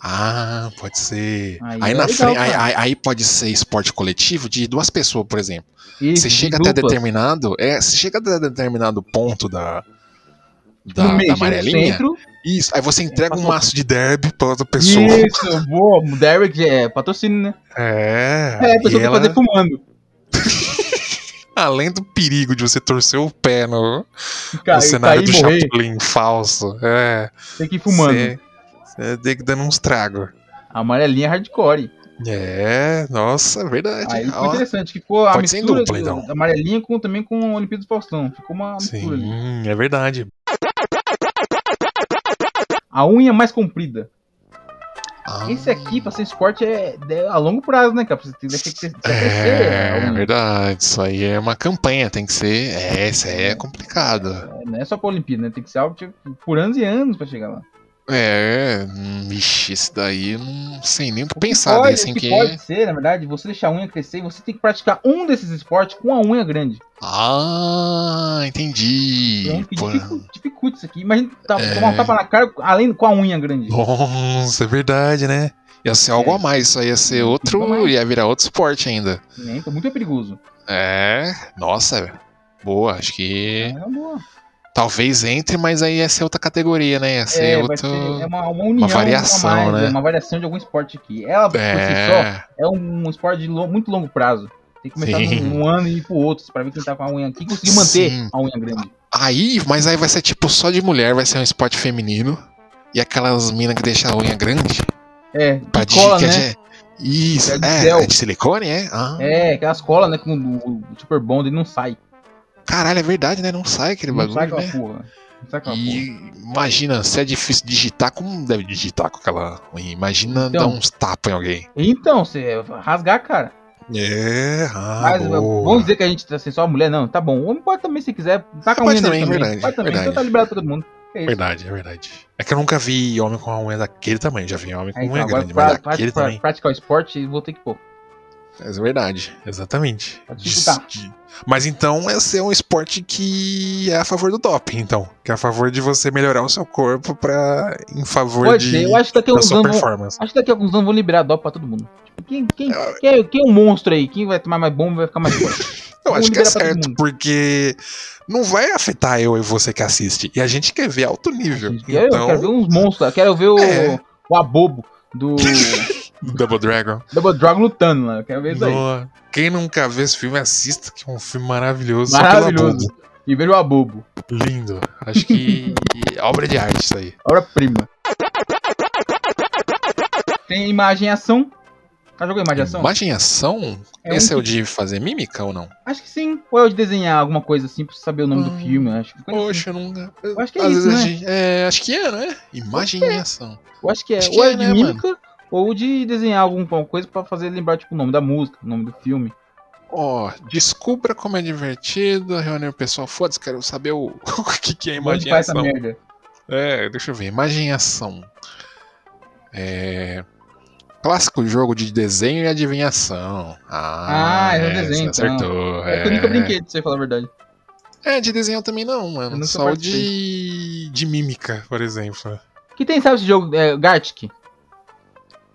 S5: Ah, pode ser.
S2: Aí
S5: Aí,
S2: é
S5: na
S2: legal,
S5: frente, aí,
S2: cara.
S5: aí- aí pode ser esporte coletivo de duas pessoas, por exemplo.
S2: Isso,
S5: você
S2: de
S5: chega até
S2: dupla.
S5: determinado, é, você chega até determinado ponto da
S2: No
S5: É, da,
S2: meio,
S5: da
S2: no
S5: amarelinha.
S2: centro.
S5: Isso. Aí você entrega um
S2: patrocínio.
S5: maço de derby pra outra pessoa.
S2: Isso, boa. O Derek é patrocínio, né?
S5: É.
S2: É, a pessoa
S5: e
S2: tem que
S5: ela-
S2: fazer fumando.
S5: além do perigo de você torcer o pé no, no
S2: Cai,
S5: é cenário
S2: cair
S5: do
S2: e morrer,
S5: Chapolin falso, é.
S2: tem que ir fumando.
S5: Você você tem que dar um estrago.
S2: A amarelinha é hardcore.
S5: É, nossa, é verdade.
S2: Aí ficou
S5: Ó,
S2: interessante, que ficou a
S5: Pode ser em
S2: mistura
S5: dupla,
S2: do-
S5: então.
S2: da amarelinha com, também com o Olimpíada do Faustão. Ficou uma mistura ali.
S5: sim, é verdade.
S2: A unha mais comprida.
S5: Ah,
S2: Esse aqui, pra ser esporte, é, é a longo prazo, né, cara? Pra Você tem que um- crescer. né?
S5: é,
S2: a unha.
S5: verdade. Isso aí é uma campanha, tem que ser. É, isso aí é complicado.
S2: Não é só pra Olimpíada, né? Tem que ser algo tipo, por anos e anos pra chegar lá.
S5: É, hum, ixi, esse daí eu não sei nem o que pensar
S2: Olha,
S5: desse
S2: o que
S5: aqui.
S2: pode ser, na verdade, você deixar a unha crescer e você tem que praticar um desses esportes com a unha grande.
S5: Ah, entendi.
S2: Então, que
S5: Pô,
S2: dificu- dificulta isso aqui. Imagina tá-
S5: Ah. É. Uhum.
S2: tomar um tapa na cara além com a unha grande.
S5: Nossa, é verdade, né? Ia ser algo a mais, isso aí ia ser
S2: Algo a
S5: outro.
S2: mais.
S5: ia virar outro esporte ainda.
S2: Né? Então, muito é perigoso.
S5: É, nossa, boa, acho
S2: É,
S5: que.
S2: uma boa.
S5: Talvez entre, mas aí ia ser outra categoria, né? Ia ser
S2: É, vai
S5: outro.
S2: ser- é uma, uma união.
S5: variação,
S2: a mais,
S5: né?
S2: é Uma variação de algum esporte aqui. Ela, por si só,
S5: É,
S2: é um esporte de lo- muito longo prazo. Tem que começar
S5: Sim.
S2: num, num ano e ir pro outro, pra ver quem tá com a unha aqui. Conseguir manter
S5: Sim.
S2: a unha grande.
S5: Aí, mas aí vai ser tipo só de mulher, vai ser um esporte feminino. E aquelas minas que deixam a unha grande.
S2: É,
S5: Pra
S2: que cola,
S5: dica
S2: né?
S5: de- Isso,
S2: É de
S5: é,
S2: gel.
S5: é de silicone, é? Ah,
S2: É, aquelas colas, né? Com o o Super Bond, ele não sai.
S5: Caralho, é verdade, né? Não sai aquele
S2: Não sai
S5: bagulho,
S2: aquela
S5: né?
S2: porra. Não sai aquela porra.
S5: E imagina, se é difícil digitar, como deve digitar com aquela unha? Imagina
S2: Então.
S5: dar uns tapas em alguém.
S2: Então, você rasgar a cara.
S5: É, ah,
S2: Mas
S5: boa.
S2: vamos dizer que a gente tá assim, só a mulher, não. Tá bom. O homem pode também, se quiser. Tá com a
S5: Pode
S2: unha
S5: também,
S2: dele
S5: verdade,
S2: Pode também.
S5: verdade.
S2: Então tá liberado todo mundo. É isso.
S5: Verdade, é verdade. É que eu nunca vi homem com uma unha daquele tamanho. Já vi homem com
S2: É, então,
S5: unha
S2: agora
S5: grande,
S2: pra,
S5: mas
S2: pra-
S5: daquele
S2: pra
S5: tamanho.
S2: praticar o esporte, vou ter que pôr.
S5: Mas É verdade, exatamente.
S2: Pode
S5: De-
S2: dificultar.
S5: de- Mas então esse é um esporte que é a favor do doping, então. Que é a favor de você melhorar o seu corpo pra, em favor
S2: Pode
S5: de,
S2: ser. Eu acho que daqui a
S5: da
S2: uns
S5: sua
S2: anos. vão-
S5: performance.
S2: Acho que daqui a alguns anos vão liberar dop pra todo mundo. Tipo, quem, quem,
S5: Eu-
S2: quem, é, quem é um monstro aí? Quem vai tomar mais bomba vai ficar mais forte.
S5: Eu
S2: vão
S5: acho que é
S2: liberar pra todo
S5: certo,
S2: mundo.
S5: porque não vai afetar eu e você que assiste. E a gente quer ver alto nível.
S2: gente. Eu, eu quero ver
S5: Então,
S2: uns monstros. Eu quero ver o,
S5: É.
S2: o abobo do
S5: [laughs] Double Dragon.
S2: Double Dragon lutando lá. Eu quero ver isso aí.
S5: Nossa, Quem nunca viu esse filme, assista, que é um filme maravilhoso. só pela
S2: Maravilhoso.
S5: boba.
S2: E ver o abobo.
S5: Lindo. Acho que. [laughs] é obra de arte isso aí.
S2: Obra-prima. Tem imagem e ação. Já jogou imagem e ação?
S5: Imagem em ação?
S2: É um
S5: Esse é o
S2: que-
S5: de fazer mímica ou não?
S2: Acho que sim. Ou é o de desenhar alguma coisa assim pra você saber o nome do filme, eu acho. que coisa assim.
S5: Poxa, eu nunca.
S2: Eu acho que é
S5: Às
S2: isso,
S5: vezes a
S2: né?
S5: gente- é, acho que é, não é? Imagem em ação.
S2: Eu acho que é.
S5: Acho que
S2: ou
S5: é,
S2: é, de
S5: né,
S2: mímica, ou de desenhar algum- alguma coisa pra fazer lembrar, tipo, o nome da música, o nome do filme.
S5: Ó, descubra como é divertido, reunir o pessoal. Foda-se, quero saber o, [laughs] o que, que é
S2: Onde
S5: imagem em
S2: faz essa
S5: ação.
S2: merda?
S5: É, deixa eu ver. Imagem em ação. É. Clássico jogo de desenho e adivinhação. Ah,
S2: Ah, é um desenho,
S5: você
S2: então.
S5: acertou.
S2: É que eu nunca brinquei disso aí, falar a verdade.
S5: É, de desenho eu também não,
S2: Eu
S5: mano.
S2: nunca
S5: Só o de, de mímica, por exemplo.
S2: Que tem, sabe esse jogo, é, Gartic?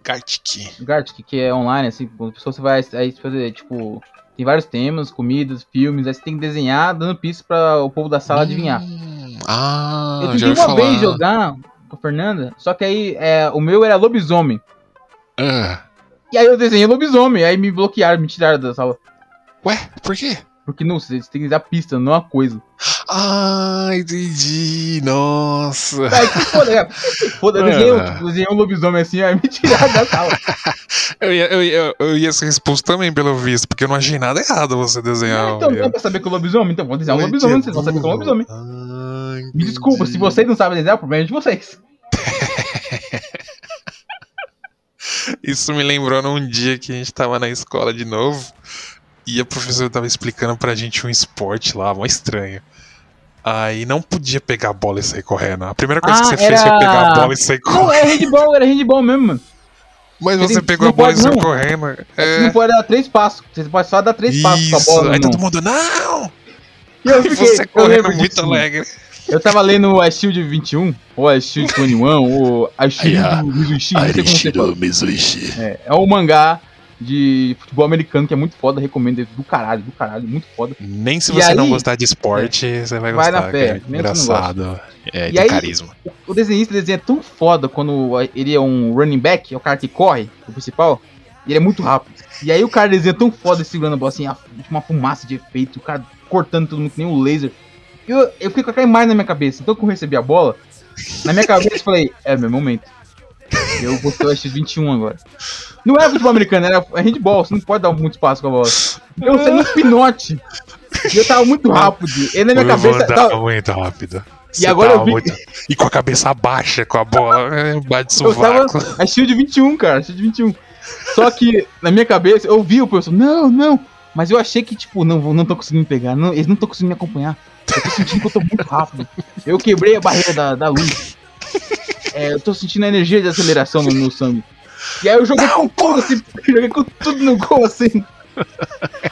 S5: Kartik.
S2: Gartic, que é online, assim, quando a pessoa você vai aí você fazer, tipo, tem vários temas, comidas, filmes, aí você tem que desenhar dando pista pra o povo da sala adivinhar.
S5: Hum, Ah,
S2: Eu
S5: já
S2: tentei
S5: ouvi
S2: uma
S5: falar.
S2: vez jogar com a Fernanda, só que aí é, o meu era lobisomem.
S5: Ah,
S2: E aí eu desenhei lobisomem, aí me bloquearam, me tiraram da sala.
S5: ué, por quê?
S2: Porque não sei, você tem que usar pista, não a coisa. [laughs]
S5: Ah, entendi. Nossa.
S2: Aí, que foda, cara. Foda, eu desenhei, um- tipo, desenhei um lobisomem assim, aí me tiraram da sala.
S5: Eu ia, eu, ia, eu ia ser expulso também, pelo visto, porque eu não achei nada errado você desenhar.
S2: Ah, então,
S5: um-
S2: dá pra saber que é lobisomem? Então, vou desenhar um lobisomem, vocês vão saber que é um lobisomem.
S5: Ah,
S2: Me desculpa,
S5: entendi.
S2: se vocês não sabem desenhar, o problema é de vocês.
S5: Isso me lembrou num dia que a gente tava na escola de novo e a professora tava explicando pra gente um esporte lá, mó estranho. Aí não podia pegar a bola e sair correndo. A primeira coisa
S2: Ah,
S5: que você fez foi
S2: era-
S5: pegar a bola e sair
S2: Não,
S5: correndo.
S2: é handball, era handball mesmo, mano.
S5: Mas
S2: você
S5: você
S2: tem-
S5: pegou
S2: não
S5: a bola e
S2: pode
S5: saiu
S2: não.
S5: correndo.
S2: Você
S5: É.
S2: não pode dar três passos, você pode só dar três passos com a
S5: Isso.
S2: bola.
S5: Aí
S2: na
S5: todo
S2: mão.
S5: mundo, não!
S2: E
S5: [laughs]
S2: eu
S5: E
S2: fiquei,
S5: você
S2: eu lembro
S5: correndo muito
S2: disso.
S5: alegre.
S2: Eu tava lendo o Shield 21, ou a Shield 21, ou a Shield
S5: Ai, ah.
S2: Mizushi, não sei como você fala.
S5: Mizushi.
S2: É, é um mangá de futebol americano que é muito foda, recomendo, é do caralho, do caralho, muito foda.
S5: Nem se
S2: E
S5: você não
S2: aí- É.
S5: gostar de esporte, você vai gostar.
S2: Vai na fé,
S5: cara.
S2: nem se não
S5: Engraçado. É,
S2: E
S5: tem
S2: aí-
S5: carisma.
S2: O desenhista desenha tão foda quando ele é um running back, é o cara que corre, o principal, e ele é muito rápido. E aí o cara desenha tão foda segurando a bola assim, a- uma fumaça de efeito, o cara cortando todo mundo que nem um laser. E Eu, eu fiquei com aquela imagem na minha cabeça, então quando eu recebi a bola, na minha cabeça eu falei, é meu momento. Eu vou ser o X21 agora. Não era futebol americano, era é handball, você não pode dar muito espaço com a bola. Eu saí no pinote. E eu tava muito rápido. E na minha
S5: Eu
S2: cabeça.
S5: vou um andar
S2: tava-
S5: muito rápido. tá
S2: E agora eu vi-
S5: E com a cabeça baixa, com a bola, [laughs] é, bate
S2: Eu tava.
S5: sovaco.
S2: A Shield 21, cara. Shield 21. Só que na minha cabeça, eu vi o pessoal, não, não. Mas eu achei que, tipo, não, vou- não tô conseguindo pegar. Não, eles não estão conseguindo me acompanhar. Eu tô sentindo que eu tô muito rápido. Eu quebrei a barreira da, da luz. É, eu tô sentindo a energia de aceleração no meu sangue. E aí eu joguei com tudo, assim, [laughs] joguei com tudo no gol, assim.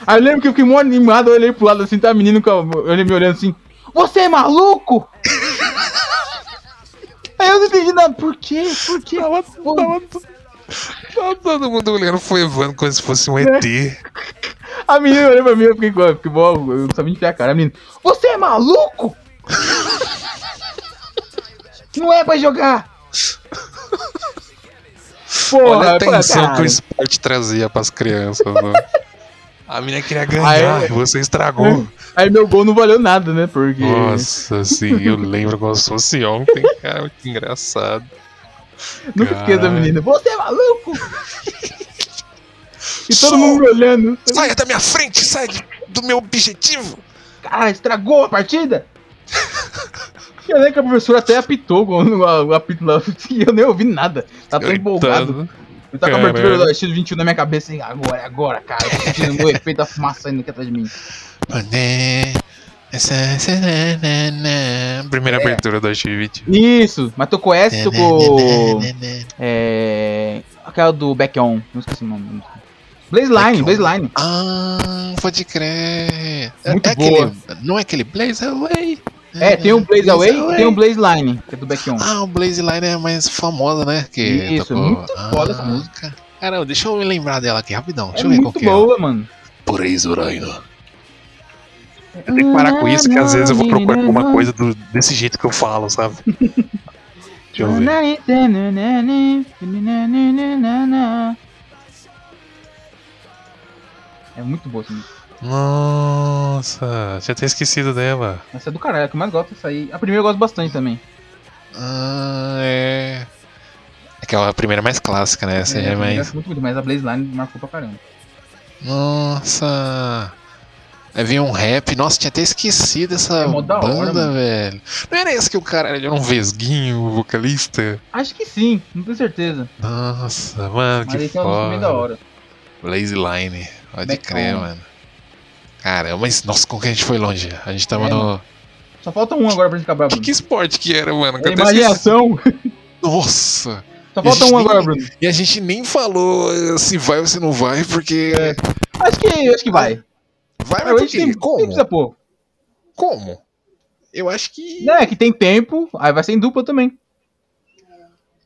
S2: Aí eu lembro que eu fiquei mó animado, eu olhei pro lado assim, tá menino com a- ele me olhando assim, você é maluco? aí eu não entendi nada, por quê? Por quê? Pô,
S5: Tava Todo mundo olhando foi Evandro como se fosse
S2: É.
S5: um ET.
S2: A menina olhou pra mim, eu fiquei, com- eu fiquei bom, eu não sabia enfiar a cara. A menina, você é maluco? [laughs] não é pra jogar! Porra,
S5: Olha a
S2: eu falei,
S5: atenção que
S2: "Cara,
S5: o esporte trazia pras crianças. mano. A menina queria ganhar
S2: Aí-
S5: e você estragou.
S2: [laughs] Aí meu gol não valeu nada, né? Porque.
S5: Nossa, sim, eu lembro como se fosse ontem, cara, muito engraçado.
S2: nunca esqueço da
S5: caralho.
S2: menina, você é maluco! e todo
S5: Sou-
S2: mundo me olhando.
S5: Saia da minha frente, saia de- do meu objetivo!
S2: Caralho, estragou a partida? Eu lembro que a professora até apitou quando a- o [laughs] apito lá. E eu nem ouvi nada. Tá tão empolgado. Eu tava
S5: É,
S2: com a abertura
S5: Caralho.
S2: do estilo 21 na minha cabeça assim, agora, é agora, cara. Eu tô sentindo o meu efeito da fumaça saindo aqui atrás de mim.
S5: Né? Primeira abertura do X20.
S2: Isso, mas tocou
S5: né,
S2: essa, tocou.
S5: [laughs]
S2: É. Aquela do Back On, não esqueci o nome.
S5: Back
S2: Blazeline,
S5: On.
S2: Blazeline.
S5: Ah, pode crer. É-
S2: Muito
S5: é
S2: boa.
S5: Aquele, não é aquele Blaze Away?
S2: É, tem um Blaze Away e tem um Blazeline, que é do Back On.
S5: Ah, o Blaze Line é a mais famosa, né? Que
S2: Isso, muito foda essa
S5: música. Caramba, deixa eu me lembrar dela aqui rapidão.
S2: É
S5: Deixa eu ver qual
S2: muito
S5: que é.
S2: boa, mano.
S5: Porém, Zoraino. Eu tenho que parar com isso, que às vezes eu vou procurar alguma coisa do- desse jeito que eu falo, sabe? [laughs] Deixa eu ver.
S2: É muito boa essa música.
S5: Nossa, tinha até esquecido dela.
S2: Essa é do caralho, é a que eu mais gosto dessa aí. A primeira eu gosto bastante também.
S5: Ah, é. Aquela primeira mais clássica, né? Essa já é
S2: eu
S5: mais.
S2: gosto muito, muito, mas a Blazeline marcou pra caramba.
S5: Nossa! Aí vinha um rap, nossa, tinha até esquecido essa
S2: É mó da hora,
S5: banda,
S2: mano.
S5: velho. Não era esse que o cara ele era um vesguinho, o vocalista?
S2: Acho que sim, não tenho certeza.
S5: Nossa, mano,
S2: Mas
S5: que
S2: esse é um dos meio da
S5: foda.
S2: hora.
S5: Blaze Line, pode
S2: Back
S5: crer,
S2: on.
S5: mano. Caramba, mas nossa, como que a gente foi longe? A gente tava
S2: É,
S5: no.
S2: Só falta um agora pra gente acabar,
S5: Que,
S2: Bruno.
S5: que esporte que era, mano? Que
S2: É
S5: eu até esqueci.
S2: imaginação.
S5: Nossa!
S2: Só falta um agora, Bruno.
S5: E a gente nem falou eh, se vai ou se não vai, porque.
S2: Acho que, acho que vai.
S5: Vai,
S2: Cara,
S5: mas
S2: a
S5: por
S2: gente É. Ah,
S5: quê?
S2: tem, tem
S5: Como?
S2: precisa pôr.
S5: Como? Eu acho que.
S2: Não, é que tem tempo, aí vai ser em dupla também.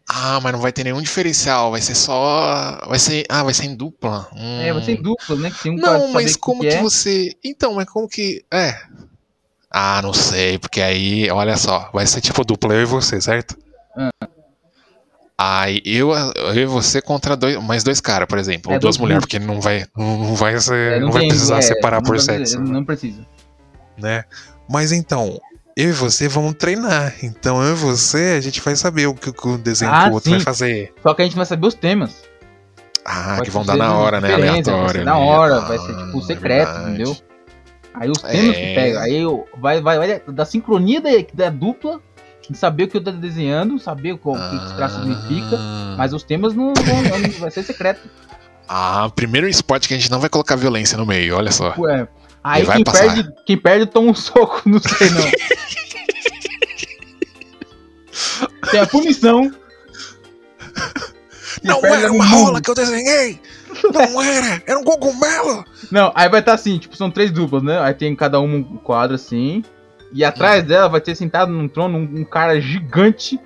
S5: Ah, mas não vai ter nenhum diferencial, vai ser só. Vai ser. Ah, vai ser em dupla. Hum.
S2: É, vai ser em dupla, né? Que tem um pra
S5: Não,
S2: saber
S5: mas como que,
S2: é.
S5: você. Então, mas como que. É. Ah, não sei, porque aí, olha só, vai ser tipo dupla eu e você, certo? Aí eu, eu e você contra dois, mais dois caras, por exemplo.
S2: É,
S5: ou duas
S2: dois
S5: mulheres,
S2: bichos.
S5: porque não vai, não vai, ser,
S2: É,
S5: não vai
S2: tem-
S5: precisar
S2: é,
S5: separar
S2: não
S5: por
S2: precisa-
S5: sexo,
S2: Não precisa.
S5: né? Mas então, eu e você vamos treinar. Então eu e você, a gente vai saber o que, o que o desenho
S2: Ah,
S5: que o outro
S2: sim.
S5: vai fazer.
S2: Só que a gente vai saber os temas.
S5: Ah,
S2: Pode
S5: que vão
S2: ser
S5: dar na
S2: de
S5: hora, né?
S2: diferença,
S5: Aleatório.
S2: Vai ser na
S5: né?
S2: hora, vai ser
S5: Ah,
S2: tipo secreto,
S5: verdade.
S2: entendeu? Aí os temas
S5: É.
S2: que pega, aí o- vai, vai, vai da sincronia da, da dupla, de saber o que eu tô desenhando, saber qual- o que esse traço significa,
S5: Ah.
S2: mas os temas não vão, não- vai ser secreto.
S5: Ah, primeiro esporte que a gente não vai colocar violência no meio, olha só.
S2: Ué, tipo, é. Aí
S5: E vai
S2: quem
S5: passar.
S2: perde, quem perde toma um [laughs] soco, não sei
S5: [laughs]
S2: não. Tem a punição.
S5: Não
S2: perde é um
S5: era
S2: no
S5: uma
S2: mundo.
S5: rola que eu desenhei! Não era! Era um cogumelo!
S2: Não, aí vai estar assim, tipo, são três duplas, né? Aí tem cada uma um quadro assim. E atrás
S5: Uhum.
S2: dela vai ter sentado num trono um, um cara
S5: [laughs]
S2: gigante,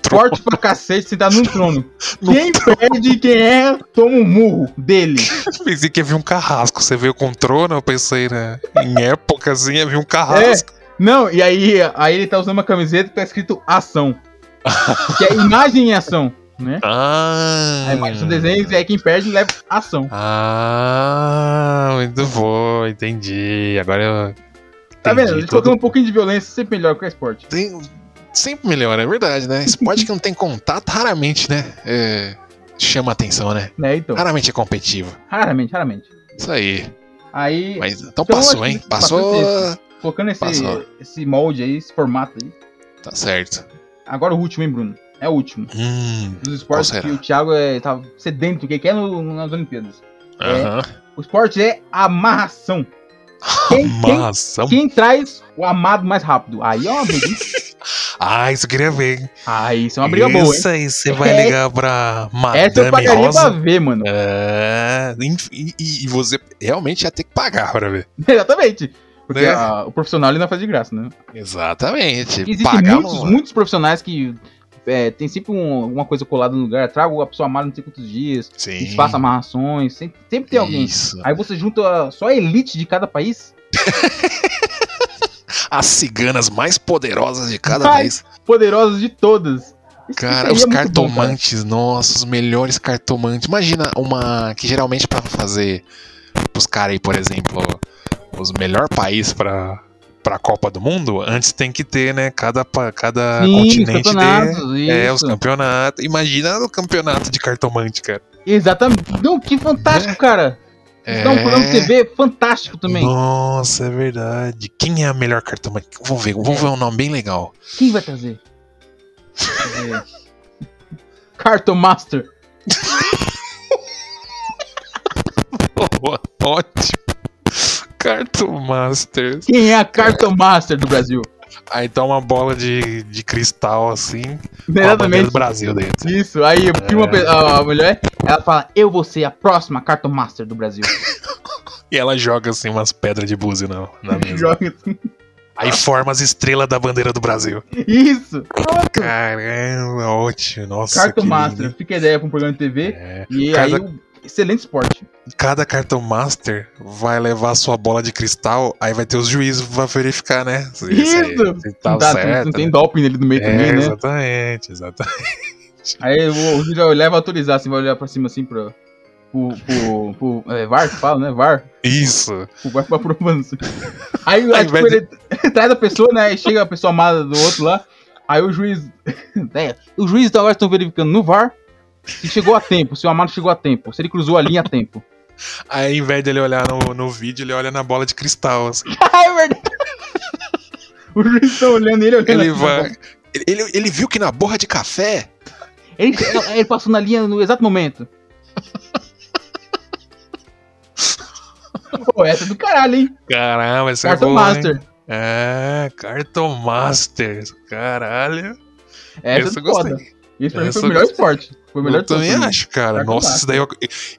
S5: Troca
S2: forte pra cacete, sentado num trono.
S5: [laughs] Num
S2: quem perde quem é, toma um murro dele.
S5: pensei que havia um carrasco. Você veio com o trono, eu pensei, né? Em época assim, havia um carrasco.
S2: É. Não, e aí, aí ele tá usando uma camiseta que tá escrito
S5: [laughs]
S2: ação. que é imagem em ação, né?
S5: Ah!
S2: Aí mais um desenho, e aí quem perde leva ação.
S5: Ah, muito bom, entendi. Agora eu.
S2: Tá
S5: entendi
S2: vendo? Eles
S5: todo-
S2: colocam um pouquinho de violência, sempre melhor que o esporte.
S5: Tem- Sempre melhora, é verdade, né?
S2: [laughs]
S5: Esporte que não tem contato, raramente, né? É, Chama atenção, né?
S2: Né, então?
S5: Raramente é competitivo.
S2: Raramente, raramente.
S5: Isso aí.
S2: Aí,
S5: Mas então
S2: Então,
S5: passou,
S2: acho
S5: hein?
S2: que
S5: Passou.
S2: passou colocando esse,
S5: passou.
S2: esse molde aí, esse formato aí.
S5: Tá certo.
S2: Agora o último, hein, Bruno? É o último.
S5: Hum.
S2: Dos esportes
S5: Qual será?
S2: que o Thiago é, tá sedento, que quer no, nas Olimpíadas.
S5: Aham.
S2: O esporte é amarração. Quem, quem,
S5: Massa.
S2: quem traz o amado mais rápido? Aí é uma briga. hein?
S5: Ah, isso eu queria ver. hein?
S2: Aí isso é uma briga boa, hein?
S5: Isso aí, você vai
S2: É-
S5: ligar pra
S2: Essa
S5: Madame
S2: eu pagaria pra
S5: Rosa.
S2: ver, mano.
S5: É, inf- e, e- e você realmente ia ter que pagar pra ver.
S2: [laughs] Exatamente. Porque
S5: Né?
S2: a- o profissional ele não faz de graça, né?
S5: Exatamente.
S2: Existem
S5: pagar
S2: muitos,
S5: não-
S2: muitos profissionais que é, tem sempre um- alguma coisa colada no lugar. Trago a pessoa amada não sei quantos dias.
S5: Sim.
S2: Eles façam amarrações. Sempre, sempre tem alguém.
S5: Isso.
S2: Aí você junta só a elite de cada país.
S5: As ciganas mais poderosas de cada
S2: Ai,
S5: vez.
S2: poderosas de todas. Isso-
S5: Cara, os
S2: isso aí é muito bom, cara.
S5: cartomantes, nossa, os melhores cartomantes. Imagina uma que geralmente pra fazer os caras aí, por exemplo, os melhor país pra para Copa do Mundo, antes tem que ter, né, cada pa- cada
S2: Sim,
S5: continente ter
S2: campeonatos,
S5: é,
S2: isso.
S5: os campeonatos. Imagina o campeonato de cartomante, cara.
S2: Exatamente. Não, que fantástico, cara.
S5: É.
S2: Dá um programa de TV fantástico também.
S5: Nossa, é verdade. Quem é a melhor cartomante? Vamos ver, vamos ver um nome bem
S2: [laughs]
S5: legal.
S2: Quem vai trazer? Deixa eu ver. Cartomaster.
S5: Boa, ótimo. Cartomasters.
S2: Quem é a Cartomaster do Brasil?
S5: Aí tá uma bola de, de cristal assim,
S2: É,
S5: com a bandeira
S2: Exatamente.
S5: do Brasil É. dentro.
S2: Isso. Aí filma a pe- a, a mulher, ela fala: Eu vou ser a próxima Cartomaster
S5: [laughs]
S2: do Brasil.
S5: E ela joga assim umas pedras de búzio na, na mesa.
S2: Joga assim.
S5: Aí forma as estrelas da bandeira do Brasil.
S2: Isso. Pronto.
S5: Caramba, ótimo. Nossa, que
S2: Cartomaster.
S5: lindo.
S2: Fica a ideia pra um programa de TV.
S5: É.
S2: E
S5: Cada-
S2: aí, um excelente esporte.
S5: Cada cartomaster vai levar sua bola de cristal, aí vai ter os juízes pra verificar, né? Se, se-
S2: Isso!
S5: se tá
S2: Não dá-
S5: certo.
S2: não tem
S5: né?
S2: doping ali no meio
S5: é,
S2: também, né?
S5: exatamente, exatamente.
S2: Aí o o juiz vai olhar, vai autorizar, assim, vai olhar pra cima, assim, pro... Pro, pro, pro- é, VAR, que fala, né? VAR.
S5: [laughs] Isso.
S2: O VAR pra provança. Aí, aí,
S5: Ao
S2: tipo,
S5: invés de-
S2: [laughs] ele traz a pessoa, né? Aí chega a pessoa amada do outro lá. Aí o juiz... [laughs] É, o juiz agora estão verificando no VAR se chegou a tempo, se o amado chegou a tempo, se ele cruzou a linha
S5: [laughs]
S2: a tempo.
S5: Aí, ao invés de ele olhar no, no vídeo, ele olha na bola de cristal.
S2: [laughs]
S5: assim.
S2: é verdade! Os juízes estão olhando ele, olhando
S5: Ele
S2: assim,
S5: vai. Ele, ele- ele viu que na borra de café
S2: Ele, ele passou na linha no exato momento. Pô, essa é do caralho, hein?
S5: Caramba, essa é
S2: Cartão
S5: boa,
S2: Master.
S5: Hein? É, Cartomaster. Caralho.
S2: Essa
S5: Essa
S2: é foda. Isso pra mim
S5: Essa
S2: foi o melhor
S5: eu gostei.
S2: esporte. Foi o melhor
S5: Eu também
S2: esporte.
S5: acho, cara.
S2: Cartão
S5: Nossa, esse daí, eu-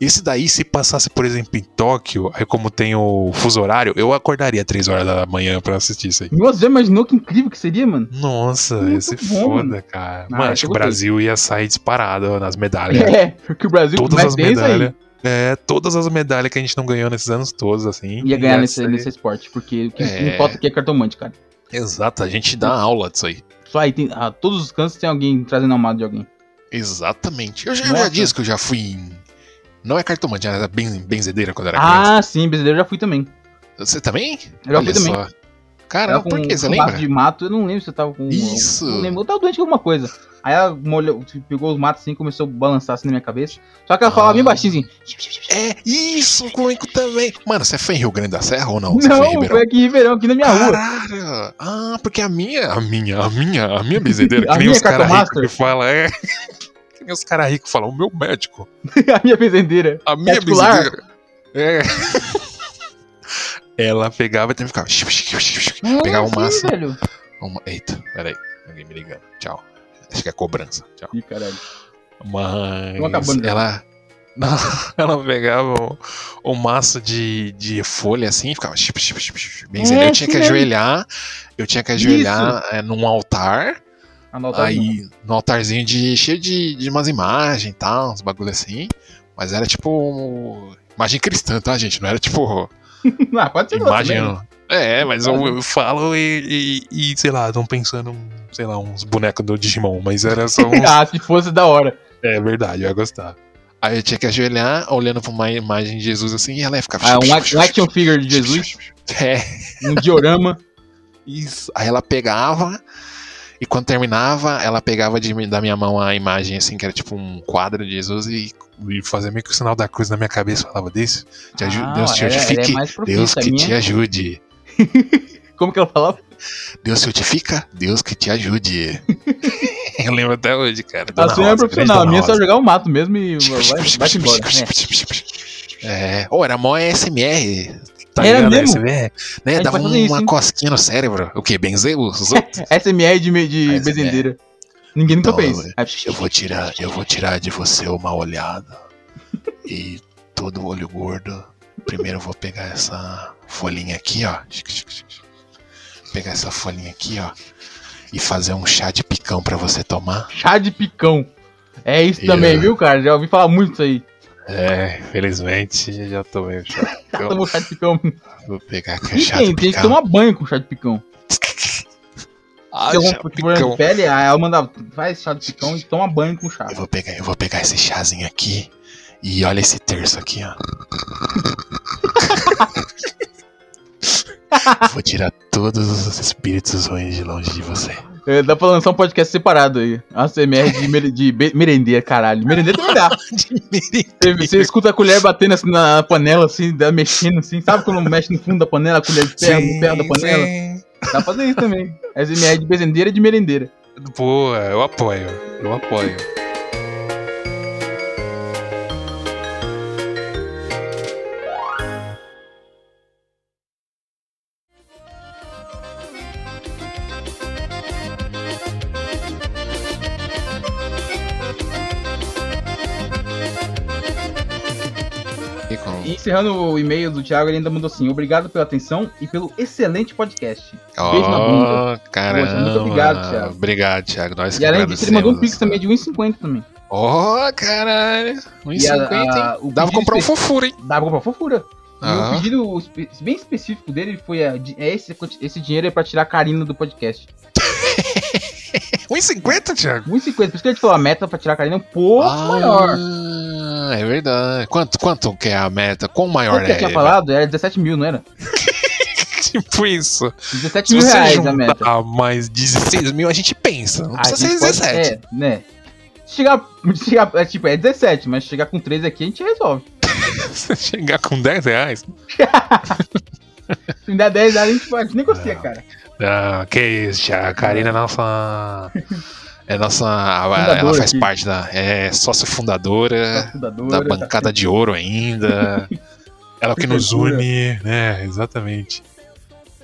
S5: esse daí, se passasse, por exemplo, em Tóquio, aí como tem o fuso horário, eu acordaria 3 horas da manhã pra assistir isso aí.
S2: Nossa, já imaginou que incrível que seria, mano?
S5: Nossa,
S2: Muito
S5: esse é
S2: bom,
S5: foda,
S2: mano.
S5: cara.
S2: Ah,
S5: Mano,
S2: esse
S5: acho
S2: eu
S5: que o
S2: gostei.
S5: Brasil ia sair disparado nas
S2: [laughs]
S5: medalhas.
S2: É, porque o Brasil
S5: Todas as
S2: tem isso aí.
S5: medalhas. É, todas as medalhas que a gente não ganhou nesses anos todos, assim.
S2: Ia ganhar
S5: ia
S2: nesse,
S5: ser-
S2: nesse esporte, porque o que
S5: É.
S2: me falta aqui é cartomante, cara.
S5: Exato, a gente dá aula disso aí.
S2: Só aí tem. ah, todos os cantos tem alguém trazendo a almada de alguém.
S5: Exatamente. Eu já, eu já
S2: Nossa.
S5: disse que eu já fui em. Não é cartomante, era ben, benzedeira quando era criança.
S2: ah, sim, brasileiro eu já fui também.
S5: Você também?
S2: Eu já
S5: Olha
S2: fui também.
S5: só. Cara,
S2: Tava
S5: por que? Você
S2: um
S5: lembra?
S2: mato de mato, eu não lembro se eu tava com.
S5: Isso.
S2: Eu, não lembro, eu tava tá doente com alguma coisa. Aí ela molhou, pegou os matos assim e começou a balançar assim na minha cabeça. Só que ela falava
S5: Ah.
S2: bem baixinho assim.
S5: É, isso, comigo também. Mano, você foi em Rio Grande da Serra ou não? Você foi em
S2: Não,
S5: Ribeirão?
S2: foi aqui em Ribeirão, aqui na minha rua.
S5: Caralho! Ah, porque a minha, a minha, a minha, a minha
S2: [laughs]
S5: benzedeira,
S2: A
S5: que nem
S2: minha
S5: os caras ricos
S2: cartomaster.
S5: que falam, é. [laughs] Que nem os caras ricos falam, o meu médico,
S2: [laughs] a minha bezendeira.
S5: a minha
S2: Particular.
S5: benzedeira. É. [laughs] Ela pegava e ficava. Pegava o
S2: Nossa,
S5: máximo.
S2: é assim, velho.
S5: Uma... Eita, peraí. Alguém me ligando. Tchau. Acho que é cobrança. Tchau.
S2: Ih, caralho. Tô
S5: Mas
S2: acabando, né?
S5: ela. [laughs] Não, ela pegava o, o maço de, de folha assim e ficava. Chup, chup, chup, chup. Bem,
S2: É,
S5: eu tinha
S2: assim
S5: que
S2: mesmo.
S5: ajoelhar. Eu tinha que ajoelhar eh, num altar.
S2: Anota aí.
S5: aí, num altarzinho de, cheio de, de umas imagens e tal, uns bagulho assim. Mas era tipo. um- Imagem cristã, tá, gente? Não era tipo.
S2: [laughs] Ah, pode ser não,
S5: Imagem.
S2: também.
S5: É, mas eu, eu falo e, e- e, sei lá, estão pensando, um, sei lá, uns bonecos do Digimon, mas era só
S2: [laughs]
S5: uns.
S2: Ah, se fosse da hora.
S5: [laughs] é verdade, eu ia gostar. Aí eu tinha que ajoelhar, olhando pra uma imagem de Jesus assim, e ela ia ficar.
S2: Ah,
S5: [laughs]
S2: um, ac- um action figure de Jesus,
S5: É,
S2: um diorama.
S5: isso. Aí ela pegava, e quando terminava, ela pegava de mim- da minha mão a imagem assim, que era tipo um quadro de Jesus, e, e fazia meio que o sinal da cruz na minha cabeça, falava desse. Te aju-
S2: Ah,
S5: Deus te
S2: ela- ela é
S5: justifique.
S2: mais profissa,
S5: Deus que
S2: a minha-
S5: te ajude.
S2: Como que ela falava?
S5: Deus certifica, Deus que te ajude. [laughs] eu lembro até hoje, cara.
S2: A sua é profissional, a minha é só
S5: ajuda.
S2: jogar o mato mesmo e vai, vai
S5: [laughs]
S2: embora. né?
S5: É, ou era mó SMR. Tá
S2: Era
S5: ligado?
S2: mesmo?
S5: ASMR,
S2: A
S5: né?
S2: gente
S5: Dava
S2: vai fazer isso,
S5: uma
S2: hein?
S5: cosquinha no cérebro. O que? Benzeu
S2: [laughs]
S5: os outros?
S2: É SMR de, me- de
S5: ASMR.
S2: bezendeira. Ninguém nunca
S5: Então,
S2: fez. É
S5: eu- Eu vou tirar, eu vou tirar de você uma olhada. E todo olho gordo. Primeiro eu vou pegar essa folhinha aqui, ó. Pegar essa folhinha aqui, ó. E fazer um chá de picão pra você tomar.
S2: Chá de picão. É isso também,
S5: Eu-
S2: viu, cara? Já ouvi falar muito isso aí.
S5: É, felizmente já tomei o [laughs] chá de
S2: Já
S5: picão.
S2: tomou chá de picão.
S5: Vou pegar aqui o
S2: E
S5: chá de
S2: tem, tem que
S5: picão.
S2: tomar banho com chá de picão.
S5: Ah,
S2: Se algum
S5: chá de
S2: problema de
S5: picão.
S2: pele, aí ela mandava, faz chá de picão e toma banho com chá.
S5: Eu vou pegar, É, eu vou pegar esse chazinho aqui. E olha esse terço aqui,
S2: [laughs]
S5: ó. vou tirar todos os espíritos ruins de longe de você.
S2: É, dá pra lançar um podcast separado aí. ACMR de, mere, de be- merendeira, caralho. Merendeira
S5: [laughs]
S2: também dá. Você, você escuta a colher batendo assim na panela, assim, dá- mexendo assim. Sabe quando mexe no fundo da panela, a colher de ferro no ferro da panela?
S5: sim.
S2: Dá pra fazer isso também. ASMR de bezendeira e de merendeira.
S5: Boa, eu apoio. Eu apoio.
S2: E encerrando o e-mail do Thiago, ele ainda mandou assim: Obrigado pela atenção e pelo excelente podcast. Beijo na bunda.
S5: Oh, caramba.
S2: Poxa, muito obrigado, Thiago.
S5: Obrigado, Thiago. Nós que
S2: E além disso, ele mandou um pix
S5: agradecemos.
S2: também de 1,50 também.
S5: Oh, caralho.
S2: E
S5: 1,50,
S2: a- a-
S5: hein?
S2: o
S5: Dava pra
S2: pedido
S5: comprar um
S2: espe-
S5: fofura, hein?
S2: Dá pra comprar fofura. E
S5: Ah.
S2: o pedido espe- bem específico dele foi: a di- é esse, quanti- esse dinheiro é pra tirar a Karina do podcast.
S5: 1,50, Thiago?
S2: 1,50. Por isso que a gente falou: a meta pra tirar a Karina é um pouco maior.
S5: Ah, É verdade. Quanto, quanto que é a meta? Quão maior
S2: Quanto que
S5: é?
S2: eu tinha
S5: ele?
S2: falado? Era 17 mil, não era?
S5: [laughs] tipo isso.
S2: 17
S5: Se
S2: mil
S5: você
S2: reais a meta.
S5: juntar mais 16 mil, a gente pensa. Não
S2: Ah,
S5: precisa ser
S2: a gente pode-
S5: 17.
S2: É, né? Se Chegar, se chegar, é, tipo, é 17, mas se chegar com 13 aqui a gente resolve.
S5: [laughs] Se chegar com 10 reais.
S2: Se me der 10 reais a gente, a gente negocia,
S5: É.
S2: cara.
S5: Ah, que isso, Thiago. A Karina é nossa... É nossa... ela
S2: Fundadora
S5: faz
S2: aqui.
S5: parte da... É sócia fundadora. da
S2: Fundadora,
S5: bancada de ouro ainda.
S2: [laughs]
S5: Ela é o que nos
S2: Prefeitura.
S5: une, né? Exatamente.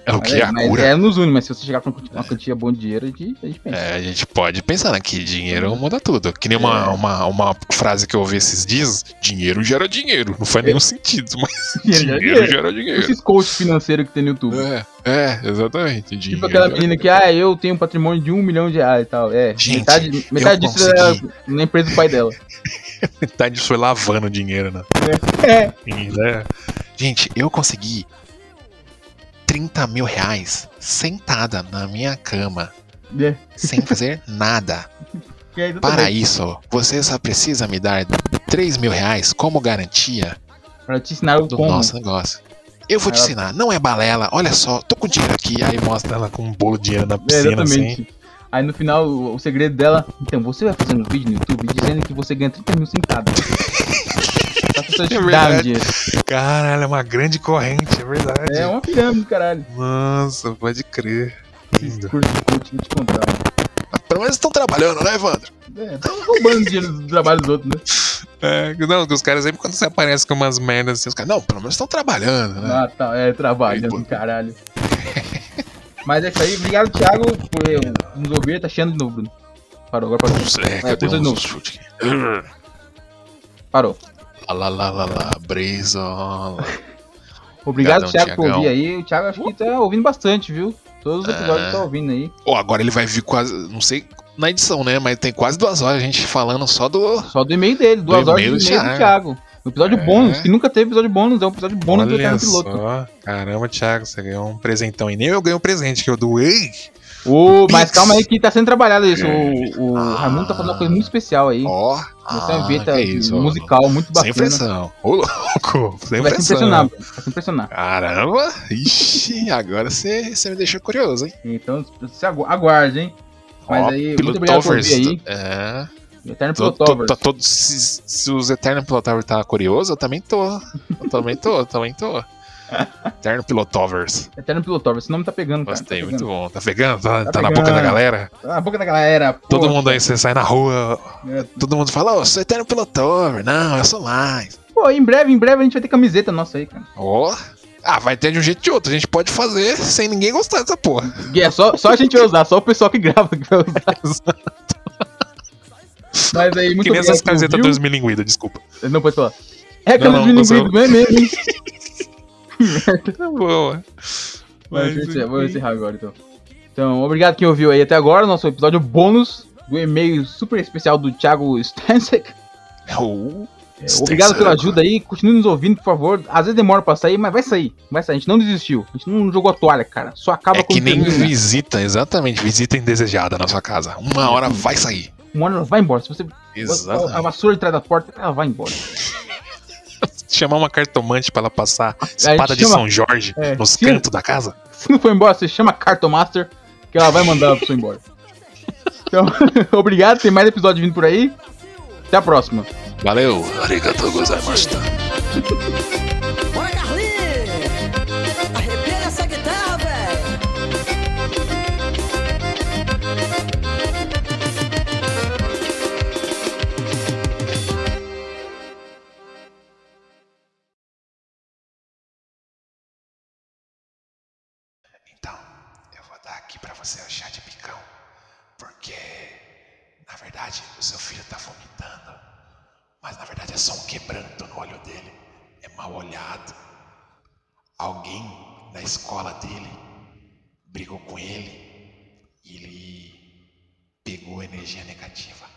S5: É o
S2: Mas
S5: que
S2: é,
S5: a
S2: mas
S5: cura.
S2: é, nos une, mas se você chegar com uma quantia- uma quantia boa de dinheiro, a gente, a gente pensa.
S5: É, a gente pode pensar né, que dinheiro muda tudo. Que nem
S2: É.
S5: uma, uma, uma frase que eu ouvi esses dias: dinheiro gera dinheiro. Não faz nenhum sentido, mas
S2: [laughs] Dinheiro gera
S5: dinheiro
S2: dinheiro.
S5: gera dinheiro.
S2: Esses coaches financeiros que tem no YouTube.
S5: É, é, exatamente. Dinheiro.
S2: Tipo aquela menina que, ah, eu tenho um patrimônio de um milhão de reais e tal. É,
S5: Gente,
S2: metade, metade
S5: eu
S2: disso é na empresa do pai dela.
S5: metade Tá, foi lavando dinheiro, né? É. Gente, eu consegui 30 mil reais sentada na minha cama.
S2: É,
S5: sem fazer nada.
S2: que é exatamente- [laughs]
S5: Para isso, você só precisa me dar 3 mil reais como garantia
S2: Pra te ensinar o
S5: do
S2: como.
S5: nosso negócio. Eu vou te
S2: Ela-
S5: ensinar, não é balela, olha só, tô com dinheiro aqui, aí mostra ela com um bolo de dinheiro na
S2: É,
S5: piscina, assim.
S2: exatamente. Aí no final, o, o segredo dela. Então, você vai fazendo um vídeo no YouTube dizendo que você ganha 30
S5: [laughs]
S2: mil centavos. Pra pessoa te
S5: É
S2: dar um
S5: verdade.
S2: dinheiro.
S5: Caralho, é uma grande corrente, é verdade.
S2: É uma pirâmide, caralho.
S5: Nossa, pode crer.
S2: Esses
S5: Lindo.
S2: cursos de coaching te contar.
S5: Mas Pelo menos estão trabalhando, né, Evandro?
S2: É, tão [laughs] roubando dinheiro do trabalho dos outros, né?
S5: É, não, que os caras sempre quando você aparece com umas merdas assim, os caras, não, pelo menos estão trabalhando, né?
S2: Ah, tá. É, trabalho,
S5: Aí, pô.
S2: caralho. Mas é isso aí. Obrigado, Thiago, por eh, nos ouvir. Tá cheando de novo, Bruno. Parou, agora parou.
S5: É, que eu dei
S2: puta de
S5: um
S2: novo.
S5: chute aqui.
S2: Parou.
S5: Lá, lá, lá, lá, brisola.
S2: Obrigado,
S5: Obrigadão,
S2: Thiago, por
S5: Thiagão. É.
S2: ouvir aí. O Thiago acho que tá ouvindo bastante, viu? Todos os episódios tá ouvindo aí.
S5: Ó, agora ele vai vir quase, não sei na edição, né, mas tem quase duas horas a gente falando só do...
S2: Só do e-mail dele, duas
S5: Do
S2: horas de
S5: e-mail
S2: e-mail
S5: do
S2: do Thiago. O episódio
S5: É.
S2: bônus, que nunca teve episódio bônus, é um episódio bônus do Eterno Piloto.
S5: só. Caramba, Thiago, você ganhou um presentão. E nem eu ganhei um presente que eu doei.
S2: Ô, mas
S5: Pix.
S2: calma aí que tá sendo trabalhado isso. O, o
S5: Ah.
S2: Raimundo tá fazendo uma coisa muito especial aí.
S5: Ó,
S2: Vai ser uma
S5: ah,
S2: vinheta
S5: que isso, ó.
S2: musical muito
S5: Sem
S2: bacana.
S5: pressão. Ô, louco, sem
S2: Vai se impressionar,
S5: pressão.
S2: vai se impressionar.
S5: Caramba, ixi, agora você você me deixou curioso, hein?
S2: Então, você agu- aguarde, hein? Mas
S5: Ó,
S2: aí, muito
S5: Pilotovers,
S2: obrigado por ouvir aí.
S5: É.
S2: Eterno
S5: Tô, tô,
S2: Pilotovers.
S5: tô, tô- se, se os Eterno Pilotovers tá curioso, eu também tô. Eu também tô, eu também
S2: [laughs]
S5: tô. Eterno Pilotovers.
S2: Eterno Pilotovers, esse nome tá pegando, cara.
S5: Gostei,
S2: tá
S5: muito
S2: pegando.
S5: bom. Tá pegando? Tá,
S2: Tá
S5: tá na boca da
S2: pegando.
S5: galera?
S2: Tá Na boca da galera.
S5: Todo
S2: poxa.
S5: mundo aí, você sai na rua,
S2: É.
S5: todo mundo fala, ô, sou Eterno Pilotover. Não, eu sou mais.
S2: Pô, em breve, em breve a gente vai ter camiseta nossa aí, cara.
S5: Ó. Ah, vai ter de um jeito ou de outro. A gente pode fazer sem ninguém gostar dessa porra.
S2: E É só, só a gente vai usar, só o pessoal que grava que vai usar.
S5: [laughs]
S2: Mas aí,
S5: que nem
S2: muito obrigado.
S5: essas
S2: por
S5: camisetas
S2: ouvir.
S5: 2000 linguida, desculpa.
S2: Não pode falar. É
S5: Não,
S2: camisa
S5: não,
S2: de
S5: você-
S2: linguido, não é mesmo? hein?
S5: Tá boa.
S2: Mas gente, eu vou encerrar agora então. Então, obrigado quem ouviu aí até agora, nosso episódio bônus do e-mail super especial do Thiago Stansek. É, Obrigado pela ajuda aí, continue nos ouvindo, por favor. Às vezes demora pra sair, mas vai sair. Vai sair, a gente não desistiu. A gente não jogou a toalha, cara. Só acaba né?
S5: É que nem
S2: termina.
S5: visita, exatamente. Visita indesejada na sua casa. Uma hora vai sair.
S2: Uma hora ela vai embora. Se você botar a
S5: Exatamente.
S2: vassoura atrás da porta, ela vai embora.
S5: Chamar uma cartomante pra ela passar
S2: gente
S5: espada de
S2: chama-
S5: São Jorge
S2: É,
S5: nos
S2: tira-
S5: cantos da casa.
S2: Se não for embora, você chama a Cartomaster, que ela vai mandar a pessoa
S5: [laughs]
S2: embora. Então, [laughs] obrigado, tem mais episódio vindo por aí. Até a próxima.
S5: Valeu. Arigatou
S3: [laughs]
S5: gozaimashita.
S3: Bora, Carlinhos! Arrepia essa guitarra, velho!
S5: Então, eu vou dar aqui pra você o chá de picão, porque na verdade o seu filho tá vomitando, mas na verdade é só um quebranto no olho dele, é mal olhado. Alguém na escola dele brigou com ele e ele pegou energia negativa.